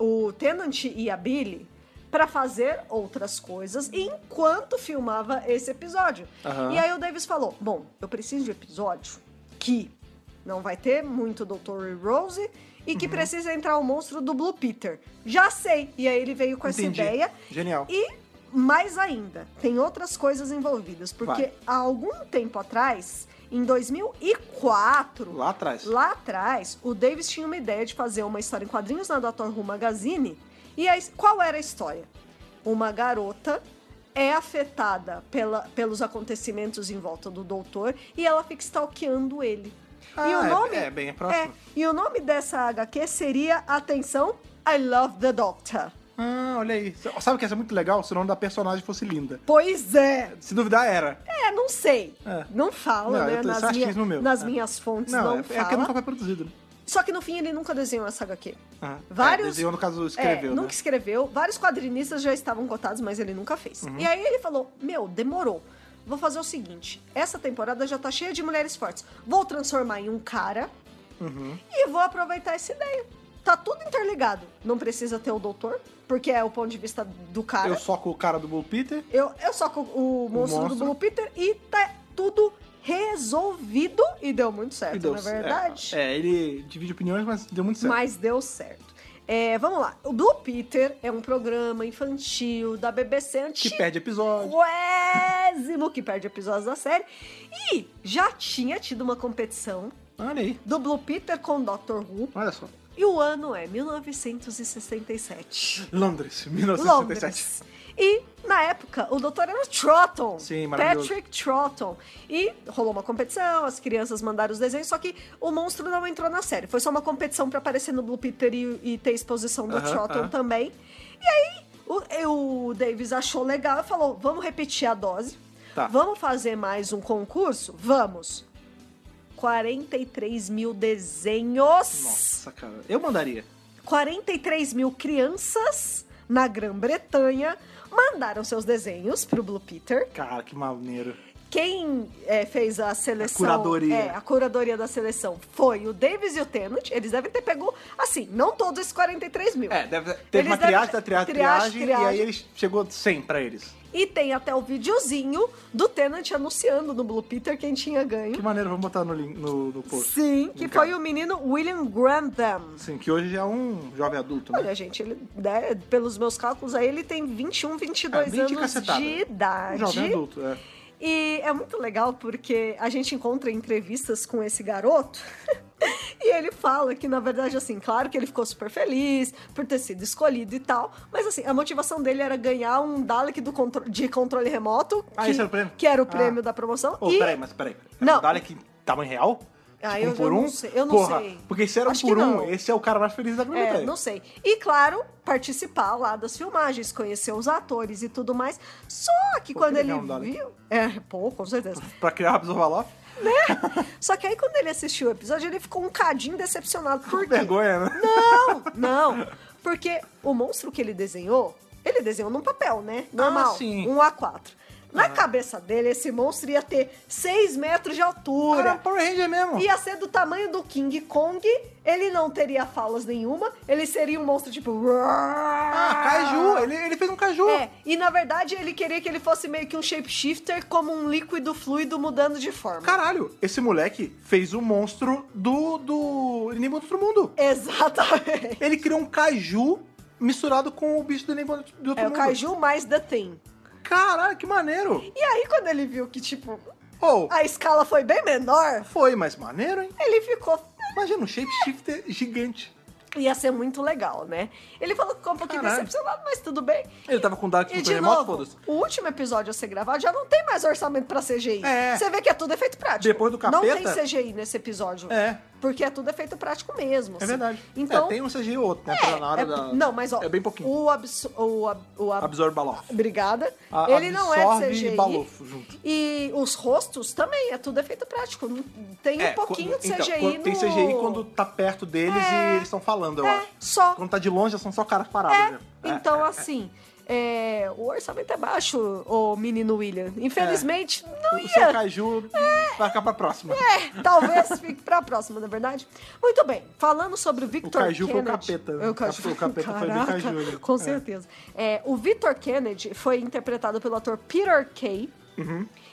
o Tennant e a Billy para fazer outras coisas enquanto filmava esse episódio. Aham. E aí o Davis falou: Bom, eu preciso de um episódio que não vai ter muito Dr. Rose e Uhum. que precisa entrar o monstro do Blue Peter. Já sei! E aí ele veio com Entendi. essa ideia. Genial. E mais ainda, tem outras coisas envolvidas, porque Vai. há algum tempo atrás, em 2004, Lá atrás. lá atrás, o Davis tinha uma ideia de fazer uma história em quadrinhos na Dr. Who Magazine. E aí, qual era a história? Uma garota é afetada pela- pelos acontecimentos em volta do doutor e ela fica stalkeando ele. e Ah, o é- nome é bem próximo. e o nome dessa HQ seria, atenção, I Love the Doctor. Ah, olha aí. Sabe o que ia ser muito legal se o nome da personagem fosse Linda? Pois é, Se duvidar, era. É, não sei. É. Não fala, Não, né? eu tô- isso é nas achismo meu. nas É. minhas fontes não, Não, é, é fala. porque nunca foi produzido. né? Só que no fim ele nunca desenhou essa HQ. Aham. Vários- É, desenhou, no caso, escreveu. é, né? nunca escreveu. Vários quadrinistas já estavam cotados, mas ele nunca fez. Uhum. E aí ele falou: Meu, demorou. Vou fazer o seguinte: essa temporada já tá cheia de mulheres fortes. Vou transformar em um cara Uhum. e vou aproveitar essa ideia. Tá tudo interligado. Não precisa ter o doutor, porque é o ponto de vista do cara. Eu só com o cara do Bull Peter. Eu, eu só com o monstro, do monstro. Blue Peter e tá tudo resolvido e deu muito certo, e deu- na É, verdade. É, é, ele divide opiniões, mas deu muito certo. Mas deu certo. É, vamos lá. O Blue Peter é um programa infantil da BBC Que antigo. perde episódio. Quésimo que perde episódios da série. E já tinha tido uma competição Olha aí. do Blue Peter com Doctor Who. Olha só. E o ano é 1967. Londres, 1967. Londres. E, na época, o doutor era o Trotton. Sim, maravilhoso. Patrick Trotton. E rolou uma competição, as crianças mandaram os desenhos, só que o monstro não entrou na série. Foi só uma competição pra aparecer no Blue Peter e, e ter exposição do Aham, Trotton aham. também. E aí, o, eu- o Davis achou legal e falou, vamos repetir a dose. Tá. Vamos fazer mais um concurso? Vamos. 43 mil desenhos. Nossa, cara. Eu mandaria. 43 mil crianças na Grã-Bretanha mandaram seus desenhos pro Blue Peter Cara, que maneiro. Quem é, fez a seleção. A curadoria. É, a curadoria da seleção foi o Davis e o Tennant. Eles devem ter pego, assim, não todos esses 43 mil. É, deve, teve Eles uma devem- triagem da triagem, triagem, triagem, triagem. e aí eles chegou 100 pra eles. E tem até o videozinho do Tennant anunciando no Blue Peter quem tinha Que ganho. maneiro, vamos botar no, link- no, no post. Sim, que foi o menino William Grantham. Sim, que hoje já é um jovem adulto, né? Olha, gente, ele, né, pelos meus cálculos aí, ele tem 21, 22 É, 20 anos cacetada. de idade. Um jovem adulto, é. E é muito legal porque a gente encontra entrevistas com esse garoto. E ele fala que, na verdade, assim, claro que ele ficou super feliz por ter sido escolhido e tal, mas assim, a motivação dele era ganhar um Dalek do contro- de controle remoto. Ah, que, esse era o prêmio? que era Ah. o prêmio da promoção. Ô, e peraí, mas peraí. Não. Olha que tamanho real? Ah, Tipo, eu- um por eu um? não sei, eu não Porra, sei. Porque se era um Acho que por um, não. esse é o cara mais feliz da É, Grã-Bretanha. não sei. E claro, participar lá das filmagens, conhecer os atores e tudo mais. Só que Pô, quando que ele legal, Dalek. viu. É, pô, com certeza. Pra criar a Absorvaloff? Só que aí quando ele assistiu o episódio, ele ficou um cadinho decepcionado. Por quê? Vergonha, né? Não, não. Porque o monstro que ele desenhou, ele desenhou num papel, né? Normal. Ah, sim. Ah. Um A4. Na cabeça dele, esse monstro ia ter 6 metros de altura. Era um Power Ranger mesmo. Ia ser do tamanho do King Kong, ele não teria falas nenhuma, ele seria um monstro tipo. Ah, caju. Ele, ele fez um caju. É, e na verdade ele queria que ele fosse meio que um shapeshifter, como um líquido fluido mudando de forma. Caralho, esse moleque fez o monstro do, do Inimigo do Outro Mundo. Exatamente. Ele criou um caju misturado com o bicho do Inimigo do Outro É o Mundo. Kaiju mais The Thing. Caralho, que maneiro. E aí, quando ele viu que, tipo, Ou, a escala foi bem menor, foi, mas maneiro, hein? ele ficou. "Hum, Imagina, um shapeshifter gigante. Ia ser muito legal, né? Ele falou que ficou um pouquinho Caralho. decepcionado, mas tudo bem. Ele tava com Dark E Super de Remoto, novo, foda-se. o último episódio a ser gravado já não tem mais orçamento pra CGI. É. Você vê que é tudo efeito prático. Depois do Não tem Capeta- CGI nesse episódio. É. Porque é tudo efeito prático mesmo. É assim. verdade. Então, É, tem um CGI outro, né? É, pra na hora é- da- Não, mas ó. É bem pouquinho. O, abs, o, ab, o ab- Absorbaloff. Obrigada. A- ele não é de absorve CGI. e balofo junto. E os rostos também, é tudo efeito prático. Não- Tem um pouquinho É, quando- de CGI então, quando- Tem no- CGI quando tá perto deles É. e eles estão falando, eu É, acho. só. Quando tá de longe, são só caras parados. É, né? então assim... é, o orçamento é baixo, o menino William. Infelizmente, não É. o seu ia. caju vai ficar pra próxima. É, talvez fique pra próxima, na verdade. Muito bem, falando sobre o Victor Caju foi o Kennedy. É, capeta, né? O Caju, O capeta foi do Caraca, Caju, né? Com É. certeza. É, o Victor Kennedy foi interpretado pelo ator Peter Kay. Uhum.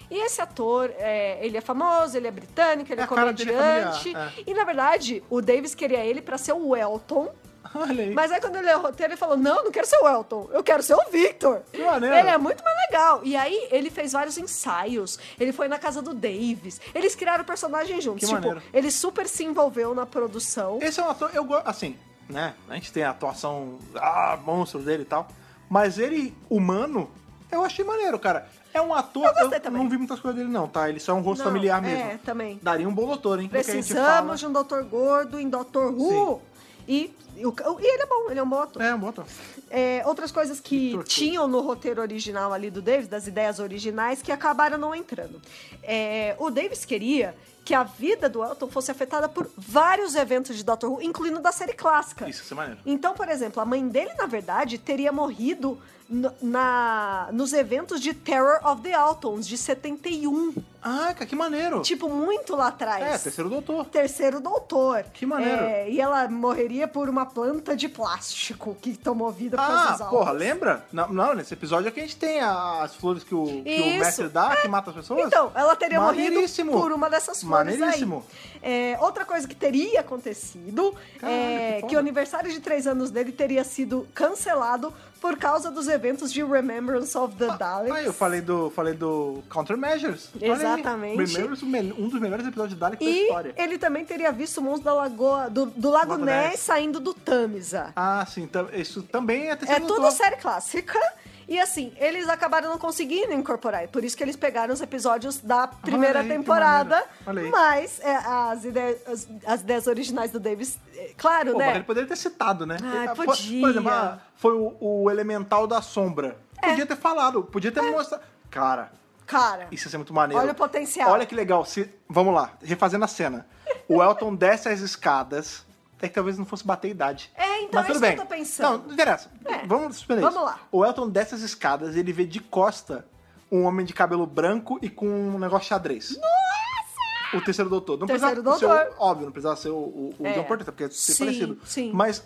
E esse ator, é, ele é famoso, ele é britânico, ele é, A cara dele é comediante. familiar, E na verdade, o Davis queria ele pra ser o Elton. Olha aí. Mas aí quando ele leu o roteiro, ele falou: Não, não quero ser o Elton, eu quero ser o Victor. Que maneiro. Ele é muito mais legal. E aí ele fez vários ensaios. Ele foi na casa do Davis. Eles criaram o personagem juntos. Que tipo, maneiro. ele super se envolveu na produção. Esse é um ator, eu gosto, assim, né? A gente tem a atuação, ah, monstro dele e tal. Mas ele, humano, eu achei maneiro, cara. É um ator, Eu gostei também. não vi muitas coisas dele não, tá? Ele só é um rosto Não, familiar é, mesmo. também. Daria um bom doutor, hein? Porque a gente Precisamos de um Dr. Gordo em Dr. Who. Sim. E, e, o- e ele é bom, ele é um bom ator. fala- É, um bom ator. É, outras coisas que Victor Kay. tinham no roteiro original ali do Davis, das ideias originais, que acabaram não entrando. É, o Davis queria que a vida do Elton fosse afetada por vários eventos de Doctor Who, incluindo da série clássica. Isso, isso é maneiro. Então, por exemplo, a mãe dele, na verdade, teria morrido no- na, nos eventos de Terror of the Altons, de 71. Ah, cara, que maneiro. Tipo, muito lá é, atrás. terceiro doutor. Terceiro doutor. Que maneiro. É, e ela morreria por uma planta de plástico que tomou vida por causa dos Ah, Altons. porra, lembra? Não, não, nesse episódio é que a gente tem a- as flores que o, que o Isso. mestre dá, que mata as pessoas. Então, ela teria morrido Maneiríssimo. por uma dessas flores Maneiríssimo. aí. É, outra coisa que teria acontecido Caralho, é que que, foda. o aniversário de três anos dele teria sido cancelado por causa dos eventos de Remembrance of the Daleks. Ah, eu falei do, falei do Countermeasures. Olha aí. Exatamente. Primeiro, o mel- um dos melhores episódios de Dalek da E é- história. ele também teria visto o monstro da lagoa, do, do Lago, Lago Ness, Ness. saindo do Tamisa. Ah, sim. tam- Isso também é É terceiro doutor. tudo série clássica. E assim, eles acabaram não conseguindo incorporar. e Por isso que eles pegaram os episódios da primeira aí, que temporada. maneiro. Olha aí. Mas é, as, ideias, as, as ideias originais do Davis, é, claro, Pô, mas ele né? poderia ter citado, né? Ai, Ele- ah, po- podia. Por exemplo, ah, foi o, o Elemental da Sombra. É. Podia ter falado, podia ter mostrado. Cara, Cara. isso ia ser muito maneiro. É. Olha o potencial. Olha que legal. Se... Vamos lá, refazendo a cena. O Elton desce as escadas. Até que talvez não fosse bater a idade. É, então Mas é tudo isso que bem. eu tô pensando. Não, não interessa. É. Vamos suspender Vamos isso. lá. O Elton desce as escadas e ele vê de costa um homem de cabelo branco e com um negócio xadrez. Nossa! O terceiro doutor. Não Terceiro precisava doutor. ser o- óbvio, não precisava ser o, o, o É. John Portetta, porque é ser Sim, parecido. sim. Mas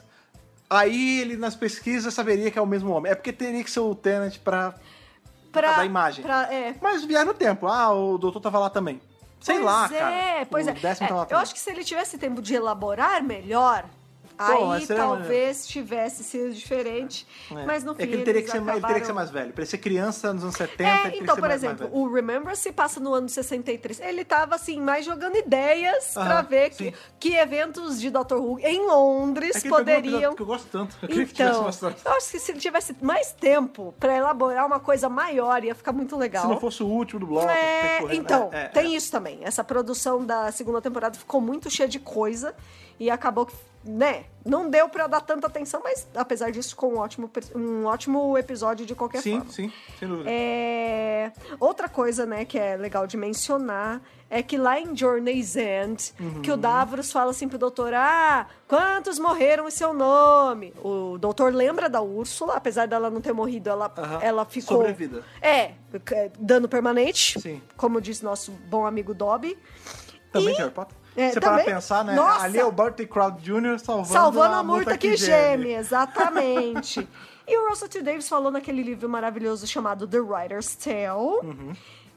aí ele nas pesquisas saberia que é o mesmo homem. É porque teria que ser o Tenant pra. Pra, da imagem. pra- é. Mas viajar no tempo. Ah, o doutor tava lá também. Sei Pois lá, é, cara. Pois o é. décimo É, tava lá eu também. acho que se ele tivesse tempo de elaborar melhor, Bom, aí essa é a talvez tivesse sido diferente. É. Mas no fim é que ele teria que, eles ser, ele teria que ser acabaram- mais velho. Pra ele ser criança nos anos 70, ele teria É, que então, ser por mais- mais exemplo, velho. o Remember se passa no ano de 63. Ele tava, assim, mais jogando ideias pra Aham, ver que, sim. que eventos de Dr. Who em Londres É que ele pegou um episódio poderiam. Que eu gosto tanto. Eu queria que tivesse Então, uma história. eu acho que se ele tivesse mais tempo pra elaborar uma coisa maior, ia ficar muito legal. Se não fosse o último do bloco. tem que É, correr, então, é, é, tem isso também. Essa produção da segunda temporada ficou muito cheia de coisa e acabou que, né, não deu pra dar tanta atenção, mas apesar disso ficou um ótimo, per- um ótimo episódio de qualquer Sim, forma. sim, sem dúvida. É, Outra coisa, né, que é legal de mencionar é que lá em Journey's End, Uhum. que o Davros fala assim pro doutor, ah, quantos morreram em seu nome? O doutor lembra da Úrsula, apesar dela não ter morrido, ela, Aham. ela ficou... Sobrevida. É, c- dano permanente, Sim. como diz nosso bom amigo Dobby. Também e- de Harry Potter. é, Você também- para pensar, né? Nossa! Ali é o Barty Crowd Jr. salvando, Salvando a multa murta que geme, exatamente. e o Russell T. Davis falou naquele livro maravilhoso chamado The Writer's Tale, Uhum.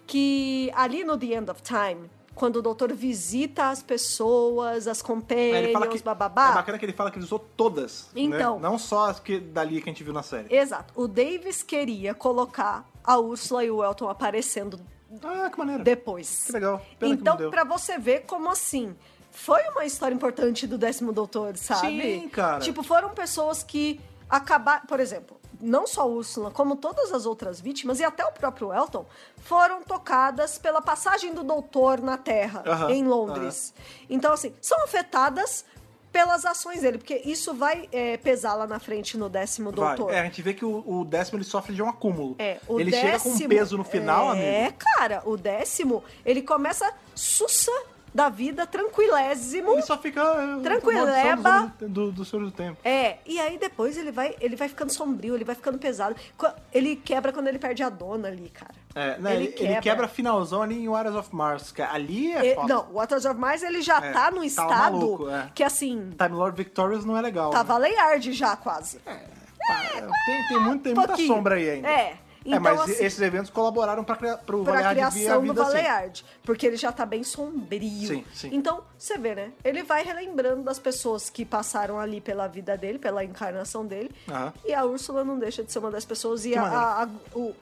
que ali no The End of Time, quando o doutor visita as pessoas, as Aí ele fala companions, que, É bababá. bacana que ele fala que ele usou todas. né? Então. Não só as que, dali que a gente viu na série. Exato. O Davis queria colocar a Ursula e o Elton aparecendo Ah, que maneiro. depois. Que legal. Pena que não então, deu. pra você ver como assim. Foi uma história importante do décimo doutor, sabe? Sim, cara. Tipo, foram pessoas que acabaram. Por exemplo, não só a Úrsula, como todas as outras vítimas, e até o próprio Elton, foram tocadas pela passagem do doutor na Terra, Aham, em Londres. Então, assim, são afetadas pelas ações dele, porque isso vai eh, pesar lá na frente no décimo Vai. doutor. É, a gente vê que o, o décimo ele sofre de um acúmulo. É, o ele décimo, chega com um peso no final, É, amigo. cara, o décimo, ele começa sussa da vida, tranquilésimo. Ele só fica. ah, Tranquileba. uma maldição Do, do, do Senhor do Tempo. É, e aí depois ele vai, ele vai ficando sombrio, ele vai ficando pesado. Qu- Ele quebra quando ele perde a dona ali, cara. É, né, ele, ele quebra. finalzão ali em Waters of Mars, cara. Ali é E- foda. não, o Waters of Mars ele já É, tá num tá estado maluco, é. que assim, Time Lord Victorious não é legal. tava Layard já quase. né? tem, tem, muito, tem muita Um pouquinho. sombra aí ainda. É, então, mas assim- esses eventos colaboraram pra, criar, pro pra Valear de vir a criação do vida assim. Valearde, porque ele já tá bem sombrio. Sim, sim. Então, você vê, né? Ele vai relembrando das pessoas que passaram ali pela vida dele, pela encarnação dele. Aham. E a Úrsula não deixa de ser uma das pessoas. E Que a, a- a- o,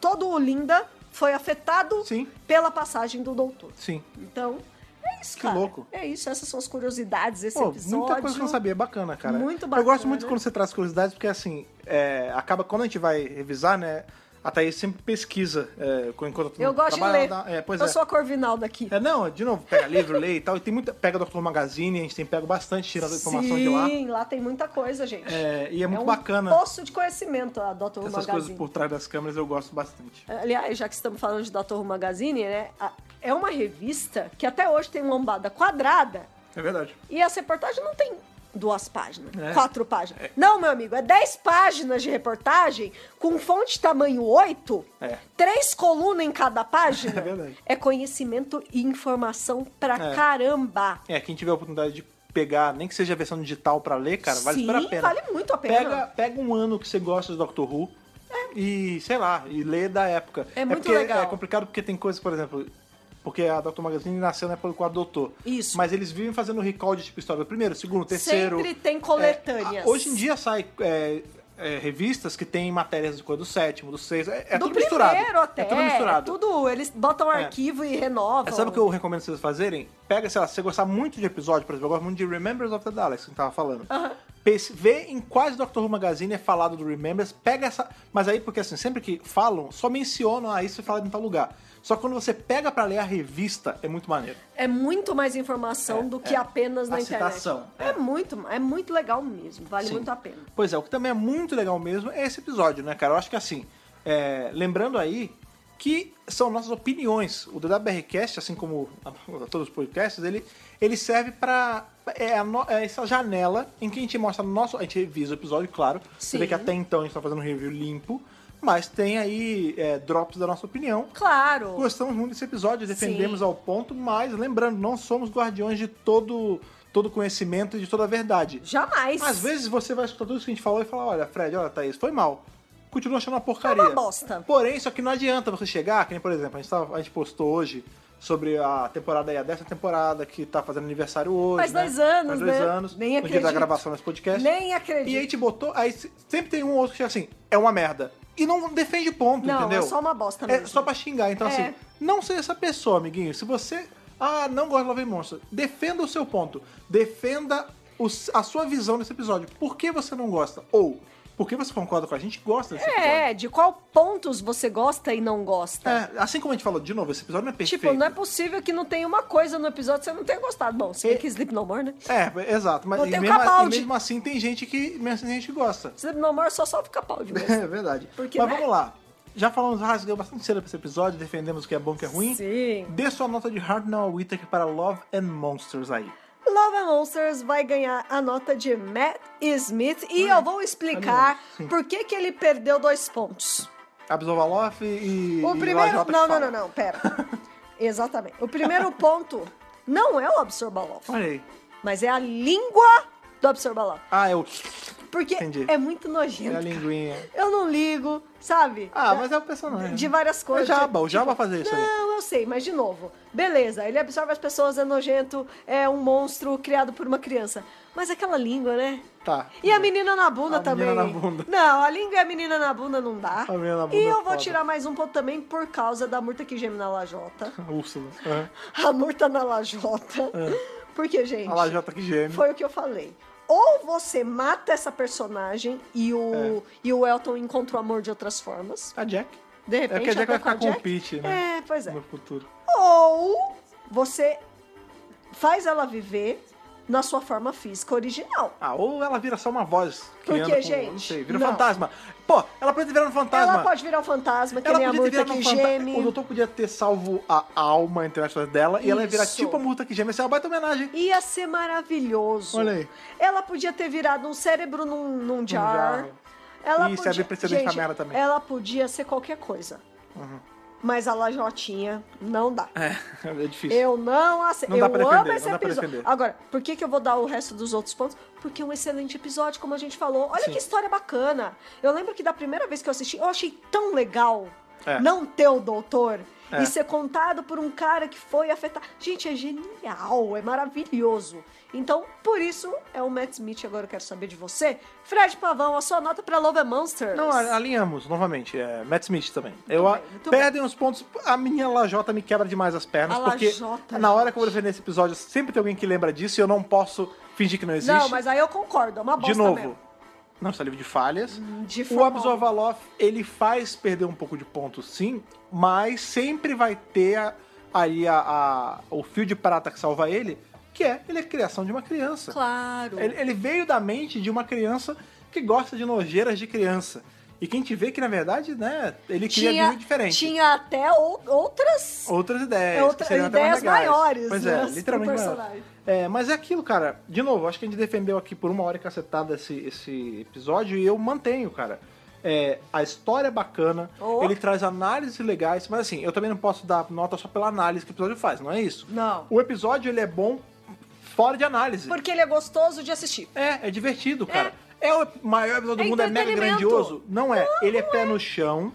todo o Linda foi afetado Sim. pela passagem do doutor. Sim. Então, é isso, Que cara. louco. É isso, essas são as curiosidades desse Pô, episódio. muita coisa que eu não sabia, É bacana, cara. Muito Eu gosto bacana. muito quando você traz curiosidades, porque assim, é, acaba quando a gente vai revisar, né? A Thaís sempre pesquisa é, enquanto Eu gosto de trabalha, ler. ela dá- É, pois eu é. sou a Corvinal daqui. É, não, de novo, pega livro, lê e tal. E tem muita. Pega Dr. Magazine, a gente tem pego bastante, tirando informação de lá. Sim, lá tem muita coisa, gente. É, e é muito um bacana. poço de conhecimento a Dr. Who Essas Magazine. É, coisas por trás das câmeras eu gosto bastante. Aliás, já que estamos falando de Dr. Who Magazine, né? a- É uma revista que até hoje tem lombada quadrada É verdade. e essa reportagem não tem duas páginas, É. quatro páginas. Não, meu amigo, é dez páginas de reportagem com fonte tamanho 8, É. três colunas em cada página. É verdade. É conhecimento e informação pra É. caramba. É, quem tiver a oportunidade de pegar, nem que seja a versão digital pra ler, cara, vale Sim, super a pena. vale muito a pena. Pega, pega um ano que você gosta do Doctor Who e, sei lá, e lê da época. É muito porque legal. É complicado porque tem coisas, por exemplo, porque a Doctor Magazine nasceu na época do quadro Doutor. Isso. Mas eles vivem fazendo recall de tipo história do primeiro, segundo, terceiro. Sempre tem coletâneas. É, a- hoje em dia sai é, é, revistas que tem matérias do coisa do sétimo, do sexto. É, é do tudo misturado. primeiro até. É tudo misturado. é tudo- eles botam É. arquivo e renovam. É, sabe o que eu recomendo vocês fazerem? Pega, sei lá, se você gostar muito de episódio, por exemplo, eu gosto muito de Remembers of the Daleks, que eu tava falando. Pense- Vê em quais Doctor Who Magazine é falado do Remembers, pega essa. Mas aí, porque assim, sempre que falam, só mencionam, ah, isso é falado em tal lugar. Só que quando você pega pra ler a revista, é muito maneiro. É muito mais informação É, do que é. apenas na A internet. citação, É. é. muito, é muito legal mesmo, vale Sim. muito a pena. Pois é, o que também é muito legal mesmo é esse episódio, né, cara? Eu acho que assim, é, lembrando aí que são nossas opiniões. O DWRcast, assim como a- todos os podcasts, ele, ele serve pra. É, a no- é essa janela em que a gente mostra nosso. A gente revisa o episódio, claro. Você Sim. vê que até então a gente tá fazendo um review limpo. Mas tem aí é, drops da nossa opinião. Claro. Gostamos muito desse episódio, defendemos ao ponto, mas lembrando, não somos guardiões de todo todo conhecimento e de toda a verdade. Jamais. Às vezes você vai escutar tudo isso que a gente falou e falar, olha, Fred, olha, Thaís, foi mal. Continua achando uma porcaria. É uma bosta. Porém, só que não adianta você chegar, que nem, por exemplo, a gente, tava- a gente postou hoje sobre a temporada aí, a décima temporada, que tá fazendo aniversário hoje. Faz né? dois anos, Faz dois né? anos. Nem no dia da acredito. gravação desse podcast. Nem E aí acredito. te botou, aí se- sempre tem um ou outro que chega assim, é uma merda. E não defende ponto, Não, entendeu? é só uma bosta É mesmo. só pra xingar. Então, É. assim, não seja essa pessoa, amiguinho. Se você. Ah, não gosta de Love and Monster. Defenda o seu ponto. Defenda o s- a sua visão desse episódio. Por que você não gosta? Ou, por que você concorda com a gente e gosta desse episódio? É, de qual pontos você gosta e não gosta. É, assim como a gente falou, de novo, esse episódio não é perfeito. Tipo, não é possível que não tenha uma coisa no episódio que você não tenha gostado. Bom, se bem É. que Sleep No More, né? É, exato. Mas Botei e o mesmo, a- e Capaldi. mesmo assim tem gente que mesmo assim, tem gente que gosta. Sleep No More só solta o Capaldi mesmo. É verdade. Porque, Mas né? vamos lá. Já falamos, rasgamos bastante cedo pra esse episódio, defendemos o que é bom e o que é ruim. Sim. Dê sua nota de Hardnell Whittaker para Love and Monsters aí. Love and Monsters vai ganhar a nota de Matt Smith e eu tá vou explicar por que, que ele perdeu dois pontos. Absolvaloff e. O e primeiro. Lajota que Não, não, fala. não, não, pera. Exatamente. O primeiro ponto não é o Absorbaloff, Olha aí. mas é a língua do Absorbaloff. Ah, é o. Porque Entendi. é muito É a nojento. linguinha. Eu não ligo, sabe? Ah, mas é o personagem. De várias coisas. É Jabba, o Jabba fazia isso aí. Não, eu sei, mas de novo. Beleza, ele absorve as pessoas, é nojento, é um monstro criado por uma criança. Mas aquela língua, né? Tá. E a menina na bunda A também. menina na bunda. Não, a língua e a menina na bunda não dá. A menina na bunda e é eu vou foda. tirar mais um ponto também por causa da murta que geme na lajota. Úrsula. Aham. A murta na lajota. Porque, gente, É. A Lajota que geme. foi o que eu falei. Ou você mata essa personagem e É. o, e o Elton encontra o amor de outras formas. A Tá Jack. De repente, é porque a Jack até vai ficar com a o Pete, né? É, pois é. No futuro. Ou você faz ela viver na sua forma física original. Ah, ou ela vira só uma voz. que Porque, anda com- gente, Não sei, vira não. fantasma. Pô, ela pode virar um fantasma. Ela pode virar um fantasma, que Ela nem a podia ter murta virado que um fantasma. O geme. doutor podia ter salvo a alma, entre aspas, dela, e ela ia virar Isso. tipo a multa que geme. Isso é uma baita homenagem. Ia ser maravilhoso. Olha aí. Um Ela podia ter virado um cérebro num, num jar. jarro. Ela E podia... serve precedente pra Gente, merda tá também. Uhum. Ela podia ser qualquer coisa. Mas a lajotinha não dá. É, é difícil. Eu não aceito. Não dá Eu pra amo defender, esse não dá pra episódio. defender. Agora, por que, que eu vou dar o resto dos outros pontos? Porque é um excelente episódio, como a gente falou. Olha Sim. que história bacana. Eu lembro que da primeira vez que eu assisti, eu achei tão legal É. não ter o doutor É. e ser contado por um cara que foi afetado. Gente, é genial, é maravilhoso. Então, por isso, é o Matt Smith. Agora eu quero saber de você. Fred Pavão, a sua nota pra Love and Monsters. Não, a- alinhamos, novamente. É, Matt Smith também. eu, bem, a- muito perdem os pontos. A minha lajota me quebra demais as pernas, A porque lajota, na hora gente. que eu vou defender esse episódio, sempre tem alguém que lembra disso e eu não posso fingir que não existe. Não, mas aí eu concordo, é uma bosta De novo, mesmo. Uhum, não está livre de falhas. de o forma Absolvaloff, ele faz perder um pouco de ponto, sim, mas sempre vai ter a- aí a, a- o fio de prata que salva ele, que é, ele é criação de uma criança. Claro. Ele, ele veio da mente de uma criança que gosta de nojeiras de criança. E quem te vê que, na verdade, né, ele queria tinha, viver diferente. Tinha até ou- outras. Outras ideias. É outra- que seriam até mais ideias legais. maiores, Pois né, é, do literalmente maiores. personagem. É, mas é aquilo, cara. De novo, acho que a gente defendeu aqui por uma hora e cacetada esse, esse episódio e eu mantenho, cara. É, a história é bacana, Oh. ele traz análises legais, mas assim, eu também não posso dar nota só pela análise que o episódio faz, não é isso? Não. O episódio, ele é bom fora de análise. Porque ele é gostoso de assistir. É, é divertido, cara. É, o maior episódio do É mundo, é mega entretenimento. grandioso. Não é. ele é pé no chão.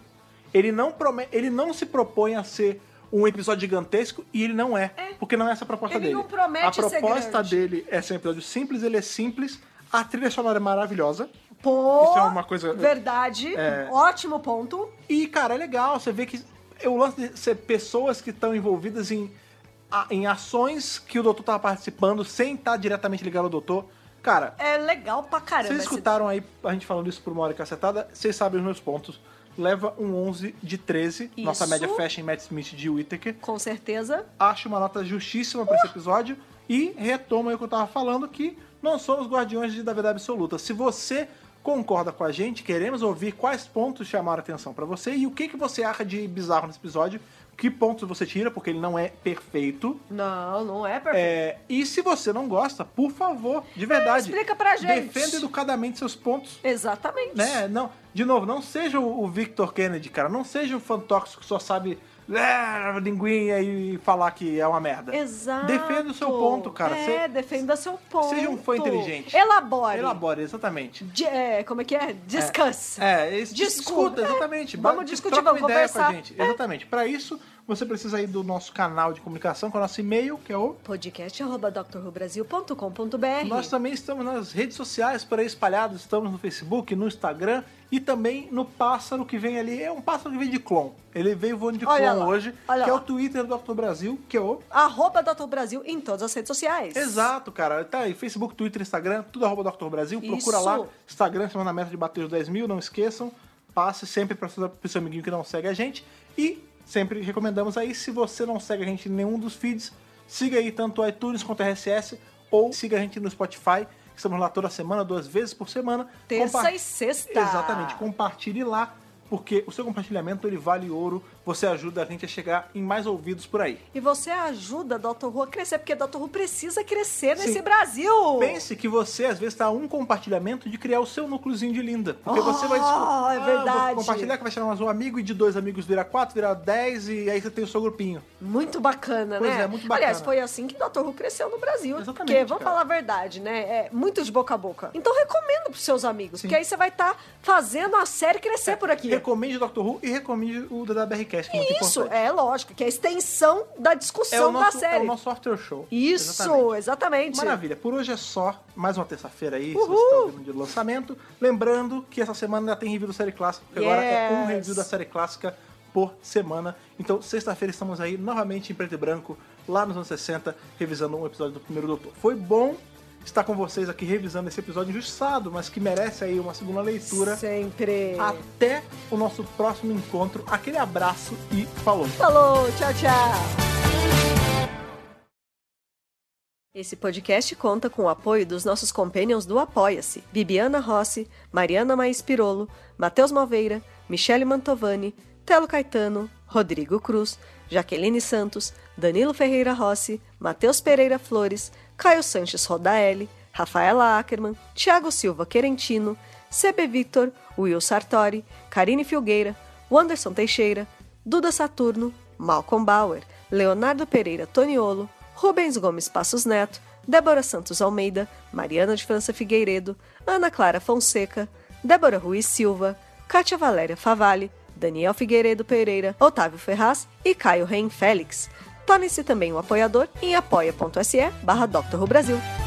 Ele não, prome... ele não se propõe a ser um episódio gigantesco e ele não é. Porque não é essa a proposta Ele dele. não promete a ser proposta grande. dele é ser um episódio simples, ele é simples. A trilha sonora é maravilhosa. Pô, Isso é uma coisa- Verdade. É. Ótimo ponto. E, cara, é legal. Você vê que é o lance de ser pessoas que estão envolvidas em, a- em ações que o doutor tava participando sem estar diretamente ligado ao doutor. Cara, É legal pra caramba. Vocês esse- escutaram aí a gente falando isso por uma hora e cacetada, vocês sabem os meus pontos. Leva um 11 de 13, nossa Isso. média fecha em Matt Smith de Whittaker. Com certeza. Acho uma nota justíssima Uh! pra esse episódio. E retoma aí o que eu tava falando, que não somos guardiões de- da verdade absoluta. Se você concorda com a gente, queremos ouvir quais pontos chamaram atenção pra você e o que, que você acha de bizarro nesse episódio. que pontos você tira, porque ele não é perfeito. Não, não é perfeito. É, e se você não gosta, por favor, de verdade. explica pra gente. Defenda educadamente seus pontos. Exatamente. Né? Não, de novo, não seja o o Victor Kennedy, cara. Não seja um fã tóxico que só sabe é, linguinha e falar que é uma merda. Exato. Defenda o seu ponto, cara. É, Se- defenda seu ponto. Seja um fã inteligente. Elabore. Elabore, exatamente. Di- é, como é que é? Discuss. É, isso, Discuta, discuta, é. exatamente. Vamos Ba- discutir, troca uma vamos ideia conversar. com a gente. Exatamente. Pra isso, você precisa ir do nosso canal de comunicação, com o nosso e-mail, que é o podcast.drrubrasil.com.br Nós também estamos nas redes sociais por aí espalhados. Estamos no Facebook, no Instagram e também no pássaro que vem ali. É um pássaro que vem de clon. Ele veio voando de Olha clon lá, hoje, olha que é lá. o Twitter do Dr. Brasil, que é o. Arroba Dr. Brasil em todas as redes sociais. Exato, cara. Tá aí, Facebook, Twitter, Instagram, tudo arroba Dr. Brasil. Procura Isso. lá. Instagram, semana meta de bater os 10 mil, não esqueçam. Passe sempre para o seu amiguinho que não segue a gente. E sempre recomendamos aí, se você não segue a gente em nenhum dos feeds, siga aí tanto o iTunes quanto o RSS, ou siga a gente no Spotify. que Estamos lá toda semana, duas vezes por semana. Terça Compa- e sexta. Exatamente. Compartilhe lá, porque o seu compartilhamento ele vale ouro. Você ajuda a gente a chegar em mais ouvidos por aí. E você ajuda a Dr. Who a crescer, porque a Dr. Who precisa crescer Sim. nesse Brasil. Pense que você, às vezes, está a um compartilhamento de criar o seu núcleozinho de linda. Porque Oh, você vai descobrir, é "Ah, verdade." Vou compartilhar que vai chamar mais um amigo e de dois amigos virar quatro, virar dez e aí você tem o seu grupinho. Muito bacana, Pois né? é, muito bacana. Aliás, foi assim que Dr. Who cresceu no Brasil. Exatamente, Porque, vamos cara. falar a verdade, né? É muito de boca a boca. Então recomendo pros seus amigos, Sim. porque aí você vai estar fazendo a série crescer por aqui. Recomende o Dr. Who e recomende o da BRCast, que é muito Isso, importante. é lógico, que é a extensão da É, discussão o nosso, da é série. o nosso after show. Isso, Exatamente. exatamente. Maravilha, por hoje é só. Mais uma terça-feira aí, se Uhul. você tá ouvindo no dia do lançamento. Lembrando que essa semana ainda tem review da série clássica, porque agora é um Yes. review da série clássica por semana. Então, sexta-feira estamos aí novamente em preto e branco, lá nos anos 60, revisando um episódio do Primeiro Doutor. Foi bom estar com vocês aqui revisando esse episódio injustiçado, mas que merece aí uma segunda leitura. Sempre. Ah. Até o nosso próximo encontro. Aquele abraço e falou! Falou, tchau, tchau. Esse podcast conta com o apoio dos nossos companions do Apoia-se: Bibiana Rossi, Mariana Maes Pirolo, Matheus Malveira, Michele Mantovani, Telo Caetano, Rodrigo Cruz, Jaqueline Santos, Danilo Ferreira Rossi, Matheus Pereira Flores, Caio Sanches Rodaelli, Rafaela Ackerman, Thiago Silva Querentino, CB Victor, Will Sartori, Karine Filgueira, Wanderson Teixeira, Duda Saturno, Malcolm Bauer, Leonardo Pereira Toniolo, Rubens Gomes Passos Neto, Débora Santos Almeida, Mariana de França Figueiredo, Ana Clara Fonseca, Débora Ruiz Silva, Kátia Valéria Favalli, Daniel Figueiredo Pereira, Otávio Ferraz e Caio Reim Félix. Torne-se também um apoiador em apoia.se barra Dr. Who Brasil.